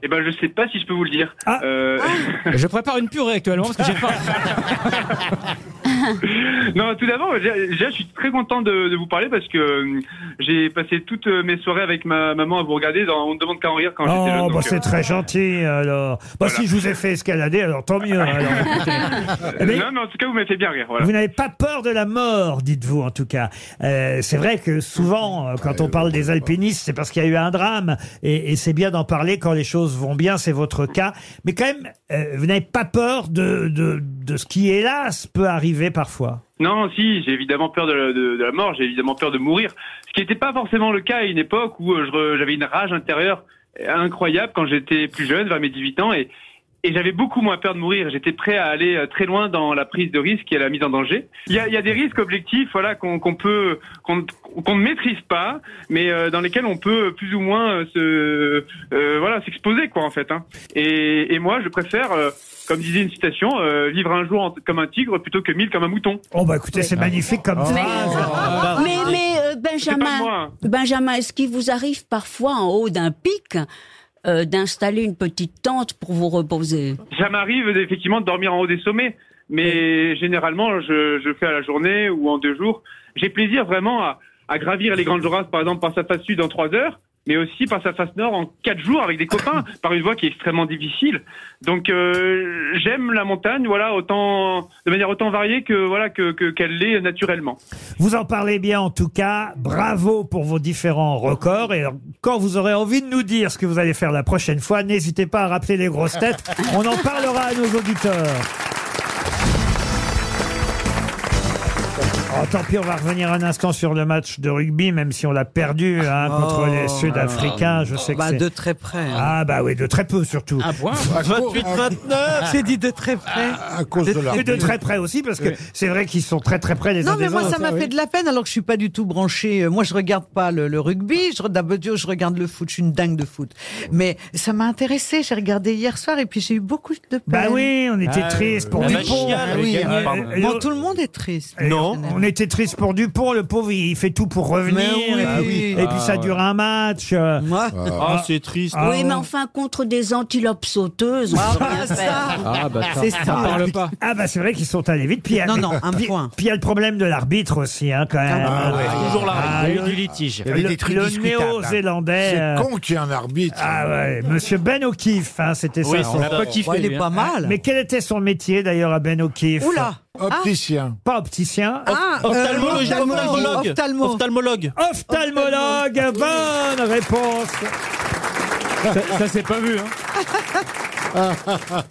S19: Eh ben, je sais pas si je peux vous le dire.
S2: Ah.
S19: Euh,
S5: [LAUGHS]
S19: [LAUGHS]
S5: Je prépare une purée actuellement Ah. parce que j'ai faim.
S19: [LAUGHS] non, tout d'abord, j'ai- déjà, je suis très content de, de vous parler parce que euh, j'ai passé toutes euh, mes soirées avec ma maman à vous regarder dans On ne demande qu'à en rire quand j'étais jeune.
S2: Oh, bah
S19: donc,
S2: c'est
S19: euh,
S2: très gentil alors. Bah si je vous ai fait escalader, alors
S19: [LAUGHS]
S2: tant mieux. alors.
S19: euh,
S2: Eh ben,
S19: Non, mais en tout cas, vous m'avez fait bien rire. Voilà.
S2: Vous n'avez pas peur de la mort, dites-vous en tout cas. Euh, c'est vrai que souvent, euh, quand on parle des alpinistes, c'est parce qu'il y a eu un drame. Et, et c'est bien d'en parler quand les choses vont bien, c'est votre cas. Mais quand même, euh, vous n'avez pas peur de, de, de ce qui, hélas, peut arriver parfois.
S19: Non, si, j'ai évidemment peur de la, de- de la mort, j'ai évidemment peur de mourir. Ce qui n'était pas forcément le cas à une époque où euh, je re- j'avais une rage intérieure euh, incroyable quand j'étais plus jeune, vers mes 18 ans, et, et j'avais beaucoup moins peur de mourir. J'étais prêt à aller euh, très loin dans la prise de risque et la mise en danger. Il y a, il y a des risques objectifs, voilà, qu'on qu'on peut, qu'on qu'on ne maîtrise pas, mais euh, dans lesquels on peut plus ou moins euh, se, euh, voilà, s'exposer, quoi, en fait. Hein. Et, et moi, je préfère, euh, comme disait une citation, euh, vivre un jour en- comme un tigre plutôt que mille comme un mouton.
S2: Oh bah écoutez, c'est magnifique comme
S19: Mais- Ah,
S2: phrase.
S3: Mais, mais euh,
S19: pas
S3: Benjamin, Benjamin est-ce qu'il vous arrive parfois en haut d'un pic euh, d'installer une petite tente pour vous reposer
S19: Ça m'arrive effectivement de dormir en haut des sommets, mais généralement je, je fais à la journée ou en deux jours. J'ai plaisir vraiment à, à gravir les grandes Jorasses par exemple par sa face sud en trois heures, mais aussi par sa face nord en quatre jours avec des copains, par une voie qui est extrêmement difficile. Donc euh, j'aime la montagne, voilà, autant de manière autant variée que voilà que que- qu'elle l'est naturellement.
S2: Vous en parlez bien en tout cas. Bravo pour vos différents records. Et alors, quand vous aurez envie de nous dire ce que vous allez faire la prochaine fois, n'hésitez pas à rappeler les grosses têtes. On en parlera à nos auditeurs. Oh, tant pis, on va revenir un instant sur le match de rugby, même si on l'a perdu hein, contre
S8: Oh,
S2: les Sud-Africains. Je sais
S8: bah,
S2: que c'est-
S8: de très près. hein.
S2: Ah bah oui, de très peu surtout.
S8: Ah [LAUGHS] bon 28-29. C'est dit de très près.
S2: À cause
S8: De
S2: de
S8: très
S2: Et de
S8: peu.
S2: très près aussi, parce que
S8: Oui.
S2: c'est vrai qu'ils sont très très près les uns
S8: Non, mais
S2: des
S8: moi, ça
S2: autres.
S8: m'a fait de la peine alors que je suis pas du tout branché. Euh, Moi, je regarde pas le, le rugby. Je, d'habitude, je regarde le foot. Je suis une dingue de foot. Mais ça m'a intéressé. J'ai regardé hier soir et puis j'ai eu beaucoup de peine.
S2: Bah oui, on était Ah, triste pour la Dupont. chiale, Ah oui, les gars, euh, pardon. euh,
S8: Bon, tout le monde est triste.
S2: Et On on était triste pour Dupont, le pauvre, il il fait tout pour revenir.
S8: Mais oui.
S2: et,
S8: Ah
S2: puis,
S8: oui.
S2: et puis
S8: Ah
S2: ça
S8: ouais.
S2: dure un match. euh.
S10: Ah, c'est triste.
S2: Ah,
S3: Oui, mais enfin, contre des antilopes sauteuses, on peut rien faire.
S10: Ah, bah,
S3: ça, Ah, C'est ça. on parle
S2: pas. Ah bah c'est vrai qu'ils sont allés vite. Puis, il y a-
S8: Non, non, un
S2: puis-
S8: point.
S2: Puis il y a le problème de l'arbitre aussi, hein, quand même.
S4: Ah ouais. Toujours l'arbitre.
S2: Ah,
S4: Il y a eu
S2: le-
S4: du litige. Il y
S2: Le,
S4: avait des trucs
S2: le
S4: discutables, hein.
S2: néo-zélandais.
S4: C'est
S2: euh,
S4: con qu'il y ait un arbitre.
S2: Ah ouais, monsieur Ben O'Keefe, hein, c'était
S4: Oui,
S2: ça.
S4: c'est On l'a ça. pas kiffé, Ouais, il est lui, pas hein. mal.
S2: Mais quel était son métier d'ailleurs à Ben O'Keefe
S4: Oula. Opticien.
S2: Pas opticien.
S8: Ah, euh, Ophtalmo- ophtalmo- ophtalmologue. ophtalmo.
S2: Ophtalmologue. Ophtalmologue. Bonne réponse.
S5: Ça- ça s'est pas vu, hein.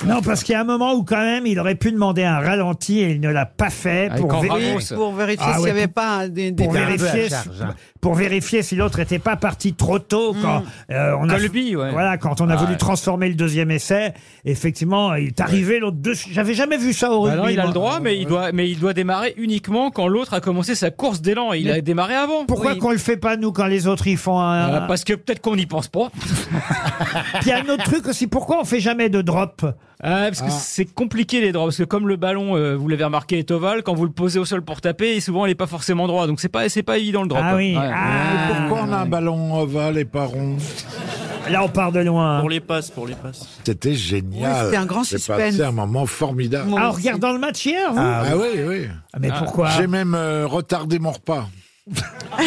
S2: Non, parce qu'il y a un moment où quand même, il aurait pu demander un ralenti et il ne l'a pas fait
S8: Ah, et
S2: pour,
S8: quand
S2: vér-
S8: Ramos- Oui, pour vérifier s'il y avait pas un- des- des-
S2: pour
S8: Il était un peu
S2: vérifier
S8: à charge,
S2: si-
S8: hein.
S2: pour vérifier si l'autre n'était pas parti trop
S8: Mm.
S2: tôt quand euh, on a
S5: Colby, ouais.
S2: voilà quand on a
S5: Ah,
S2: voulu
S5: ouais.
S2: transformer le deuxième essai. Effectivement, il est arrivé l'autre dessus. J'avais jamais vu ça au
S5: Bah
S2: rugby.
S5: non, il a
S2: moi.
S5: le droit, mais il doit, mais il doit démarrer uniquement quand l'autre a commencé sa course d'élan. Il
S2: Mais
S5: a démarré avant.
S2: Pourquoi qu'on le fait pas nous quand les autres y font un
S5: Euh, Parce que peut-être qu'on n'y pense pas.
S2: Puis il y a un autre truc aussi. Pourquoi on fait jamais de drop
S5: Ah, parce que c'est compliqué les droits, parce que comme le ballon, euh, vous l'avez remarqué, est ovale, quand vous le posez au sol pour taper, souvent il n'est pas forcément droit, donc c'est pas, c'est pas évident le drop.
S2: Ah oui.
S5: Ouais.
S2: Ah.
S4: Pourquoi on a un ballon ovale et pas rond
S2: Là, on part de loin.
S10: Pour les passes, pour les passes.
S4: C'était génial.
S10: Oui, c'était un grand
S4: J'ai
S10: suspense.
S4: passé un moment formidable.
S2: Ah, en regardant le match hier, vous
S4: Ah, ah oui, oui.
S2: Ah, mais pourquoi
S4: J'ai même euh, retardé mon repas.
S5: [LAUGHS] Ah,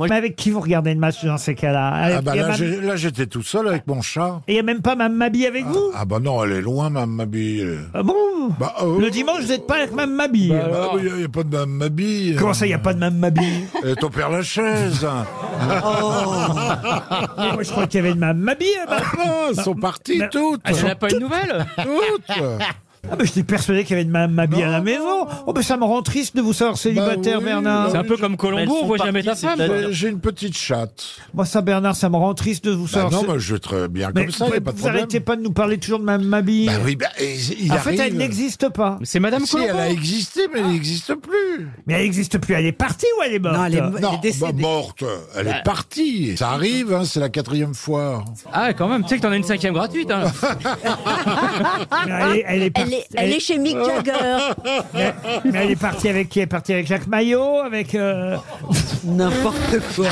S2: Mais avec qui vous regardez le match dans ces cas-là Avec-
S4: Ah bah
S2: il y a
S4: là,
S2: même-
S4: j'ai- là, j'étais tout seul avec mon chat.
S2: Et il n'y a même pas Mme Mabi avec vous
S4: Ah bah non, elle est loin, ma Mabi.
S2: Ah bon vous Le dimanche, vous n'êtes pas avec Mme Mabille.
S4: Il n'y a, pas de hein. Mme Mabille.
S2: Comment ça, il n'y a pas de Mme
S4: [LAUGHS]
S2: Mabille
S4: Euh, Ton père
S2: [LAUGHS]
S4: Bah, Lachaise.
S2: Mais Oh. Moi, je crois qu'il y avait une hein, Mme Mabille.
S4: non, Ah, elles sont parties toutes.
S2: Elles sont
S4: Elle n'a pas une
S2: toutes-
S4: nouvelle Toutes.
S2: Ah, mais j'étais persuadé qu'il y avait une Mme Mabille à la maison. Oh, mais ça me rend triste de vous savoir célibataire,
S4: oui,
S2: Bernard.
S4: bah C'est un oui, peu je- comme
S5: Colombo, on voit jamais ta femme.
S4: Euh, J'ai une petite chatte.
S2: Moi, ça, Bernard, ça me rend triste de vous
S4: Bah
S2: savoir.
S4: non,
S2: cé-
S4: mais je vais très bien
S2: Mais
S4: comme ça,
S2: vous,
S4: il n'y a pas de
S2: vous
S4: problème.
S2: arrêtez pas de nous parler toujours de Mme Mabille.
S4: Bah oui, bah, et- il
S2: en fait, elle
S4: arrive.
S2: n'existe pas.
S4: C'est Madame Si, Colombo. elle a existé, mais elle n'existe plus.
S2: Ah. Mais elle n'existe plus. Elle est partie ou elle est morte Ah.
S4: Non, bah, morte. Elle
S5: Bah.
S4: est partie. Ça arrive, hein, c'est la quatrième fois.
S5: Ah, quand même, tu sais que t'en as une cinquième gratuite. Hein.
S2: [LAUGHS] elle est- elle est par-
S3: Elle est- elle est chez Mick Jagger.
S2: mais, mais elle est partie avec qui Elle est partie avec Jacques Maillot, avec. euh,
S5: [LAUGHS]
S2: N'importe quoi.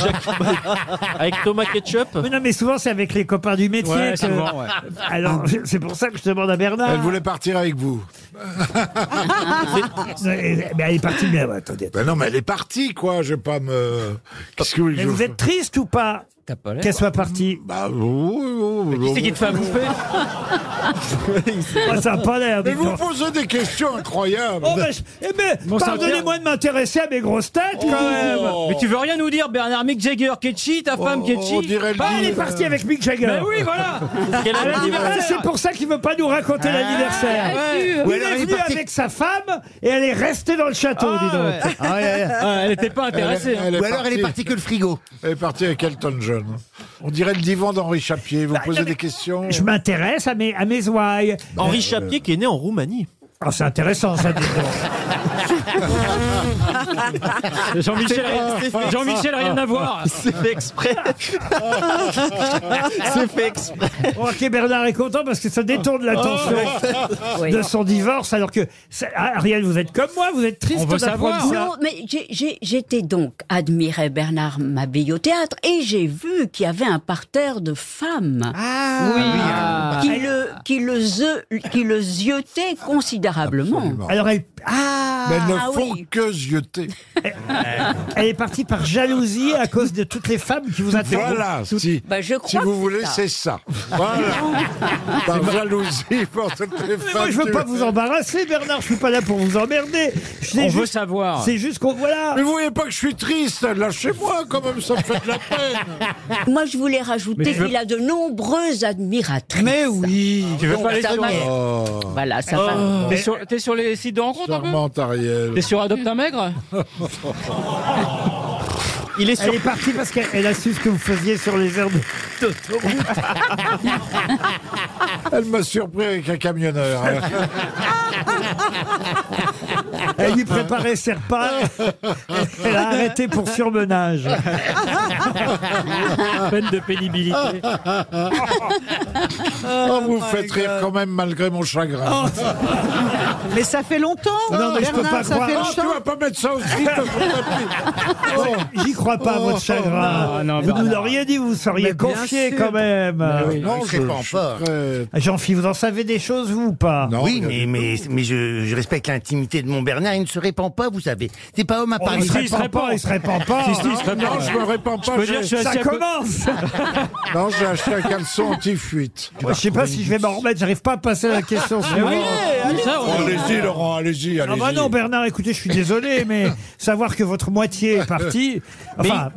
S10: Avec Thomas Ketchup
S2: Mais non, mais souvent, c'est avec les copains du [LAUGHS] métier.
S10: Ouais,
S2: que-
S10: souvent, ouais.
S2: [LAUGHS]
S5: [LAUGHS]
S2: Alors,
S5: Ah.
S2: c'est pour ça que je demande à Bernard.
S4: [LAUGHS] Elle voulait partir avec vous.
S2: mais
S5: [LAUGHS]
S2: elle est partie, mais attendez.
S4: Ben non, mais elle est partie, quoi. Je vais pas me. Qu'est-ce que
S2: Mais vous êtes triste ou pas
S4: l'air.
S2: Qu'elle soit partie
S4: Bah, oui, oui, oui,
S5: Qui c'est qui te fait à bouffer
S2: Moi, Oh, ça n'a pas l'air.
S4: Mais
S2: dites
S4: vous
S2: donc.
S4: posez des questions incroyables.
S2: Oh, bah, je- eh ben, pardonnez-moi [LAUGHS] de m'intéresser à mes grosses têtes, quand même.
S5: Oh. Mais tu veux rien nous dire, Bernard Mick Jagger, Ketchy, ta femme Ketchy
S2: on dirait le Bah, elle est livre. partie avec Mick Jagger.
S5: Mais Bah Eh
S2: [LAUGHS]
S5: oui, voilà
S2: Quel Ah, anniversaire c'est pour ça qu'il veut pas nous raconter
S5: Ah,
S2: l'anniversaire.
S5: bien sûr.
S2: Il
S5: Ou alors,
S2: est
S5: il est
S2: venu
S5: parti-
S2: avec sa femme et elle est restée dans le château,
S5: Ah,
S2: dis donc.
S5: ouais. Ah,
S2: [LAUGHS]
S5: ouais, ouais. Ah, elle était pas intéressée, hein. Ou alors, elle est partie
S4: que le frigo. Elle est partie avec Elton John. On dirait le divan d'Henri Chapier. Vous posez des questions.
S2: Bah, Je m'intéresse à mes, à mes ouailles.
S10: Bah, Henri Chapier qui est né en Roumanie.
S2: Ah, c'est intéressant, ça, dis donc.
S5: [LAUGHS] [LAUGHS] Jean-Michel,
S10: C'est fait-
S5: Jean-Michel, rien à voir.
S10: [LAUGHS] C'est fait
S5: [LAUGHS]
S10: exprès. C'est fait exprès.
S2: Oh, Ok, Bernard est content parce que ça détourne l'attention
S3: Oh.
S2: de son divorce, alors que... ça- Ah, Ariel, vous êtes comme moi, vous êtes triste d'apprendre ça.
S3: Non, mais j'ai- j'ai- j'étais donc admiré Bernard Mabille au théâtre et j'ai vu qu'il y avait un parterre de femmes
S2: Ah.
S3: qui, le, qui, le zeu- qui le ziotaient considérablement.
S2: Alors elle, ah,
S4: Mais elles ne
S3: Ah
S4: font
S9: [LAUGHS]
S3: oui.
S4: que zioter.
S2: elle est partie par jalousie à cause de toutes les femmes qui vous interrompent.
S4: Voilà, si,
S3: Bah, je
S4: si
S3: crois
S4: vous
S3: que
S4: voulez,
S3: ça.
S4: c'est ça.
S3: [LAUGHS]
S4: Voilà. Par jalousie pour toutes les
S2: Mais moi, je veux pas vous embarrasser, Bernard. Je
S4: [LAUGHS]
S2: suis pas là pour vous emmerder. Je l'ai
S5: On veut
S2: juste-
S5: savoir.
S2: C'est juste qu'on voilà.
S4: Mais vous voyez pas que je suis triste, lâchez-moi quand même, ça me fait de la peine.
S3: Moi, je voulais
S4: Mais
S3: rajouter
S4: tu veux-
S3: qu'il a de nombreuses admiratrices. Mais oui
S5: Tu veux pas les
S3: ça
S5: sur-
S3: va-
S4: Oh.
S3: Voilà, ça va.
S5: Euh, T'es sur, t'es sur les sites de rencontre un peu
S4: Charmante Ariel.
S5: T'es sur Adopte un maigre
S2: Il est Elle est partie parce qu'elle elle a su ce que vous faisiez sur les herbes d'autoroute.
S4: Elle m'a surpris avec un camionneur.
S2: [LAUGHS] Elle lui préparait ses repas. Elle a arrêté pour surmenage.
S5: Peine de pénibilité.
S4: [LAUGHS] Oh, vous
S8: my
S4: faites rire quand même malgré mon chagrin.
S2: Oh.
S8: Mais ça fait longtemps.
S2: Non, mais je peux
S8: Bernard,
S2: pas
S8: ça
S2: croire.
S8: fait
S2: Non,
S4: Tu
S8: longtemps.
S4: vas pas mettre ça aussi sur ton tapis.
S2: J'y crois pas à votre
S4: Oh.
S2: chagrin.
S5: Non, non,
S2: vous nous
S5: Bernard.
S2: l'auriez dit, vous vous seriez
S8: Mais bien
S2: confié
S8: sûr.
S2: quand même.
S8: Mais oui.
S4: Non,
S11: Je
S4: je,
S11: réponds
S4: je suis
S11: pas.
S4: très-
S2: Jean-Philippe, vous en savez des choses, vous ou pas
S4: Non,
S11: oui,
S4: il y a
S11: mais,
S4: des-
S11: mais, mais je, je respecte l'intimité de mon Bernard. Il ne se répand pas, vous savez. C'est pas homme à
S2: Oh, il
S11: Paris.
S2: se répand pas, il se répand pas. hein.
S5: Si, si, il se répand.
S4: Non, je me répands
S5: Je peux
S4: pas.
S5: dire que je
S4: j'ai-
S5: suis assis
S2: Ça
S5: à côté-
S2: [LAUGHS] commence
S5: [LAUGHS]
S4: Non, j'ai acheté un caleçon anti-fuite.
S2: Je sais pas si je vais m'en remettre, j'arrive pas à passer à la question
S5: Mais oui,
S2: suivante.
S5: allez, ça,
S4: Oh,
S5: on-
S4: allez-y, Laurent, allez-y,
S2: Non,
S4: allez-y.
S2: bah non, Bernard, écoutez, je suis désolé, mais savoir que votre moitié est
S4: [LAUGHS]
S2: partie. Enfin.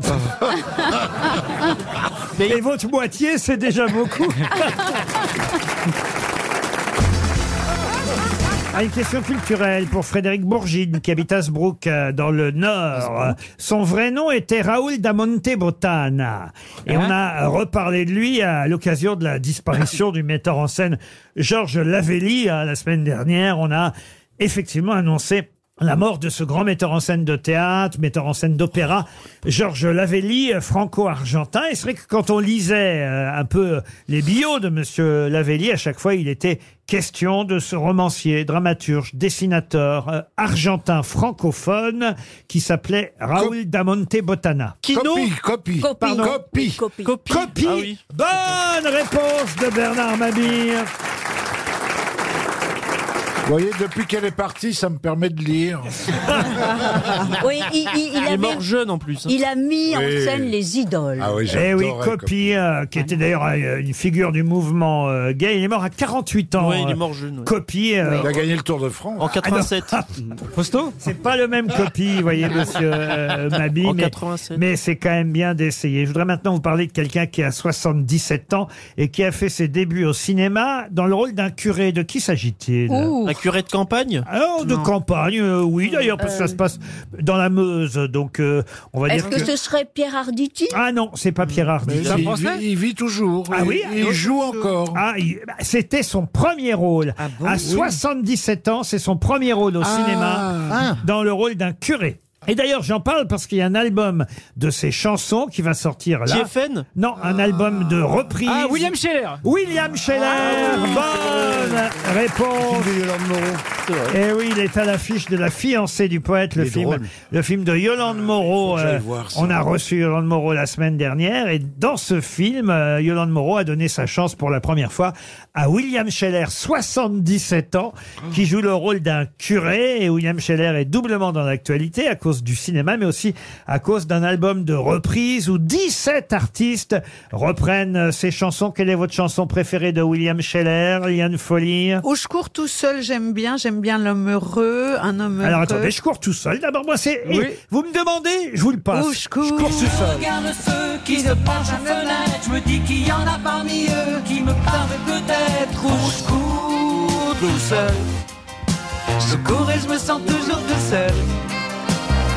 S2: Mais... Et votre moitié, c'est déjà
S4: [LAUGHS]
S2: beaucoup. Ah, une question culturelle pour Frédéric Bourgine, qui habite Asbrook, euh, dans le Nord. Son vrai nom était Raoul da Montebotana. Et on a reparlé de lui à l'occasion de la disparition du metteur en scène Georges Lavelli. hein, La semaine dernière, on a effectivement annoncé la mort de ce grand metteur en scène de théâtre, metteur en scène d'opéra, Georges Lavelli, euh, franco-argentin. Et c'est vrai que quand on lisait euh, un peu les bios de Monsieur Lavelli, à chaque fois, il était question de ce romancier, dramaturge, dessinateur, euh, argentin, francophone, qui s'appelait Raoul Damonte Botana.
S4: Copie, copie,
S3: Copie.
S4: pardon,
S3: Copie.
S4: copie.
S3: Copie.
S2: Copie
S10: Ah oui.
S2: Bonne réponse de Bernard Mabir
S4: Vous voyez, depuis qu'elle est partie, ça me permet de
S2: [LAUGHS]
S4: lire.
S3: [LAUGHS] Oui, il, il- il avait-
S2: hein.
S3: Il a mis en
S2: Oui.
S3: scène les idoles.
S2: Eh oui, Copy, euh, qui était d'ailleurs euh, une figure du mouvement euh, gay, il est mort à 48 ans.
S10: Oui, il est
S2: euh, Ah
S10: mort jeune, oui.
S2: Copy.
S10: Il a
S4: gagné le Tour de France.
S10: En 87.
S2: [LAUGHS] Fausto C'est pas le même Copy, vous voyez, monsieur euh, Mabi.
S10: En
S2: mais,
S10: 87.
S2: mais c'est quand même bien d'essayer. Je voudrais maintenant vous parler de quelqu'un qui a 77 ans et qui a fait ses débuts au cinéma dans le rôle d'un curé. De qui s'agit-il
S10: Un curé de campagne
S2: Alors, de campagne, euh, oui, d'ailleurs, parce que ça se passe dans la Meuse. Donc, euh, on va
S3: Est-ce
S2: dire
S3: que, ce serait Pierre Arditi
S2: Ah non, c'est pas Pierre Hardy.
S4: Mais C'est un il Français vit- il vit toujours.
S2: Ah
S4: Il-
S2: oui,
S4: il joue Ah
S2: encore. Ah, il- bah, c'était son premier rôle. à
S4: Oui.
S2: 77 ans, c'est son premier rôle au
S4: Ah.
S2: cinéma,
S4: Ah.
S2: dans le rôle d'un curé. Et d'ailleurs, j'en parle parce qu'il y a un album de ses chansons qui va sortir là.
S10: TFN
S2: Non, un album de reprise.
S5: Ah, William Scheller
S2: William Scheller
S4: Ah.
S2: Bonne réponse Et oui, il est à l'affiche de La fiancée du poète, le
S5: Il est
S2: film,
S5: drôle.
S2: le film de
S4: Ah,
S2: Yolande Moreau.
S5: que j'aille
S2: Euh,
S5: voir ça.
S2: on a reçu Yolande Moreau la semaine dernière et dans ce film, euh, Yolande Moreau a donné sa chance pour la première fois à William Scheller, 77 ans, qui joue le rôle d'un curé. Et William Scheller est doublement dans l'actualité à cause du cinéma, mais aussi à cause d'un album de reprise où 17 artistes reprennent euh, ses chansons. Quelle est votre chanson préférée de William Scheller, Liane Folie
S8: Où je cours tout seul, j'aime bien, j'aime bien l'homme heureux, un homme heureux.
S2: Alors attendez, je cours tout seul. D'abord, moi, c'est.
S8: Oui.
S2: Vous me demandez, je vous le passe.
S8: Où Oh, je cours.
S2: tout seul.
S7: Regarde ceux qui se penchent à la fenêtre. Je me dis qu'il y en a parmi eux qui me parlent peut-être. Où je cours tout seul. Je cours et je me sens toujours tout seul.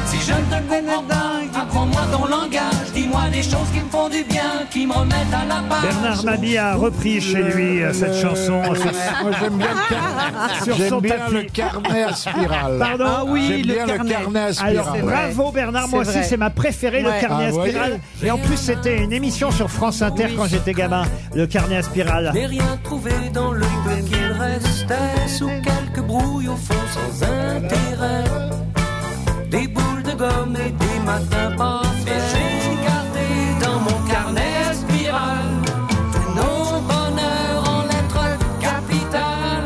S7: Si je ne te comprends pas, apprends-moi ton langage. Dis-moi des choses qui me font du bien, qui me remettent à la page.
S2: Bernard Mabie a repris chez lui euh, cette chanson. sur-
S4: Moi, j'aime bien le [LAUGHS] carnet.
S2: Sur
S4: J'aime
S2: son
S4: bien
S2: tapis.
S4: le carnet à spirale.
S2: Pardon
S4: Ah oui,
S2: J'aime bien
S4: le carnet. à spirale.
S2: Alors
S4: C'est vrai.
S2: bravo Bernard, moi
S4: C'est
S2: aussi
S4: vrai.
S2: c'est ma préférée,
S4: Ouais.
S2: le carnet
S4: Ah,
S2: à
S4: voyez.
S2: spirale. Et en plus c'était une émission sur France Inter quand j'étais gamin, le carnet à spirale.
S7: N'ai rien trouvé dans le peu qu'il restait Sous quelques brouilles au fond sans intérêt Des boules de gomme et des matins parfaits Et j'ai gardé dans mon carnet spiral Tous nos bonheurs en lettres capitales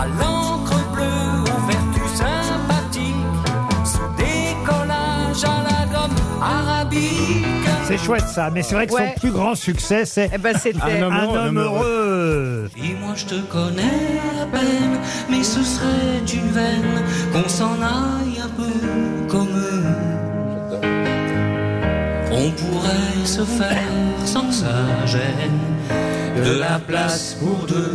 S7: À l'encre bleue, aux vertus sympathiques Sous décollage à la gomme arabique
S2: C'est chouette ça, mais c'est vrai que
S7: Ouais.
S2: son plus grand succès c'est
S4: Eh ben,
S7: c'était-
S2: un homme,
S7: Un homme
S2: heureux.
S7: Et moi je te connais à peine, mais ce serait une veine qu'on s'en aille un peu comme eux. On pourrait se faire sans que ça gêne de la place pour deux.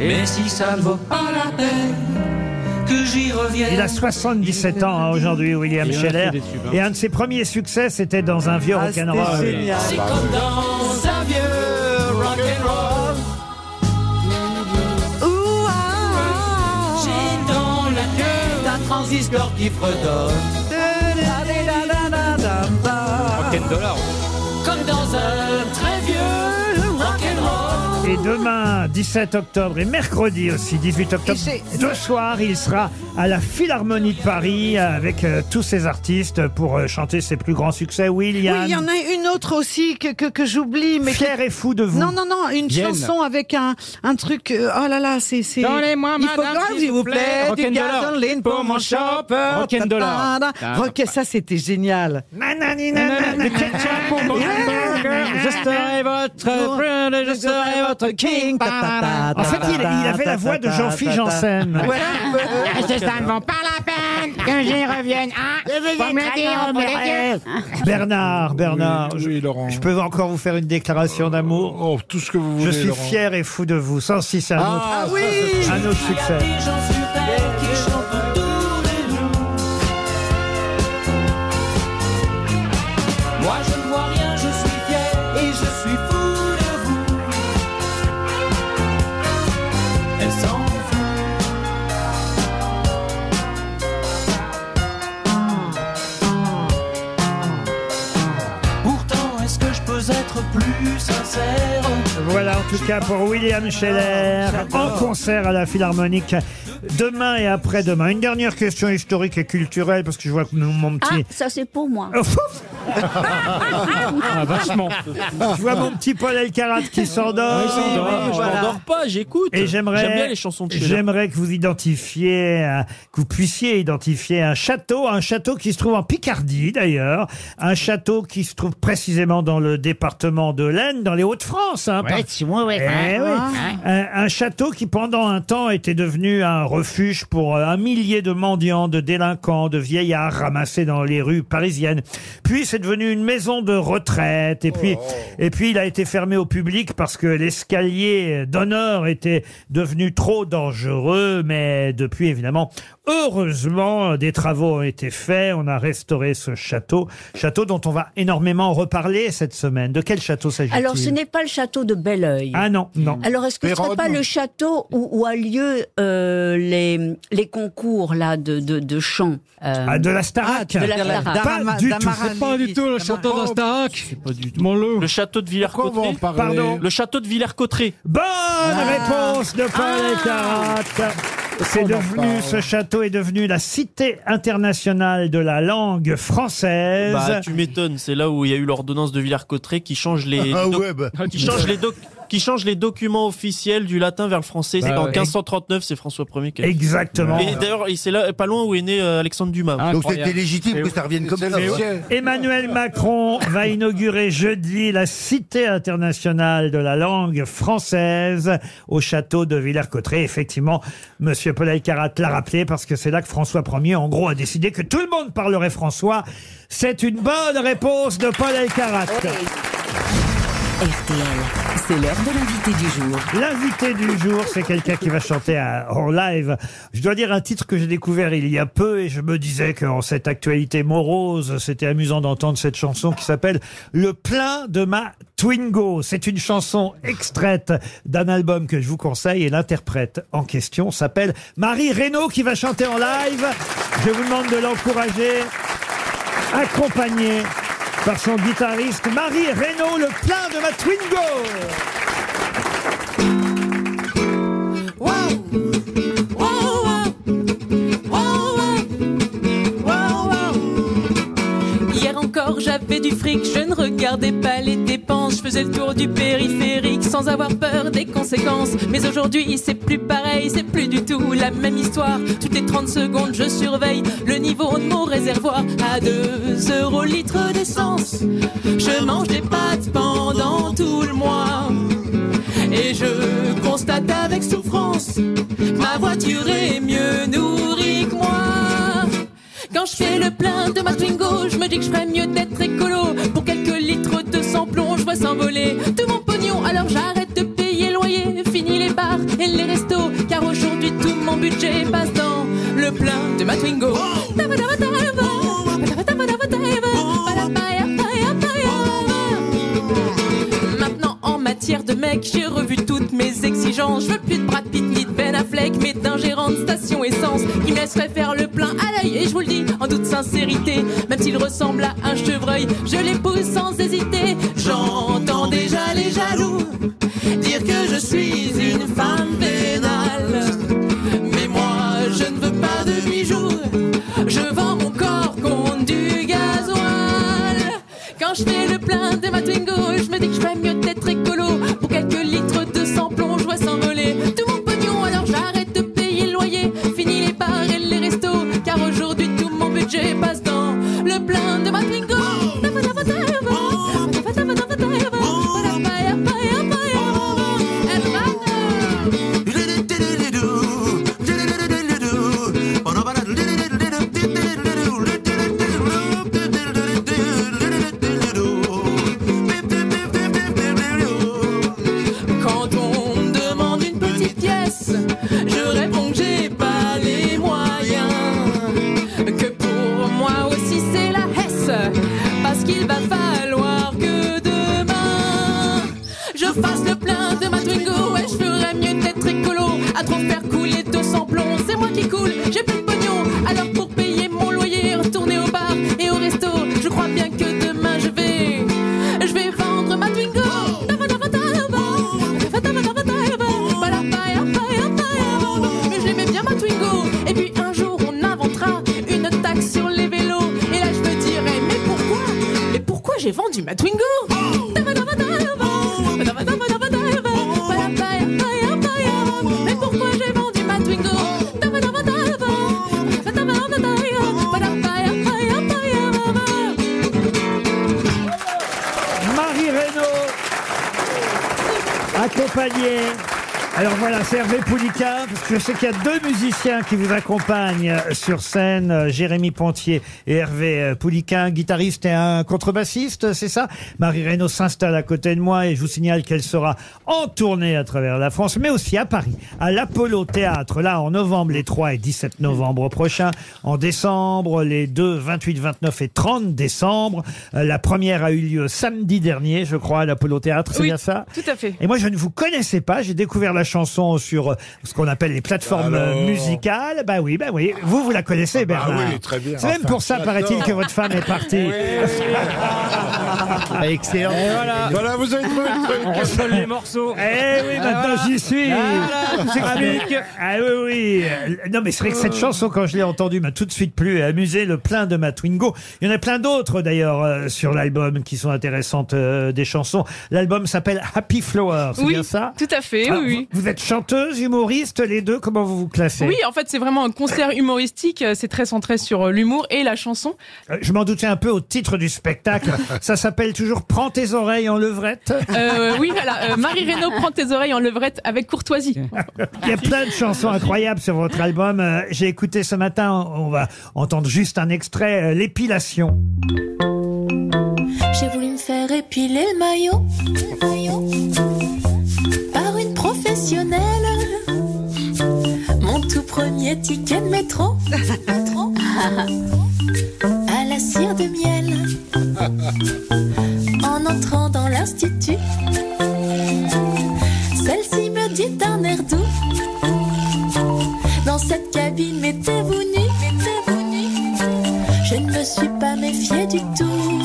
S7: Mais si ça ne vaut pas la peine que j'y revienne.
S2: Il a 77 ans hein, aujourd'hui, William
S7: Il en a
S2: Scheller.
S7: fait des tubes, hein.
S2: Et un de ses premiers succès, c'était dans un vieux
S7: Ah,
S2: rock'n'roll.
S7: c'était génial. C'est comme dans un vieux rock'n'roll. J'ai dans la tête un transistor qui fredonne. Comme dans un très vieux rock'n'roll.
S2: Et demain, 17 octobre, et mercredi aussi, 18 octobre, deux soirs, il sera à la Philharmonie de Paris avec euh, tous ses artistes pour euh, chanter ses plus grands succès. William.
S8: Oui, il y en a une autre aussi que, que, que j'oublie. mais
S2: Fier et fou de vous.
S8: Non, non, non, une
S2: Vienne.
S8: chanson avec un, un truc. euh, Oh là là, c'est. c'est...
S5: Donnez-moi,
S8: Il faut-
S5: madame,
S8: Ah, s'il vous plaît, du
S5: Rock'n'Dollar.
S8: gasoline pour mon chopper.
S5: Rock'n'Dollar.
S8: Ta- ta- ta- Rock- Ça, c'était génial.
S2: Le ketchup
S5: pour mon hamburger. Je serai votre prince, je serai votre king.
S2: En fait, il, il avait la voix de Jean-Philippe Janssen.
S5: C'est ça ne vaut pas la peine que j'y revienne. Ah, faut me le dire au bout des yeux.
S2: Bernard, Bernard, je, je peux encore vous faire une déclaration d'amour.
S4: Euh, oh, tout ce que vous
S2: Je
S4: voulez,
S2: suis
S4: Laurent.
S2: fier et fou de vous. Sans si c'est un
S4: Ah,
S2: autre,
S4: ah oui
S2: un autre succès.
S7: Des gens super qui chantent autour de nous. Moi je ne vois rien, je suis fier et je suis fou de vous. Elle s'en fout. Pourtant, est-ce que je peux être plus sincère
S2: Voilà en tout cas pour William Scheller en concert à la Philharmonique demain et après-demain. Une dernière question historique et culturelle parce que je vois que mon mon
S3: Ah,
S2: petit. Oh.
S3: ça c'est pour moi.
S2: Ah,
S5: vachement.
S2: Je vois mon petit Paul Elkarat qui
S11: Ah,
S2: s'endort.
S10: Oui, Ah, il s'endort. Oui, Je voilà. m'endors pas, j'écoute.
S2: Et
S10: Euh,
S2: j'aimerais.
S10: J'aime bien les chansons de Sheila.
S2: J'aimerais que vous identifiez, un- que vous puissiez identifier un château, un château qui se trouve en Picardie d'ailleurs, un château qui se trouve précisément dans le département de l'Aisne, dans les Hauts-de-France. Hein, par- Eh
S17: Ouais. hein.
S2: oui.
S17: Ouais.
S2: Un, un château qui pendant un temps était devenu un refuge pour euh, un millier de mendiants, de délinquants, de vieillards ramassés dans les rues parisiennes. Puis c'est devenu une maison de retraite. Et puis, et puis il a été fermé au public parce que l'escalier d'honneur était devenu trop dangereux. Mais depuis, évidemment, heureusement, des travaux ont été faits. On a restauré ce château. Château dont on va énormément reparler cette semaine. De quel château s'agit-il
S3: Alors, ce n'est pas le château de Belleuil.
S2: Ah non, non.
S3: Alors, est-ce que ce serait
S2: Pérode.
S3: pas le château où, où a lieu euh, les, les concours là de, de, de chant euh,
S2: Ah, de la Starac.
S3: De la Starac.
S5: Pas du tout. Oh, C'est pas du tout le château d'Astarac.
S10: C'est pas du tout. Le château de Villers-Cotterêts.
S5: parler
S10: Pardon. Le château de Villers-Cotterêts. Ah.
S2: Bonne réponse de Paul Elkarat.
S11: Oh,
S2: C'est devenu, ce château est devenu la cité internationale de la langue française.
S10: Bah, tu m'étonnes, c'est là où il y a eu l'ordonnance de Villers-Cotterêts qui change les
S11: Ah
S10: doc-
S11: ouais, bah.
S10: [LAUGHS] qui change les doc- qui change les documents officiels du latin vers le français.
S11: Bah
S10: c'est en
S11: ouais.
S10: 1539, c'est François Ier qui a-
S2: Exactement.
S10: Et d'ailleurs, et c'est là, pas loin où est né euh, Alexandre Dumas.
S11: Donc c'était légitime que ça revienne comme ça. ouais.
S2: Emmanuel Macron va inaugurer jeudi la Cité internationale de la langue française au château de Villers-Cotterêts. Effectivement, Monsieur Paul Elkarat l'a rappelé parce que c'est là que François Ier, en gros, a décidé que tout le monde parlerait François. C'est une bonne réponse de Paul Elkarat.
S21: RTL, c'est l'heure de l'invité du jour.
S2: L'invité du jour, c'est quelqu'un qui va chanter à- en live. Je dois dire un titre que j'ai découvert il y a peu et je me disais qu'en cette actualité morose, c'était amusant d'entendre cette chanson qui s'appelle Le plein de ma Twingo. C'est une chanson extraite d'un album que je vous conseille et l'interprète en question s'appelle Marie Reynaud qui va chanter en live. Je vous demande de l'encourager, accompagné par son guitariste Marie Reynaud, Le plein de ma Twingo.
S22: Hier encore, j'avais du fric, je ne regardais pas les dépenses, je faisais le tour du périphérique sans avoir peur des conséquences. Mais aujourd'hui, c'est plus pareil, c'est plus du tout la même histoire. Toutes les 30 secondes, je surveille le niveau de mon réservoir à 2 euros litre d'essence. Je mange des pâtes pendant tout le mois. Et je constate avec souffrance, ma voiture est mieux nourrie que moi. Quand je fais le plein de ma Twingo, je me dis que je ferais mieux d'être écolo. Pour quelques litres de sang plomb, je vois s'envoler tout mon pognon. Alors j'arrête de payer le loyer, fini les bars et les restos. Car aujourd'hui, tout mon budget passe dans le plein de ma Twingo. Maintenant, en matière de mec, j'ai revu toutes mes exigences. Je veux plus de Brad Pitt ni de Ben Affleck, mais d'ingérentes station essence qui me laisserait faire le plein à l'œil. Et je vous le dis en toute sincérité, même s'il ressemble à un chevreuil, je l'épouse sans hésiter. J'entends déjà les jaloux dire que je suis une femme vénale. Mais moi, je ne veux pas de bijoux. Je vends mon corps contre du gasoil. Quand je fais le plein de ma Twingo, je me dis que je ferais mieux d'être écolo. Pour quelques litres de sang plomb, je vois s'envoler tout mon pognon. Alors j'arrête de payer le loyer, fini les bars et les restos. Car aujourd'hui, tout mon budget passe dans le plein de ma Twingo.
S2: accompagné. Alors voilà, c'est Hervé Poulica, parce que je sais qu'il y a deux musiciens qui vous accompagnent euh, sur scène, euh, Jérémy Pontier et Hervé euh, Poulica, un guitariste et un contrebassiste, c'est ça Marie Reynaud s'installe à côté de moi et je vous signale qu'elle sera en tournée à travers la France, mais aussi à Paris, à l'Apollo Théâtre, là en novembre, les 3 et 17 novembre prochains, en décembre, les 2, 28, 29 et 30 décembre. Euh, La première a eu lieu samedi dernier, je crois, à l'Apollo Théâtre, c'est
S22: Oui,
S2: bien ça
S22: Tout à fait.
S2: et moi, je ne vous connaissais pas. J'ai découvert la chanson sur euh, ce qu'on appelle les plateformes euh,
S4: Alors
S2: musicales. Bah oui, bah oui. Vous, vous la connaissez,
S4: Ah
S2: Bernard.
S4: oui, très bien.
S2: C'est même
S4: Enfin,
S2: pour ça,
S4: j'adore.
S2: paraît-il, que votre femme est partie. Ah. Excellent.
S4: voilà. Voilà, vous avez trouvé
S2: [LAUGHS]
S4: le truc. Ah,
S5: On ressole les morceaux.
S2: Eh oui, maintenant j'y suis.
S5: Voilà,
S2: Ah,
S5: tout
S2: mais-
S5: s'explique.
S2: Ah oui, oui. Euh, Non, mais c'est vrai que cette chanson, quand je l'ai entendue, m'a tout de suite plu et amusé le plein de ma Twingo. Il y en a plein d'autres d'ailleurs euh, sur l'album qui sont intéressantes euh, des chansons. L'album s'appelle Happy Flower, Ah, c'est
S22: Oui,
S2: bien ça Ah,
S22: tout à fait,
S2: Alors,
S22: Eh oui.
S2: Vous, vous êtes chanteuse, humoriste, les deux, comment vous vous classez
S22: Oui, en fait, c'est vraiment un concert humoristique. euh, C'est très centré sur euh, l'humour et la chanson.
S2: Euh, Je m'en doutais un peu au titre
S22: [LAUGHS]
S2: du spectacle. ça s'appelle toujours Prends tes oreilles en levrette. [LAUGHS]
S22: Euh, oui, voilà. euh, Marie Reynaud prend tes oreilles en levrette avec courtoisie.
S2: Il y a plein de chansons incroyables sur votre album. Euh, J'ai écouté ce matin, on va entendre juste un extrait, euh, l'épilation.
S17: J'ai voulu me faire épiler le maillot par une professionnelle. Mon tout premier ticket de métro à la cire de miel. En entrant dans l'institut, celle-ci me dit d'un air doux. Dans cette cabine, mettez-vous nus. mettez-vous nus. Je ne me suis pas méfiée du tout.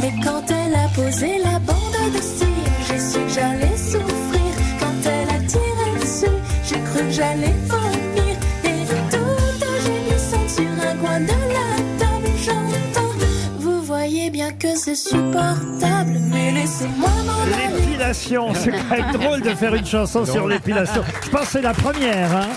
S17: Mais quand elle a posé la bande de cire, j'ai su que j'allais souffrir. Quand elle a tiré dessus, j'ai cru que j'allais vomir. Et tout en gémissant sur un coin de la table, j'entends. Vous voyez bien que c'est supportable, mais laissez-moi m'en aller.
S2: L'épilation, c'est quand même drôle de faire une chanson sur l'épilation. Je pense que c'est la première. hein.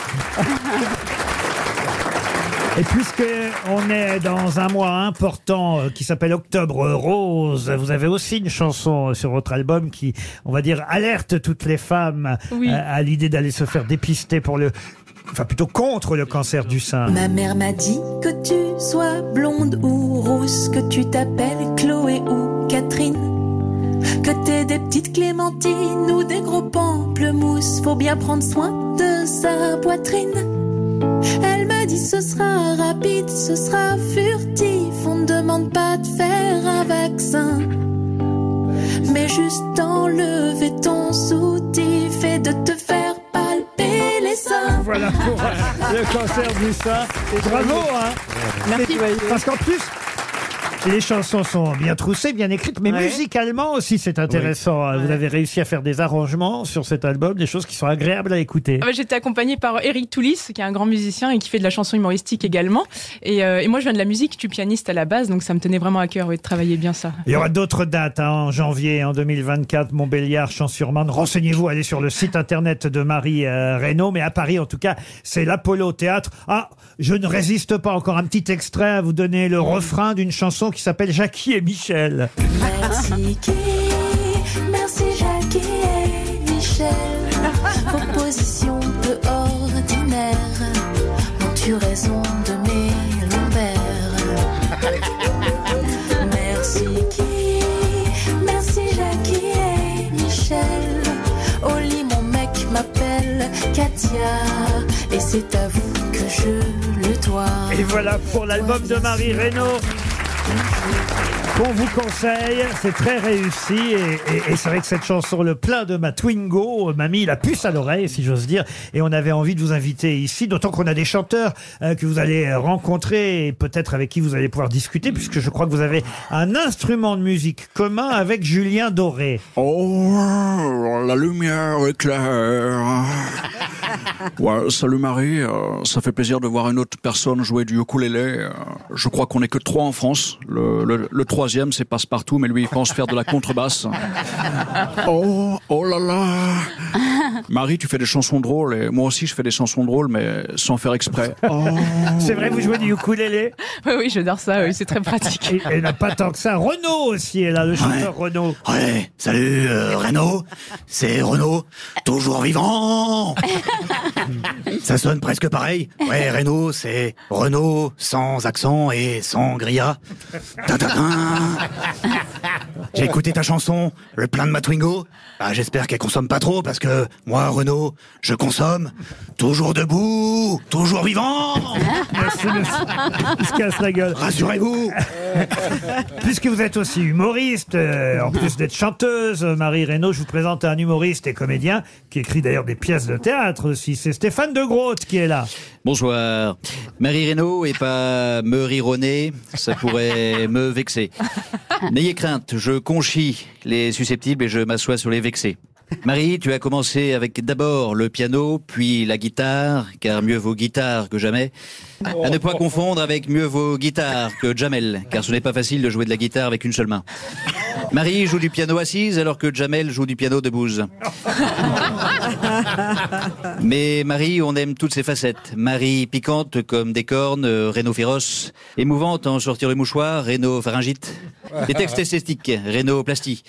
S2: Et puisque on est dans un mois important euh, qui s'appelle Octobre Rose, vous avez aussi une chanson euh, sur votre album qui, on va dire, alerte toutes les femmes
S17: Oui.
S2: euh, à l'idée d'aller se faire dépister pour le, enfin plutôt contre le cancer du sein.
S17: Ma mère m'a dit que tu sois blonde ou rousse, que tu t'appelles Chloé ou Catherine, que t'es des petites clémentines ou des gros pamplemousses, faut bien prendre soin de sa poitrine. Elle m'a dit ce sera rapide, ce sera furtif, on ne demande pas de faire un vaccin. Mais juste enlever ton soutif et de te faire palper les seins.
S2: Voilà pour euh, le cancer du sein. Et bravo, hein
S17: Merci.
S2: Mais- Parce qu'en plus, les chansons sont bien troussées, bien écrites, mais
S17: Ouais.
S2: musicalement aussi, c'est intéressant. Vous avez réussi à faire des arrangements sur cet album, des choses qui sont agréables à écouter.
S22: Ah bah, J'étais accompagnée par Eric Toulis, qui est un grand musicien et qui fait de la chanson humoristique également. Et, euh, et moi, je viens de la musique, je suis pianiste à la base, donc ça me tenait vraiment à cœur oui, de travailler bien ça.
S2: Il y aura d'autres dates hein, en janvier, en 2024, Montbéliard, Champs-sur-Marne. Renseignez-vous, allez sur le site internet de Marie euh, Reynaud. Mais à Paris, en tout cas, c'est l'Apollo Théâtre. Ah, je ne résiste pas encore un petit extrait à vous donner le refrain d'une chanson qui s'appelle Jackie et Michel.
S17: Merci qui, merci Jackie et
S2: [LAUGHS]
S17: Michel. Vos positions peu ordinaires ont eu raison de mes
S2: [LAUGHS]
S17: lombaires. Merci qui, merci Jackie et Michel. Au lit, mon mec m'appelle Katia et c'est à vous que je le dois.
S2: Et voilà pour l'album de Marie Reynaud. Qu'on vous conseille, c'est très réussi et, et- et c'est vrai que cette chanson, le plein de ma Twingo, euh, m'a mis la puce à l'oreille, si j'ose dire, et on avait envie de vous inviter ici, d'autant qu'on a des chanteurs euh, que vous allez euh, rencontrer et peut-être avec qui vous allez pouvoir discuter, puisque je crois que vous avez un instrument de musique commun avec Julien Doré.
S23: Oh, la lumière éclaire. Ouais, salut Marie, euh, ça fait plaisir de voir une autre personne jouer du ukulélé. Euh, Je crois qu'on n'est que trois en France. Le, le- le troisième, c'est passe-partout, mais lui, il pense faire de la contrebasse. Oh, oh là là. Marie, tu fais des chansons drôles et moi aussi je fais des chansons drôles, mais sans faire exprès.
S2: C'est vrai, vous jouez du ukulélé
S22: Oui, oui, j'adore ça, oui, c'est très pratique.
S2: Et- Elle n'a pas tant que ça. Renaud aussi est là, le chanteur Renaud.
S24: Ouais, salut euh, Renaud, c'est Renaud, toujours vivant Ça sonne presque pareil. Ouais, Renaud, c'est Renaud sans accent et sans gria. Tintintin. J'ai écouté ta chanson, le plein de ma Twingo. Ah, J'espère qu'elle consomme pas trop parce que moi, Renaud, je consomme toujours debout, toujours vivant
S2: [LAUGHS] Il se casse la gueule.
S24: Rassurez-vous
S2: Puisque vous êtes aussi humoriste, euh, en plus d'être chanteuse, euh, Marie Reynaud, je vous présente un humoriste et comédien qui écrit d'ailleurs des pièces de théâtre aussi. C'est Stéphane de Grotte qui est là.
S25: Bonsoir. Marie Reynaud et pas me rironner, ça pourrait me vexer. N'ayez crainte, je conchis les susceptibles et je m'assois sur les vexés. Marie, tu as commencé avec d'abord le piano, puis la guitare, car mieux vaut guitare que jamais. À ne pas confondre avec mieux vaut guitare que Jamel, car ce n'est pas facile de jouer de la guitare avec une seule main. Marie joue du piano assise alors que Jamel joue du piano debout. Mais Marie, on aime toutes ses facettes. Marie piquante comme des cornes, euh, réno féroce, émouvante en sortir le mouchoir, réno pharyngite. Des textes esthétiques, réno plastie.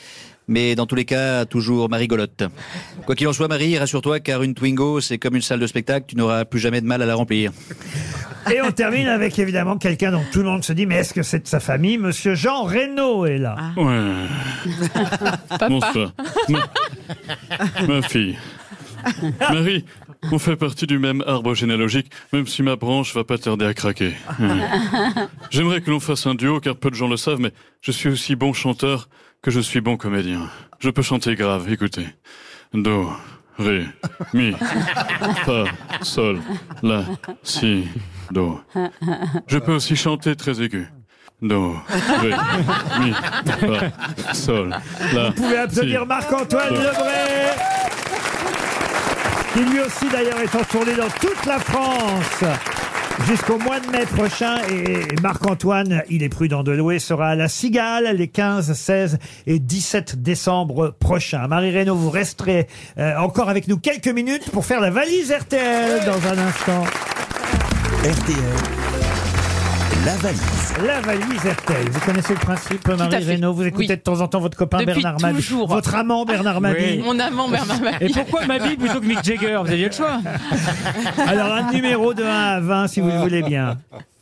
S25: Mais dans tous les cas, toujours Marie Golotte. Quoi qu'il en soit, Marie, rassure-toi, car une Twingo, c'est comme une salle de spectacle, tu n'auras plus jamais de mal à la remplir.
S2: Et on termine avec évidemment quelqu'un dont tout le monde se dit mais est-ce que c'est de sa famille Monsieur Jean Reynaud est là.
S26: Bonsoir. Ma, ma fille. Marie, on fait partie du même arbre généalogique, même si ma branche va pas tarder à craquer. Hum. J'aimerais que l'on fasse un duo, car peu de gens le savent, mais je suis aussi bon chanteur que je suis bon comédien. Je peux chanter grave, écoutez. Do, ré, mi, fa, sol, la, si, do. Je peux aussi chanter très aigu. Do, ré, mi, fa, sol, la.
S2: Vous pouvez applaudir
S26: si,
S2: Marc-Antoine
S26: do.
S2: Lebray qui lui aussi d'ailleurs est en tournée dans toute la France jusqu'au mois de mai prochain. Et Marc-Antoine, il est prudent de louer, sera à la Cigale les 15, 16 et 17 décembre prochains. Marie Reynaud, vous resterez euh, encore avec nous quelques minutes pour faire la valise RTL dans un instant.
S1: RTL, la valise.
S2: La valise RTL. Vous connaissez le principe,
S22: à
S2: Marie
S22: fait.
S2: Reynaud. Vous écoutez
S22: Oui.
S2: de temps en temps votre copain
S22: Depuis
S2: Bernard Mabie.
S22: toujours. Ah,
S2: Votre amant Bernard Mabie.
S22: Mon amant Bernard Mabie.
S5: Et pourquoi Mabie plutôt que Mick Jagger Vous aviez le choix.
S2: [LAUGHS] Alors, un numéro de 1 à 20, si vous le voulez bien.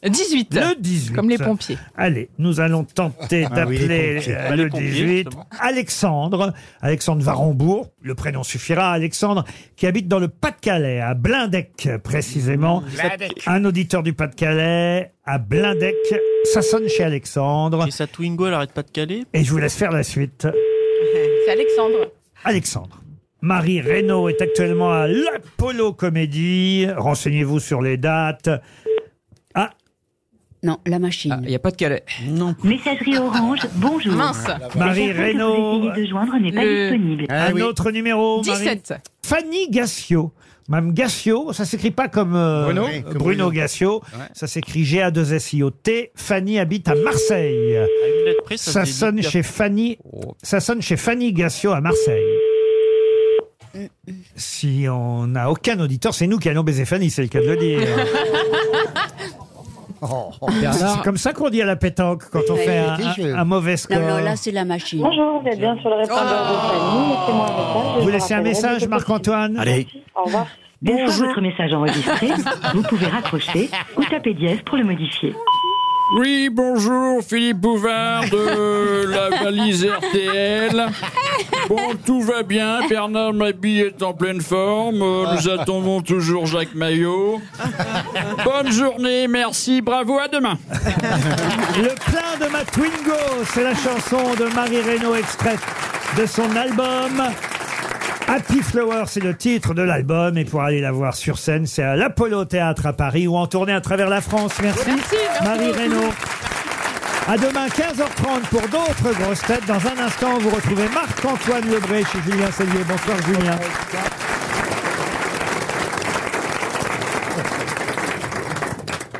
S22: 18.
S2: Le 18.
S22: Comme les pompiers.
S2: Allez, nous allons tenter
S22: Ah oui, les
S2: d'appeler
S22: pompiers.
S2: euh,
S22: Bah, les
S2: le
S22: pompiers,
S2: 18.
S22: justement.
S2: Alexandre, Alexandre Varembourg, le prénom suffira, Alexandre, qui habite dans le Pas-de-Calais, à Blindec précisément.
S10: Blindec.
S2: Un auditeur du Pas-de-Calais, à Blindec. Ça sonne chez Alexandre.
S10: Et sa Twingo, elle arrête pas de caler.
S2: Et je vous laisse faire la suite.
S22: C'est Alexandre.
S2: Alexandre. Marie Reynaud est actuellement à l'Apollo Comédie. Renseignez-vous sur les dates. Ah.
S3: Non, la machine.
S2: Il n'y Ah, a pas de Ah, Calais. Non.
S3: Messagerie Orange, bonjour.
S22: Mince.
S2: Marie Reynaud.
S22: Le-
S2: Un autre numéro. Marie.
S22: 17.
S2: Fanny Gassio. Mme Gassio, ça s'écrit pas comme euh,
S5: Bruno
S2: euh,
S5: Oui, comme
S2: Bruno,
S5: Bruno.
S2: Gassio. Ça s'écrit G-A-2-S-I-O-T. Fanny habite à Marseille.
S10: près, ça
S2: ça
S10: se dit
S2: sonne
S10: bien. Oh.
S2: chez Fanny. Ça sonne chez Fanny Gassio à Marseille. Si on n'a aucun auditeur, c'est nous qui allons baiser Fanny, c'est le cas de le
S5: [LAUGHS]
S2: dire.
S5: Oh,
S2: C'est comme ça qu'on dit à la pétanque quand on
S3: Oui.
S2: fait un, un- un mauvais score.
S3: Non, non, là, c'est la machine.
S20: Bonjour, vous êtes bien sur le répondeur de Fanny. Laissez-moi un message.
S2: Vous laissez un message, Marc-Antoine
S20: Allez. Au revoir.
S2: Bonjour.
S13: Votre message enregistré, vous pouvez raccrocher ou taper dièse pour le modifier.
S5: Oui, bonjour, Philippe Bouvard de la
S23: [LAUGHS]
S5: valise RTL. Bon, tout va bien, Bernard Mabille est en pleine forme, euh, nous attendons toujours Jacques Maillot. Bonne journée, merci, bravo, à demain.
S2: [LAUGHS] Le plein de ma Twingo, c'est la chanson de Marie Reynaud extraite de son album. Happy Flower, c'est le titre de l'album. Et pour aller la voir sur scène, c'est à l'Apollo Théâtre à Paris ou en tournée à travers la France. Merci, Marie Reynaud. À demain 15h30 pour d'autres grosses têtes. Dans un instant, vous retrouvez Marc-Antoine Lebré chez Julien Cellier. Bonsoir Julien.